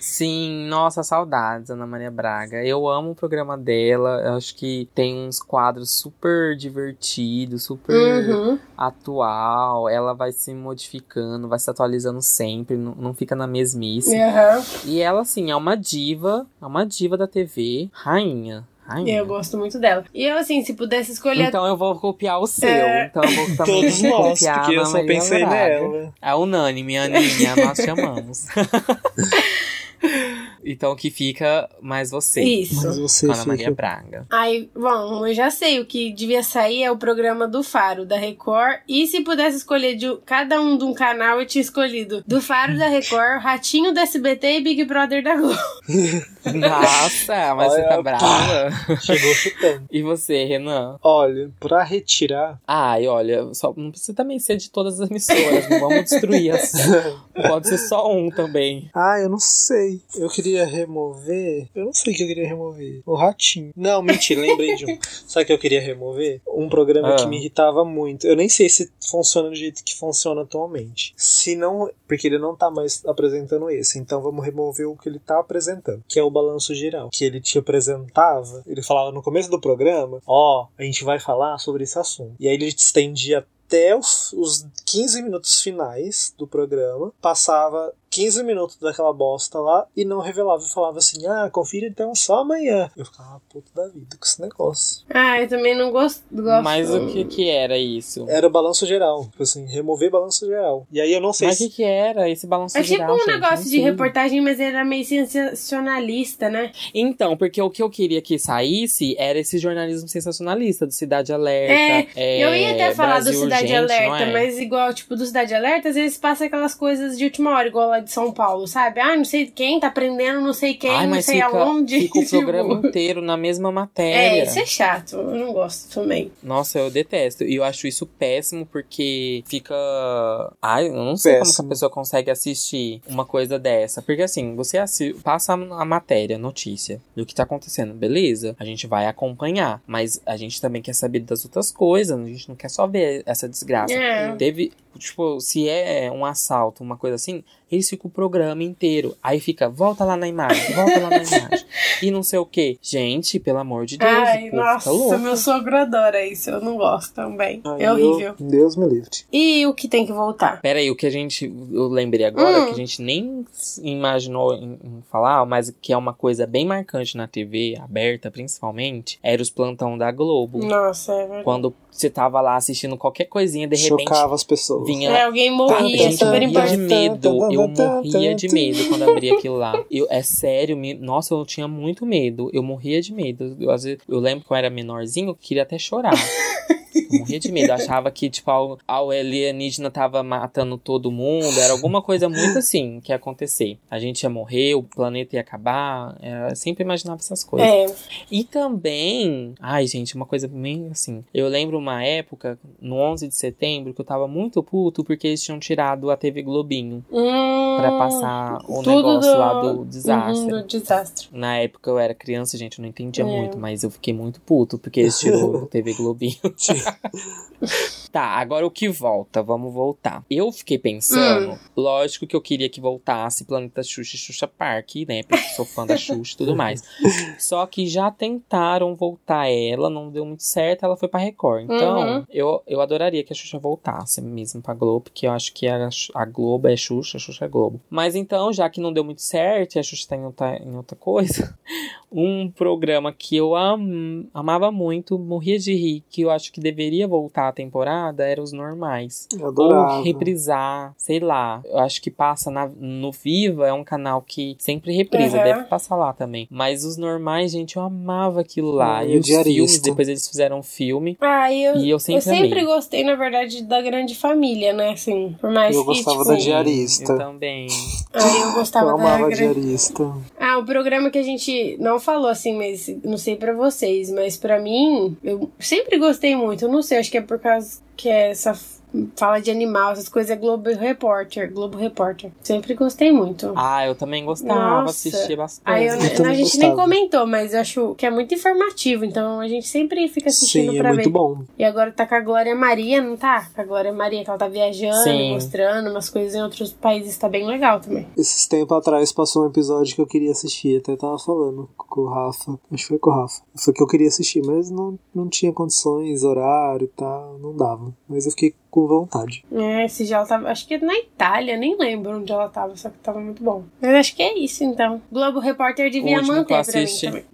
Speaker 1: Sim, nossa, saudades, Ana Maria Braga. Eu amo o programa dela. Eu acho que tem uns quadros super divertidos, super
Speaker 4: Uhum.
Speaker 1: atual. Ela vai se modificando, vai se atualizando sempre, não, não fica na mesmice.
Speaker 4: Aham.
Speaker 1: E ela, assim, é uma diva, é uma diva da TV, rainha. Rainha.
Speaker 4: Eu gosto muito dela. E eu, assim, se pudesse escolher.
Speaker 1: Então eu vou copiar o seu.
Speaker 4: É.
Speaker 1: Então eu vou também
Speaker 3: Todos nós,
Speaker 1: copiar
Speaker 3: porque
Speaker 1: a
Speaker 3: eu
Speaker 1: Ana
Speaker 3: só
Speaker 1: Maria
Speaker 3: pensei
Speaker 1: Braga.
Speaker 3: nela.
Speaker 1: É unânime, Aninha, nós te amamos. então que fica mais você.
Speaker 4: Isso.
Speaker 3: Mas você
Speaker 1: Ana Maria
Speaker 3: fica.
Speaker 1: Braga.
Speaker 4: Aí, bom, eu já sei o que devia sair é o programa do Faro, da Record. E se pudesse escolher de um- cada um de um canal, eu tinha escolhido do Faro, da Record, Ratinho, da SBT e Big Brother da Globo.
Speaker 1: Nossa, mas você tá
Speaker 3: Olha,
Speaker 1: brava.
Speaker 3: Chegou chutando.
Speaker 1: E você, Renan?
Speaker 3: Olha, pra retirar,
Speaker 1: Ai, olha, só, não precisa também ser de todas as emissoras. Não vamos destruir as. Pode ser só um também.
Speaker 3: Ah, eu não sei. Eu queria remover. Eu não sei o que eu queria remover. O ratinho. Não, mentira, lembrei de um. Sabe o que eu queria remover? Um programa
Speaker 1: Ah.
Speaker 3: que me irritava muito. Eu nem sei se funciona do jeito que funciona atualmente. Se não. Porque ele não tá mais apresentando esse. Então vamos remover o que ele tá apresentando, que é o balanço geral. Que ele te apresentava, ele falava no começo do programa: Ó, a gente vai falar sobre esse assunto. E aí ele te estendia até os, os 15 minutos finais do programa, passava 15 minutos daquela bosta lá e não revelava e falava assim: ah, confira então só amanhã. Eu ficava puto da vida com esse negócio.
Speaker 4: Ah, eu também não gosto. gosto.
Speaker 1: Mas o que que era isso?
Speaker 3: Era balanço geral, tipo assim, remover balanço geral. E aí eu não sei
Speaker 1: Mas o
Speaker 3: se.
Speaker 1: que que era esse balanço
Speaker 4: É tipo
Speaker 1: geral,
Speaker 4: um
Speaker 1: gente?
Speaker 4: negócio
Speaker 1: Não
Speaker 4: de
Speaker 1: sei.
Speaker 4: reportagem, mas era meio sensacionalista, né?
Speaker 1: Então, porque o que eu queria que saísse era esse jornalismo sensacionalista do Cidade Alerta.
Speaker 4: É,
Speaker 1: é,
Speaker 4: eu ia até falar
Speaker 1: Brasil
Speaker 4: do Cidade
Speaker 1: Urgente,
Speaker 4: Alerta,
Speaker 1: não é?
Speaker 4: mas igual, tipo, do Cidade Alerta, às vezes passa aquelas coisas de última hora, igual lá de São Paulo, sabe? Ah, não sei quem, tá prendendo não sei quem,
Speaker 1: Ai,
Speaker 4: não
Speaker 1: mas
Speaker 4: sei
Speaker 1: fica,
Speaker 4: aonde.
Speaker 1: fica o
Speaker 4: tipo.
Speaker 1: programa inteiro na mesma matéria.
Speaker 4: É, isso é chato. Eu não gosto também.
Speaker 1: Nossa, eu detesto. E eu acho isso péssimo porque fica. Ai, eu não sei como
Speaker 3: Péssimo.
Speaker 1: que a pessoa consegue assistir uma coisa dessa. Porque assim, você assi- passa a matéria, a notícia do que tá acontecendo, beleza? A gente vai acompanhar. Mas a gente também quer saber das outras coisas. A gente não quer só ver essa desgraça.
Speaker 4: É.
Speaker 1: Teve, tipo, se é um assalto, uma coisa assim, eles ficam o programa inteiro. Aí fica, volta lá na imagem, volta lá na imagem. E não sei o quê. Gente, pelo amor de Deus,
Speaker 4: Ai,
Speaker 1: o povo tá
Speaker 4: nossa,
Speaker 1: fica louco.
Speaker 4: meu sogro adora isso. Eu não gosto também.
Speaker 3: Aí
Speaker 4: é
Speaker 3: eu-
Speaker 4: horrível.
Speaker 3: Deus me livre.
Speaker 4: E o que tem que voltar?
Speaker 1: Pera aí, o que a gente. Eu lembrei agora,
Speaker 4: Hum.
Speaker 1: que a gente nem s- imaginou em, em falar, mas que é uma coisa bem marcante na TV, aberta principalmente, era os plantão da Globo.
Speaker 4: Nossa, é verdade.
Speaker 1: Quando você tava lá assistindo qualquer coisinha, de repente
Speaker 3: Chocava as pessoas.
Speaker 1: vinha
Speaker 4: É, alguém morria,
Speaker 1: eu
Speaker 4: é super
Speaker 1: morria de
Speaker 4: importante.
Speaker 1: medo. Eu morria de medo quando abri aquilo lá. Eu, é sério, me- nossa, eu tinha muito medo. Eu morria de medo. Eu, às vezes, eu lembro que eu era menorzinho, eu queria até chorar. Eu morria de medo. Eu achava que, tipo, a, a alienígena tava matando todo mundo. Era alguma coisa muito assim que ia acontecer. A gente ia morrer, o planeta ia acabar. é, Eu sempre imaginava essas coisas.
Speaker 4: É,
Speaker 1: E também, ai gente, uma coisa bem assim. Eu lembro uma época, no 11 de setembro, que eu tava muito puto porque eles tinham tirado a TV Globinho
Speaker 4: hum,
Speaker 1: pra passar o
Speaker 4: tudo
Speaker 1: negócio
Speaker 4: do-
Speaker 1: lá do
Speaker 4: Uhum,
Speaker 1: desastre.
Speaker 4: do desastre.
Speaker 1: Na época eu era criança, gente, eu não entendia
Speaker 4: É.
Speaker 1: muito, mas eu fiquei muito puto porque eles tirou a TV Globinho. tá, agora o que volta? Vamos voltar. Eu fiquei pensando,
Speaker 4: Hum.
Speaker 1: lógico que eu queria que voltasse Planeta Xuxa e Xuxa Park, né? Porque sou fã da Xuxa e tudo mais. Só que já tentaram voltar ela, não deu muito certo, ela foi pra Record. Então,
Speaker 4: Uhum.
Speaker 1: eu, eu adoraria que a Xuxa voltasse mesmo pra Globo, porque eu acho que a, a Globo é Xuxa, a Xuxa é Globo. Mas então, já que não deu muito certo e a Xuxa tá em outra, em outra coisa, um programa que eu am- amava muito, morria de rir, que eu acho que deveria voltar a temporada, era Os Normais.
Speaker 3: Eu
Speaker 1: Ou
Speaker 3: adorava.
Speaker 1: reprisar, sei lá. Eu acho que passa na- no Viva, é um canal que sempre reprisa,
Speaker 4: Uhum.
Speaker 1: deve passar lá também. Mas os normais, gente, eu amava aquilo lá.
Speaker 3: Eu
Speaker 1: E os
Speaker 3: diarista.
Speaker 1: filmes, depois eles fizeram um filme.
Speaker 4: Ah, eu,
Speaker 1: E eu
Speaker 4: eu
Speaker 1: sempre,
Speaker 4: sempre
Speaker 1: amei.
Speaker 4: gostei, na verdade, da grande família, né? Assim, por mais
Speaker 3: Eu
Speaker 4: que,
Speaker 3: gostava
Speaker 4: tipo,
Speaker 3: da Diário. é Diarista.
Speaker 1: Eu também.
Speaker 4: ah, eu
Speaker 3: Eu
Speaker 4: gostava da
Speaker 3: amava
Speaker 4: grande...
Speaker 3: diarista.
Speaker 4: Ah, o programa que a gente não falou assim, mas não sei pra vocês, mas pra mim, eu sempre gostei muito. Eu não sei, acho que é por causa que é essa f- fala de animal, essas coisas é Globo Repórter, Globo Repórter. Sempre gostei muito.
Speaker 1: Ah, eu também gostava,
Speaker 4: Nossa.
Speaker 1: assistia bastante.
Speaker 4: Aí eu-
Speaker 3: Ah, Eu também
Speaker 4: a gente nem
Speaker 3: gostava.
Speaker 4: comentou, mas eu acho que é muito informativo, então a gente sempre fica assistindo
Speaker 3: Sim, é
Speaker 4: pra
Speaker 3: muito
Speaker 4: ver.
Speaker 3: bom.
Speaker 4: E agora tá com a Glória Maria, não tá? Com a Glória Maria, que ela tá viajando,
Speaker 1: Sim.
Speaker 4: mostrando umas coisas em outros países, tá bem legal também.
Speaker 3: Esses tempos atrás passou um episódio que eu queria assistir, até tava falando com o Rafa, acho que foi com o Rafa. Foi que eu queria assistir, mas não, não tinha condições, horário e tal, não dava. Mas eu fiquei com vontade.
Speaker 4: É, esse dia ela tava, acho que na Itália, nem lembro onde ela tava, só que tava muito bom. Mas acho que é isso então. Globo Repórter devia
Speaker 1: último que
Speaker 4: manter
Speaker 1: eu
Speaker 4: pra mim
Speaker 1: assisti.
Speaker 4: também.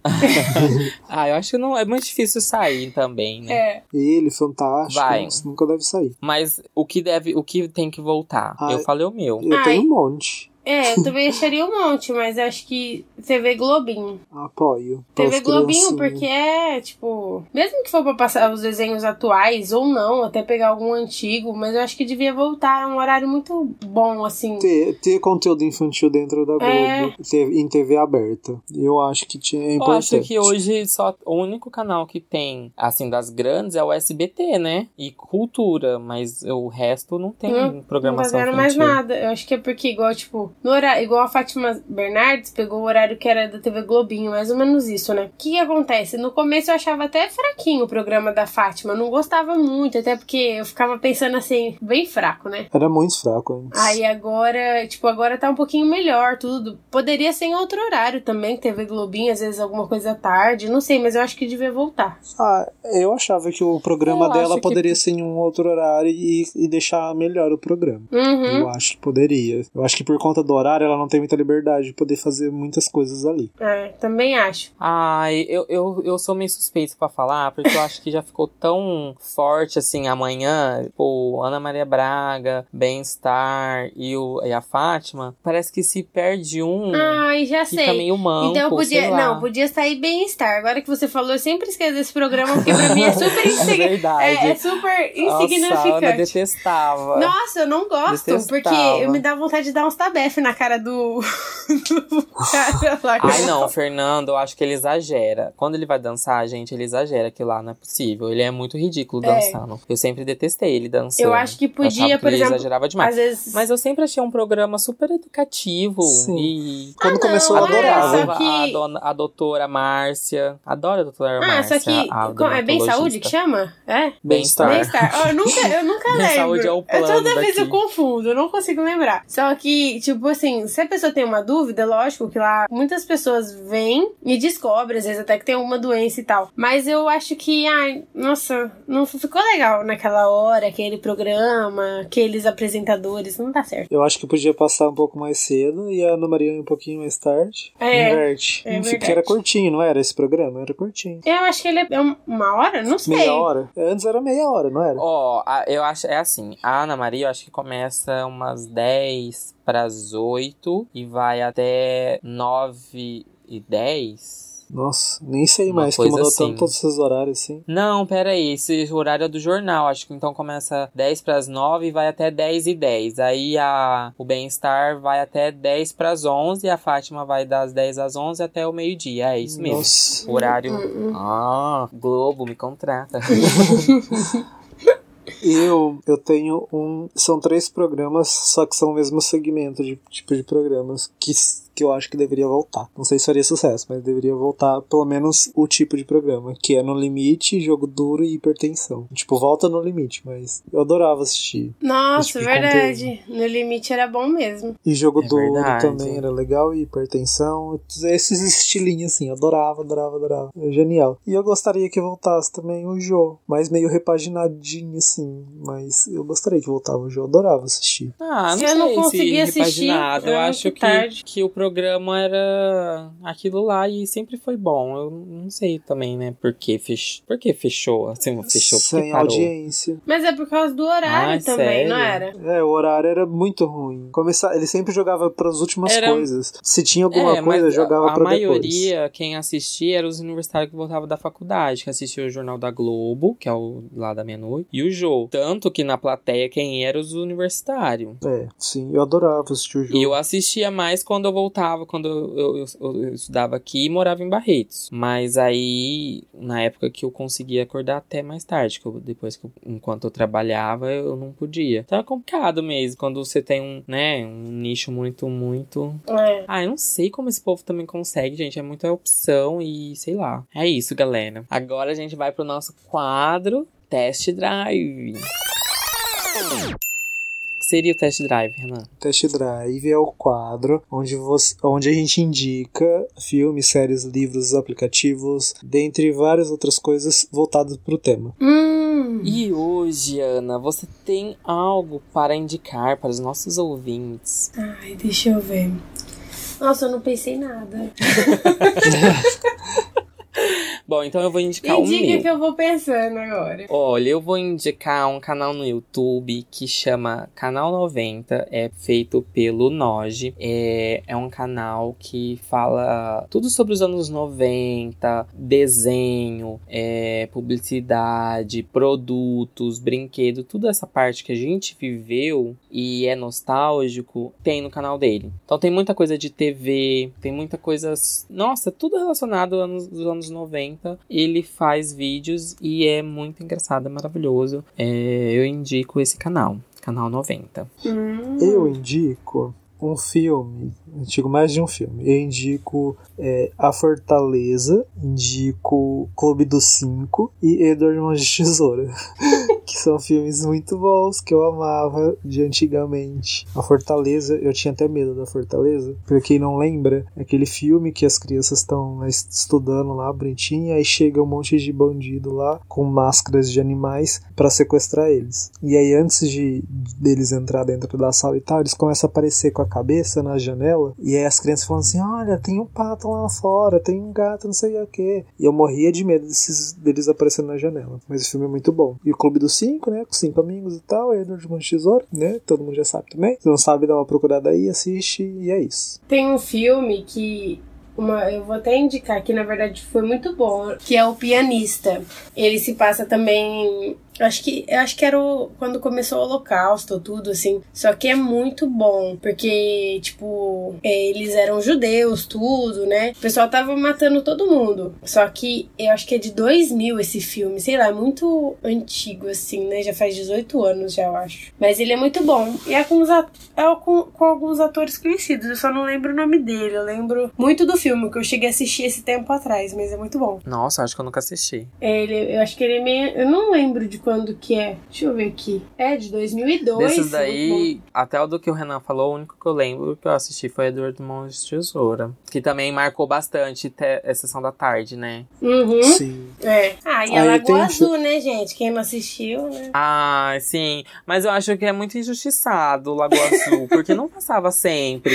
Speaker 1: Ah, eu acho que não é muito difícil sair também, né?
Speaker 4: É.
Speaker 3: Ele, fantástico,
Speaker 1: Vai.
Speaker 3: isso nunca deve sair.
Speaker 1: Mas o que deve, o que tem que voltar?
Speaker 3: Ah,
Speaker 1: eu falei o meu.
Speaker 3: Eu
Speaker 4: Ai.
Speaker 3: tenho um monte.
Speaker 4: É, eu também acharia um monte, mas acho que TV Globinho.
Speaker 3: Apoio.
Speaker 4: TV
Speaker 3: Pras
Speaker 4: Globinho,
Speaker 3: criancinhas.
Speaker 4: porque é, tipo. Mesmo que for pra passar os desenhos atuais ou não, até pegar algum antigo, mas eu acho que devia voltar. É um horário muito bom, assim.
Speaker 3: Ter, ter conteúdo infantil dentro da Globo,
Speaker 4: É.
Speaker 3: ter- em TV aberta. Eu acho que tinha, é
Speaker 1: Eu
Speaker 3: importante.
Speaker 1: acho que hoje só o único canal que tem, assim, das grandes é o SBT, né? E cultura, mas o resto não tem
Speaker 4: Hum, Não tá
Speaker 1: programação
Speaker 4: vendo mais
Speaker 1: infantil.
Speaker 4: nada. Eu acho que é porque, igual, tipo, no horário, igual a Fátima Bernardes pegou o horário que era da TV Globinho, mais ou menos isso, né? O que, que acontece? No começo eu achava até fraquinho o programa da Fátima. eu Não gostava muito, até porque eu ficava pensando assim, bem fraco, né?
Speaker 3: Era muito fraco antes.
Speaker 4: Aí agora, tipo, agora tá um pouquinho melhor tudo. Poderia ser em outro horário também, TV Globinho, às vezes alguma coisa à tarde, não sei, mas eu acho que devia voltar.
Speaker 3: Ah, eu achava que o programa
Speaker 1: Eu acho
Speaker 3: dela
Speaker 1: que-
Speaker 3: poderia ser em um outro horário e, e deixar melhor o programa.
Speaker 4: Uhum.
Speaker 3: Eu acho que poderia. Eu acho que por conta do horário ela não tem muita liberdade de poder fazer muitas coisas ali.
Speaker 4: É, também acho.
Speaker 1: Ai, eu, eu, eu sou meio suspeito pra falar, porque eu acho que já ficou tão forte assim amanhã, tipo, Ana Maria Braga, Bem-Estar e, o- e a Fátima. Parece que se perde um,
Speaker 4: Ai, já
Speaker 1: fica
Speaker 4: Ah, sei.
Speaker 1: meio manco,
Speaker 4: Então eu podia.
Speaker 1: sei lá.
Speaker 4: Não, podia sair bem-estar. Agora que você falou, eu sempre esqueço desse programa, porque pra mim é super
Speaker 1: É
Speaker 4: insignificante.
Speaker 1: verdade.
Speaker 4: É, é super
Speaker 1: Nossa, a Ana
Speaker 4: insignificante.
Speaker 1: detestava.
Speaker 4: Nossa, eu não gosto,
Speaker 1: Detestava.
Speaker 4: porque eu me dá vontade de dar uns tabef na cara do. do cara lá.
Speaker 1: Ai, não, o Fernando, eu acho que ele exagera. Quando ele vai dançar, gente, ele exagera, que lá não é possível. Ele é muito ridículo
Speaker 4: É.
Speaker 1: dançando. Eu sempre detestei ele dançando.
Speaker 4: Eu acho que podia,
Speaker 1: achava que
Speaker 4: por
Speaker 1: ele
Speaker 4: exemplo,
Speaker 1: exagerava é demais.
Speaker 4: Às vezes.
Speaker 1: Mas eu sempre achei um programa super educativo
Speaker 3: Sim.
Speaker 1: e
Speaker 3: Quando
Speaker 4: não,
Speaker 3: começou eu
Speaker 4: é,
Speaker 3: adorava.
Speaker 4: só
Speaker 1: adorava
Speaker 4: que-
Speaker 1: a, dona, a doutora Márcia. Adoro a doutora
Speaker 4: Ah,
Speaker 1: Márcia.
Speaker 4: só que.
Speaker 1: a
Speaker 4: co- é bem saúde
Speaker 1: dermatologista.
Speaker 4: que chama? É?
Speaker 1: Bem-estar.
Speaker 4: Bem-estar. Ó, eu nunca, eu nunca
Speaker 1: Tá. Bem
Speaker 4: lembro.
Speaker 1: saúde é o plano
Speaker 4: eu toda vez
Speaker 1: daqui.
Speaker 4: eu confundo, eu não consigo lembrar. Só que, tipo assim, se a pessoa tem uma dúvida, lógico que lá muitas pessoas vêm e descobrem, às vezes até que tem uma doença e tal. Mas eu acho que, ai, nossa, não f- ficou legal naquela hora, aquele programa, aqueles apresentadores, não dá certo.
Speaker 3: Eu acho que podia passar um pouco mais cedo e a Ana Maria um pouquinho mais tarde.
Speaker 4: É,
Speaker 3: Inverte.
Speaker 4: é
Speaker 3: Enfim,
Speaker 4: verdade.
Speaker 3: porque era curtinho, não era esse programa? Era curtinho.
Speaker 4: Eu acho que ele é- é um- uma hora? Não sei.
Speaker 3: Meia hora? Antes era meia hora, não era?
Speaker 1: Ó, a- eu acho, é assim, a Ana Maria eu acho que começa umas 10 pras 8 e vai até 9 e 10.
Speaker 3: Nossa, nem sei
Speaker 1: Uma
Speaker 3: mais que
Speaker 1: coisa
Speaker 3: mudou
Speaker 1: assim.
Speaker 3: tanto todos esses horários assim.
Speaker 1: Não, peraí, esse horário é do jornal, acho que então começa 10 pras 9 e vai até 10 e 10. Aí a, o Bem-Estar vai até 10 pras 11 e a Fátima vai das 10 às 11 até o meio-dia, é isso mesmo.
Speaker 3: Nossa.
Speaker 1: Horário...
Speaker 4: Hum, hum.
Speaker 1: Ah, Globo, me contrata.
Speaker 3: Eu, eu tenho um. São três programas, só que são o mesmo segmento de tipo de programas que, s- que eu acho que deveria voltar. Não sei se faria sucesso, mas deveria voltar pelo menos o tipo de programa, que é No Limite, Jogo Duro e Hipertensão. Tipo, volta no limite, mas eu adorava assistir. Esse
Speaker 4: Nossa,
Speaker 3: tipo de
Speaker 4: verdade. No limite era bom mesmo.
Speaker 3: E Jogo
Speaker 1: É
Speaker 3: Duro
Speaker 1: verdade.
Speaker 3: também era legal, e Hipertensão, esses estilinhos assim, eu adorava, adorava, adorava. É genial. E eu gostaria que voltasse também o Jô, mas meio repaginadinho assim, mas eu gostaria que voltava o Jô, eu adorava assistir.
Speaker 1: Ah, não
Speaker 4: Eu não
Speaker 1: sei
Speaker 4: consegui
Speaker 1: se
Speaker 4: assistir,
Speaker 1: repaginado. Eu
Speaker 4: era
Speaker 1: acho
Speaker 4: muito
Speaker 1: que,
Speaker 4: tarde.
Speaker 1: que o programa era aquilo lá e sempre foi bom. Eu não sei também, né? Por que, fech... por que fechou? Assim, fechou porque
Speaker 3: Sem
Speaker 1: parou.
Speaker 3: audiência.
Speaker 4: Mas é por causa do horário
Speaker 1: Ai,
Speaker 4: também, não
Speaker 1: Ah, sério?
Speaker 4: era?
Speaker 3: É, o horário era muito ruim. Começar, ele sempre jogava pras últimas
Speaker 1: Era-
Speaker 3: coisas. Se tinha alguma coisa,
Speaker 1: É, mas
Speaker 3: jogava
Speaker 1: a, a
Speaker 3: pra
Speaker 1: maioria, quem assistia, eram os universitários que voltavam da faculdade, que assistiam o Jornal da Globo, que é o lá da meia-noite, e o Jô. Tanto que na plateia, quem era os universitários.
Speaker 3: depois. É, sim, eu adorava assistir o jogo.
Speaker 1: E eu assistia mais quando eu escutava quando eu, eu- eu- eu estudava aqui e morava em Barretos. Mas aí, na época que eu conseguia acordar até mais tarde, que eu- depois que eu- enquanto eu trabalhava, eu não podia. Então é complicado mesmo, quando você tem um, né, um nicho muito, muito
Speaker 4: É.
Speaker 1: ah, eu não sei como esse povo também consegue, gente. É muita opção e sei lá. É isso, galera. Agora a gente vai pro nosso quadro Test Drive. O que seria o Test Drive, Renan?
Speaker 3: Test Drive é o quadro onde, você, onde a gente indica filmes, séries, livros, aplicativos, dentre várias outras coisas voltadas para o tema.
Speaker 4: Hum.
Speaker 1: E hoje, Ana, você tem algo para indicar para os nossos ouvintes?
Speaker 4: Ai, deixa eu ver. Nossa, eu não pensei nada.
Speaker 1: Bom, então eu vou indicar o
Speaker 4: Indica
Speaker 1: meu.
Speaker 4: que eu vou pensando agora.
Speaker 1: Olha, eu vou indicar um canal no YouTube que chama Canal 90, é feito pelo Noge. É, é um canal que fala tudo sobre os anos 90, desenho, é, publicidade, produtos, brinquedo, toda essa parte que a gente viveu e é nostálgico, tem no canal dele. Então tem muita coisa de TV, tem muita coisa. Nossa, tudo relacionado aos anos, dos anos 90. Ele faz vídeos e é muito engraçado, é maravilhoso. É, eu indico esse canal, canal 90.
Speaker 4: Hum.
Speaker 3: Eu indico um filme, indico mais de um filme. Eu indico é, A Fortaleza, indico Clube dos Cinco e Edward Mãos de Tesoura. que são filmes muito bons que eu amava de antigamente. A Fortaleza, eu tinha até medo da Fortaleza. Pra quem não lembra, é aquele filme que as crianças estão estudando lá, bonitinho, aí chega um monte de bandido lá com máscaras de animais pra sequestrar eles. E aí, antes de deles entrar dentro da sala e tal, eles começam a aparecer com a cabeça na janela. E aí as crianças falam assim: Olha, tem um pato lá fora, tem um gato, não sei o que. E eu morria de medo desses, deles aparecendo na janela. Mas o filme é muito bom. E o Clube dos Cinco, né? Com cinco amigos e tal. é Edward Mão de Tesoura, né? Todo mundo já sabe também. Se não sabe, dá uma procurada aí, assiste e é isso.
Speaker 4: Tem um filme que uma, eu vou até indicar que na verdade foi muito bom, que é o Pianista. Ele se passa também, acho que eu acho que era o- quando começou o Holocausto, tudo assim. Só que é muito bom, porque tipo, é, eles eram judeus, tudo, né? O pessoal tava matando todo mundo. Só que eu acho que é de 2000 esse filme, sei lá, é muito antigo assim, né? Já faz 18 anos já, eu acho. Mas ele é muito bom. E é com os atores é o com, com alguns atores conhecidos, eu só não lembro o nome dele. Eu lembro muito do filme, que eu cheguei a assistir esse tempo atrás, mas é muito bom.
Speaker 1: Nossa, acho que eu nunca assisti.
Speaker 4: Ele, eu acho que ele é meio. Eu não lembro de quando que é. Deixa eu ver aqui. É de 2002.
Speaker 1: Desses
Speaker 4: muito bom.
Speaker 1: daí, até o do que o Renan falou, o único que eu lembro que eu assisti foi Eduardo Mãos de Tesoura. Que também marcou bastante te- a sessão da tarde, né?
Speaker 4: Uhum.
Speaker 3: Sim.
Speaker 4: É. Ah, e a
Speaker 3: Aí tem
Speaker 4: Lagoa
Speaker 3: um
Speaker 4: Azul, né, gente? Quem não assistiu, né?
Speaker 1: Ah, sim. Mas eu acho que é muito injustiçado o Lagoa Azul, porque não passava sempre.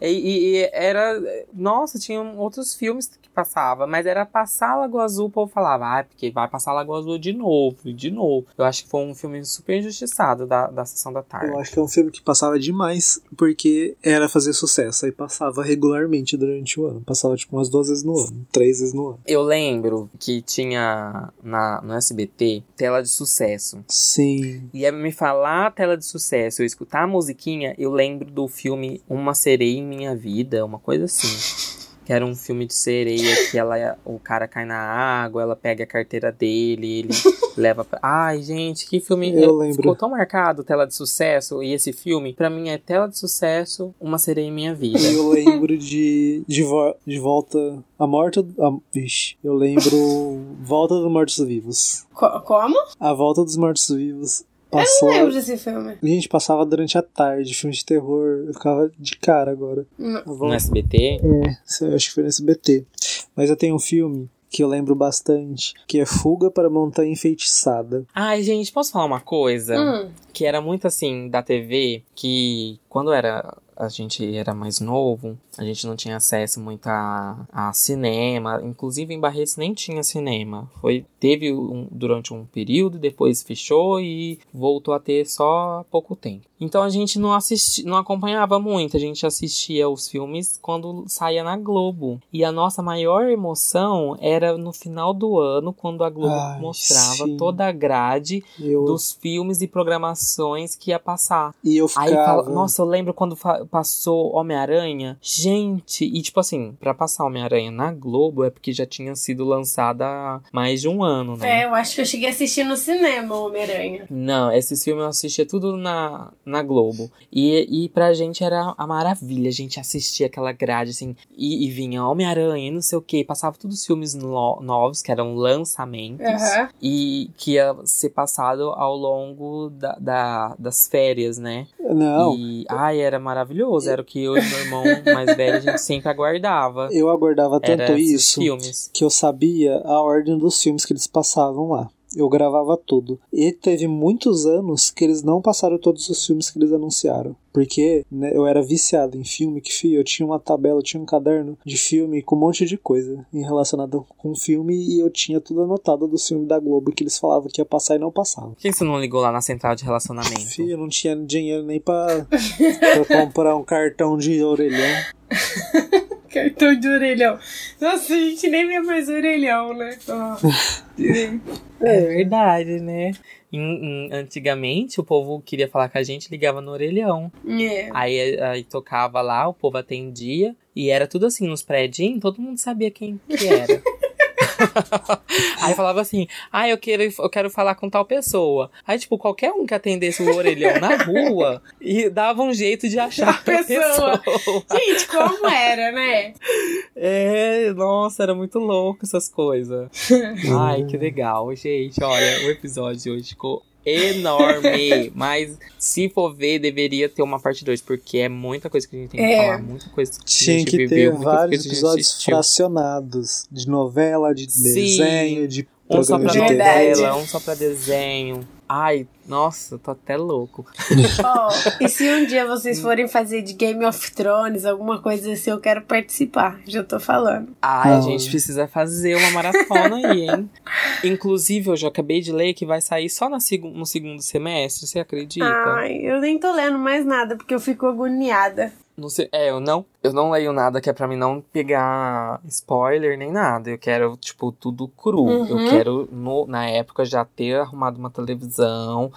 Speaker 1: E, e- e era. Nossa, tinham outros filmes que passava, mas era passar Lagoa Azul, o povo falava, ah, porque vai passar Lagoa Azul de novo, e de novo. Eu acho que foi um filme super injustiçado da, da sessão da tarde.
Speaker 3: Eu acho que é um filme que passava demais porque era fazer sucesso. Aí passava regularmente durante o ano. Passava tipo umas duas vezes no ano, três vezes no ano.
Speaker 1: Eu lembro que tinha na, no SBT tela de sucesso.
Speaker 3: Sim.
Speaker 1: E aí me falar a tela de sucesso, eu escutar a musiquinha, eu lembro do filme Uma Sereia em Minha Vida, uma coisa assim. Que era um filme de sereia que ela, o cara cai na água, ela pega a carteira dele, ele leva pra... Ai, gente, que filme.
Speaker 3: Eu lembro.
Speaker 1: Ficou tão marcado Tela de Sucesso e esse filme, pra mim é Tela de Sucesso, Uma Sereia em Minha Vida.
Speaker 3: E eu lembro de de, vo- de volta a morte a, vixe, eu lembro volta dos mortos vivos.
Speaker 4: Co- como?
Speaker 3: A volta dos mortos vivos passou.
Speaker 4: Eu lembro desse filme.
Speaker 3: a gente passava durante a tarde, filme de terror. Eu ficava de cara agora.
Speaker 4: Não.
Speaker 3: A volta-
Speaker 1: No SBT.
Speaker 3: É, isso eu acho que foi no SBT. Mas eu tenho um filme que eu lembro bastante, que é Fuga para a Montanha Enfeitiçada.
Speaker 1: Ai, gente, posso falar uma
Speaker 3: É.
Speaker 1: coisa?
Speaker 4: Hum.
Speaker 1: que era muito assim da TV, que quando era a gente era mais novo, a gente não tinha acesso muito a, a cinema, inclusive em Barretos nem tinha cinema. Foi teve um- durante um período, depois fechou e voltou a ter só há pouco tempo. Então a gente não assisti, não acompanhava muito, a gente assistia os filmes quando saía na Globo. E a nossa maior emoção era no final do ano, quando a Globo
Speaker 3: Ai,
Speaker 1: mostrava
Speaker 3: sim.
Speaker 1: toda a grade
Speaker 3: Eu
Speaker 1: dos filmes e programações que ia passar.
Speaker 3: E eu
Speaker 1: Aí
Speaker 3: ficava.
Speaker 1: fala, nossa, eu lembro quando fa- passou Homem-Aranha. Gente, e tipo assim, pra passar Homem-Aranha na Globo é porque já tinha sido lançada há mais de um ano, né?
Speaker 4: É, eu acho que eu cheguei a assistir no cinema o Homem-Aranha.
Speaker 1: Não, esses filmes eu assistia tudo na, na Globo. E, e pra gente era a maravilha. A gente assistia aquela grade, assim, e, e vinha Homem-Aranha e não sei o que. Passava todos os filmes no- novos, que eram lançamentos.
Speaker 4: Aham.
Speaker 1: E que ia ser passado ao longo da, da- das férias, né?
Speaker 3: Não,
Speaker 1: E, ai, era maravilhoso. Era o que eu e meu irmão mais velho, a gente sempre aguardava.
Speaker 3: eu aguardava tanto
Speaker 1: Era esses
Speaker 3: isso
Speaker 1: filmes.
Speaker 3: que eu sabia a ordem dos filmes que eles passavam lá. Eu gravava tudo. E teve muitos anos que eles não passaram todos os filmes que eles anunciaram. Porque né, eu era viciado em filme, que fi, eu tinha uma tabela, eu tinha um caderno de filme com um monte de coisa em relacionada com filme e eu tinha tudo anotado do filme da Globo que eles falavam que ia passar e não passava.
Speaker 1: Por que você não ligou lá na central de relacionamento?
Speaker 3: Fih, eu não tinha dinheiro nem pra, pra comprar um cartão de orelhão.
Speaker 4: Cartão de orelhão. Nossa, a gente nem vê mais orelhão, né? Ó.
Speaker 1: É verdade, né? Em- em- antigamente, o povo queria falar com a gente, ligava no orelhão.
Speaker 4: É.
Speaker 1: Aí, aí tocava lá, o povo atendia. E era tudo assim, nos prédios, todo mundo sabia quem que era. aí falava assim, ah, eu quero, eu quero falar com tal pessoa. Aí, tipo, qualquer um que atendesse o orelhão na rua, e dava um jeito de achar a
Speaker 4: pessoa.
Speaker 1: pessoa.
Speaker 4: Gente, como era, né?
Speaker 1: É, nossa, era muito louco essas coisas. Ai, que legal, gente. Olha, o episódio de hoje ficou enorme. Mas se for ver, deveria ter uma parte 2, porque é muita coisa que a gente tem que
Speaker 4: É.
Speaker 1: falar, muita coisa que a
Speaker 3: Tinha
Speaker 1: gente
Speaker 3: que ter
Speaker 1: viveu, muita coisa
Speaker 3: vários
Speaker 1: que a gente
Speaker 3: episódios
Speaker 1: assistiu.
Speaker 3: fracionados de novela, de
Speaker 1: Sim.
Speaker 3: desenho, de
Speaker 1: Um só
Speaker 3: programa
Speaker 1: pra
Speaker 3: de TV.
Speaker 4: Verdade.
Speaker 1: novela, um só pra desenho. Ai, nossa, tô até louco.
Speaker 4: Ó, e se um dia vocês forem fazer de Game of Thrones, alguma coisa assim, eu quero participar. Já tô falando.
Speaker 1: Ai, a
Speaker 3: Não.
Speaker 1: gente precisa fazer uma maratona aí, hein? Inclusive, eu já acabei de ler que vai sair só na segu- no segundo semestre, você acredita?
Speaker 4: Ai, eu nem tô lendo mais nada, porque eu fico agoniada.
Speaker 1: Não sei, é, eu não, eu não leio nada que é pra mim não pegar spoiler nem nada. Eu quero, tipo, tudo cru.
Speaker 4: Uhum.
Speaker 1: Eu quero, no- na época, já ter arrumado uma televisão,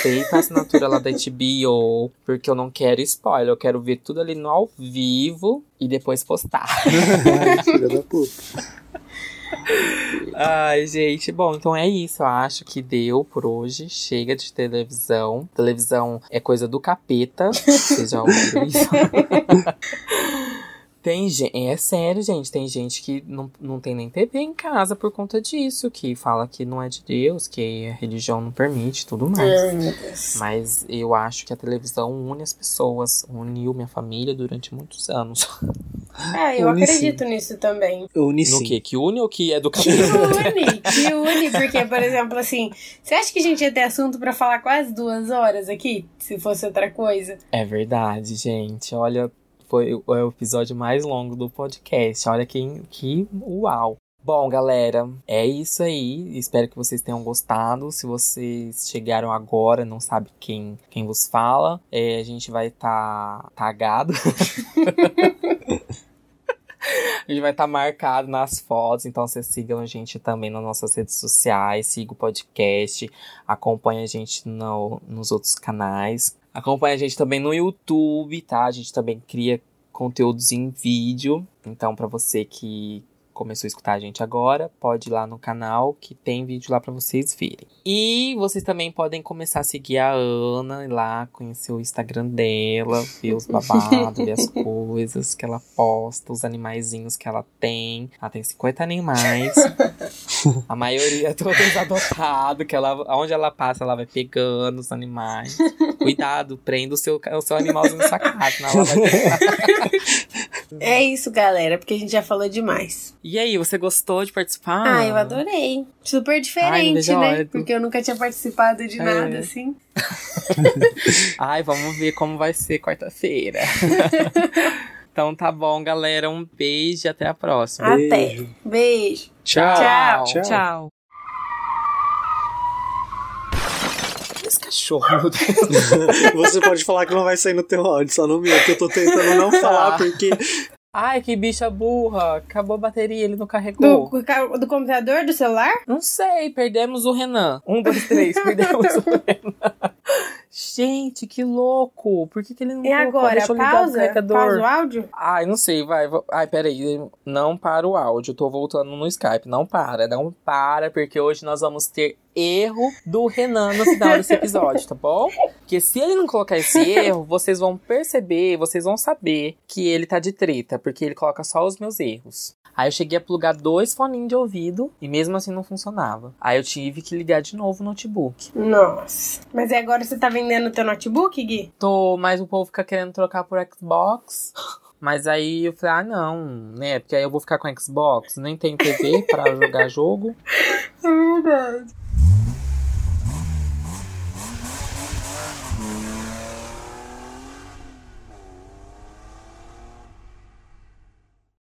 Speaker 1: feito a assinatura lá da HBO, porque eu não quero spoiler. Eu quero ver tudo ali no ao vivo e depois postar.
Speaker 3: Ai, filha da puta.
Speaker 1: Ai, gente, bom, então é isso. Eu acho que deu por hoje. Chega de televisão. Televisão é coisa do capeta. Vocês já ouviram isso? Tem gente, é sério, gente, tem gente que não, não tem nem TV em casa por conta disso, que fala que não é de Deus, que a religião não permite e tudo mais.
Speaker 4: meu Deus.
Speaker 1: Mas eu acho que a televisão une as pessoas, uniu minha família durante muitos anos.
Speaker 4: É, eu
Speaker 3: Une sim.
Speaker 4: acredito nisso também.
Speaker 3: Eu uni
Speaker 1: No
Speaker 3: sim.
Speaker 1: que? Que une ou que é do
Speaker 4: Que
Speaker 1: capeta?
Speaker 4: une, que une, porque, por exemplo, assim, você acha que a gente ia ter assunto pra falar quase duas horas aqui? Se fosse outra coisa?
Speaker 1: É verdade, gente. Olha, foi o é o episódio mais longo do podcast. Olha que, que uau. Bom, galera, é isso aí. Espero que vocês tenham gostado. Se vocês chegaram agora, não sabe quem, quem vos fala, é, a gente vai tá, estar tagado. A gente vai estar marcado nas fotos, então vocês sigam a gente também nas nossas redes sociais, siga o podcast, acompanha a gente no, nos outros canais, acompanha a gente também no YouTube, tá? A gente também cria conteúdos em vídeo, então pra você que começou a escutar a gente agora, pode ir lá no canal que tem vídeo lá pra vocês verem. E vocês também podem começar a seguir a Ana ir lá, conhecer o Instagram dela, ver os babados, ver as coisas que ela posta, os animaizinhos que ela tem. Ela tem 50 animais. A maioria é todos adotado, que ela, onde ela passa, ela vai pegando os animais. Cuidado, prenda o seu, o seu animalzinho na sua casa. senão ela vai pegar.
Speaker 4: É isso, galera, porque a gente já falou demais.
Speaker 1: E aí, você gostou de participar?
Speaker 4: Ah, eu adorei. Super
Speaker 1: Ai, não
Speaker 4: diferente,
Speaker 1: vejo a
Speaker 4: né?
Speaker 1: hora.
Speaker 4: Porque eu nunca tinha participado de
Speaker 1: É.
Speaker 4: nada, assim.
Speaker 1: Ai, vamos ver como vai ser quarta-feira. então tá bom, galera. Um beijo e até a
Speaker 4: Ah,
Speaker 1: próxima.
Speaker 4: Até.
Speaker 3: Beijo.
Speaker 4: Beijo.
Speaker 1: Tchau.
Speaker 3: Tchau.
Speaker 1: Tchau. Esse cachorro, meu Deus.
Speaker 3: Você pode falar que não vai sair no teu áudio, só no meu, que eu tô tentando
Speaker 1: Tá.
Speaker 3: não falar, porque
Speaker 1: Ai, que bicha burra. Acabou a bateria, ele não
Speaker 4: Do,
Speaker 1: carregou.
Speaker 4: do computador, do celular?
Speaker 1: Não sei, perdemos o Renan. Um, dois, três, perdemos o Renan. Gente, que louco! Por que, que ele não
Speaker 4: E
Speaker 1: colocou?
Speaker 4: É agora?
Speaker 1: Deixa eu ligar o
Speaker 4: Pausa?
Speaker 1: carregador.
Speaker 4: Pausa o áudio?
Speaker 1: Ai, não sei, vai. va- Ai, peraí. Não para o áudio. Tô voltando no Skype. Não para, não para, porque hoje nós vamos ter erro do Renan no final desse episódio, tá bom? Porque se ele não colocar esse erro, vocês vão perceber, vocês vão saber que ele tá de treta, porque ele coloca só os meus erros. Aí eu cheguei a plugar dois foninhos de ouvido e mesmo assim não funcionava. Aí eu tive que ligar de novo o notebook.
Speaker 4: Nossa. Mas e agora você tá vendendo teu notebook, Gui?
Speaker 1: Tô, mas o povo fica querendo trocar por Xbox. Mas aí eu falei, ah, não, né? Porque aí eu vou ficar com Xbox, nem tenho TV pra jogar jogo.
Speaker 4: É verdade.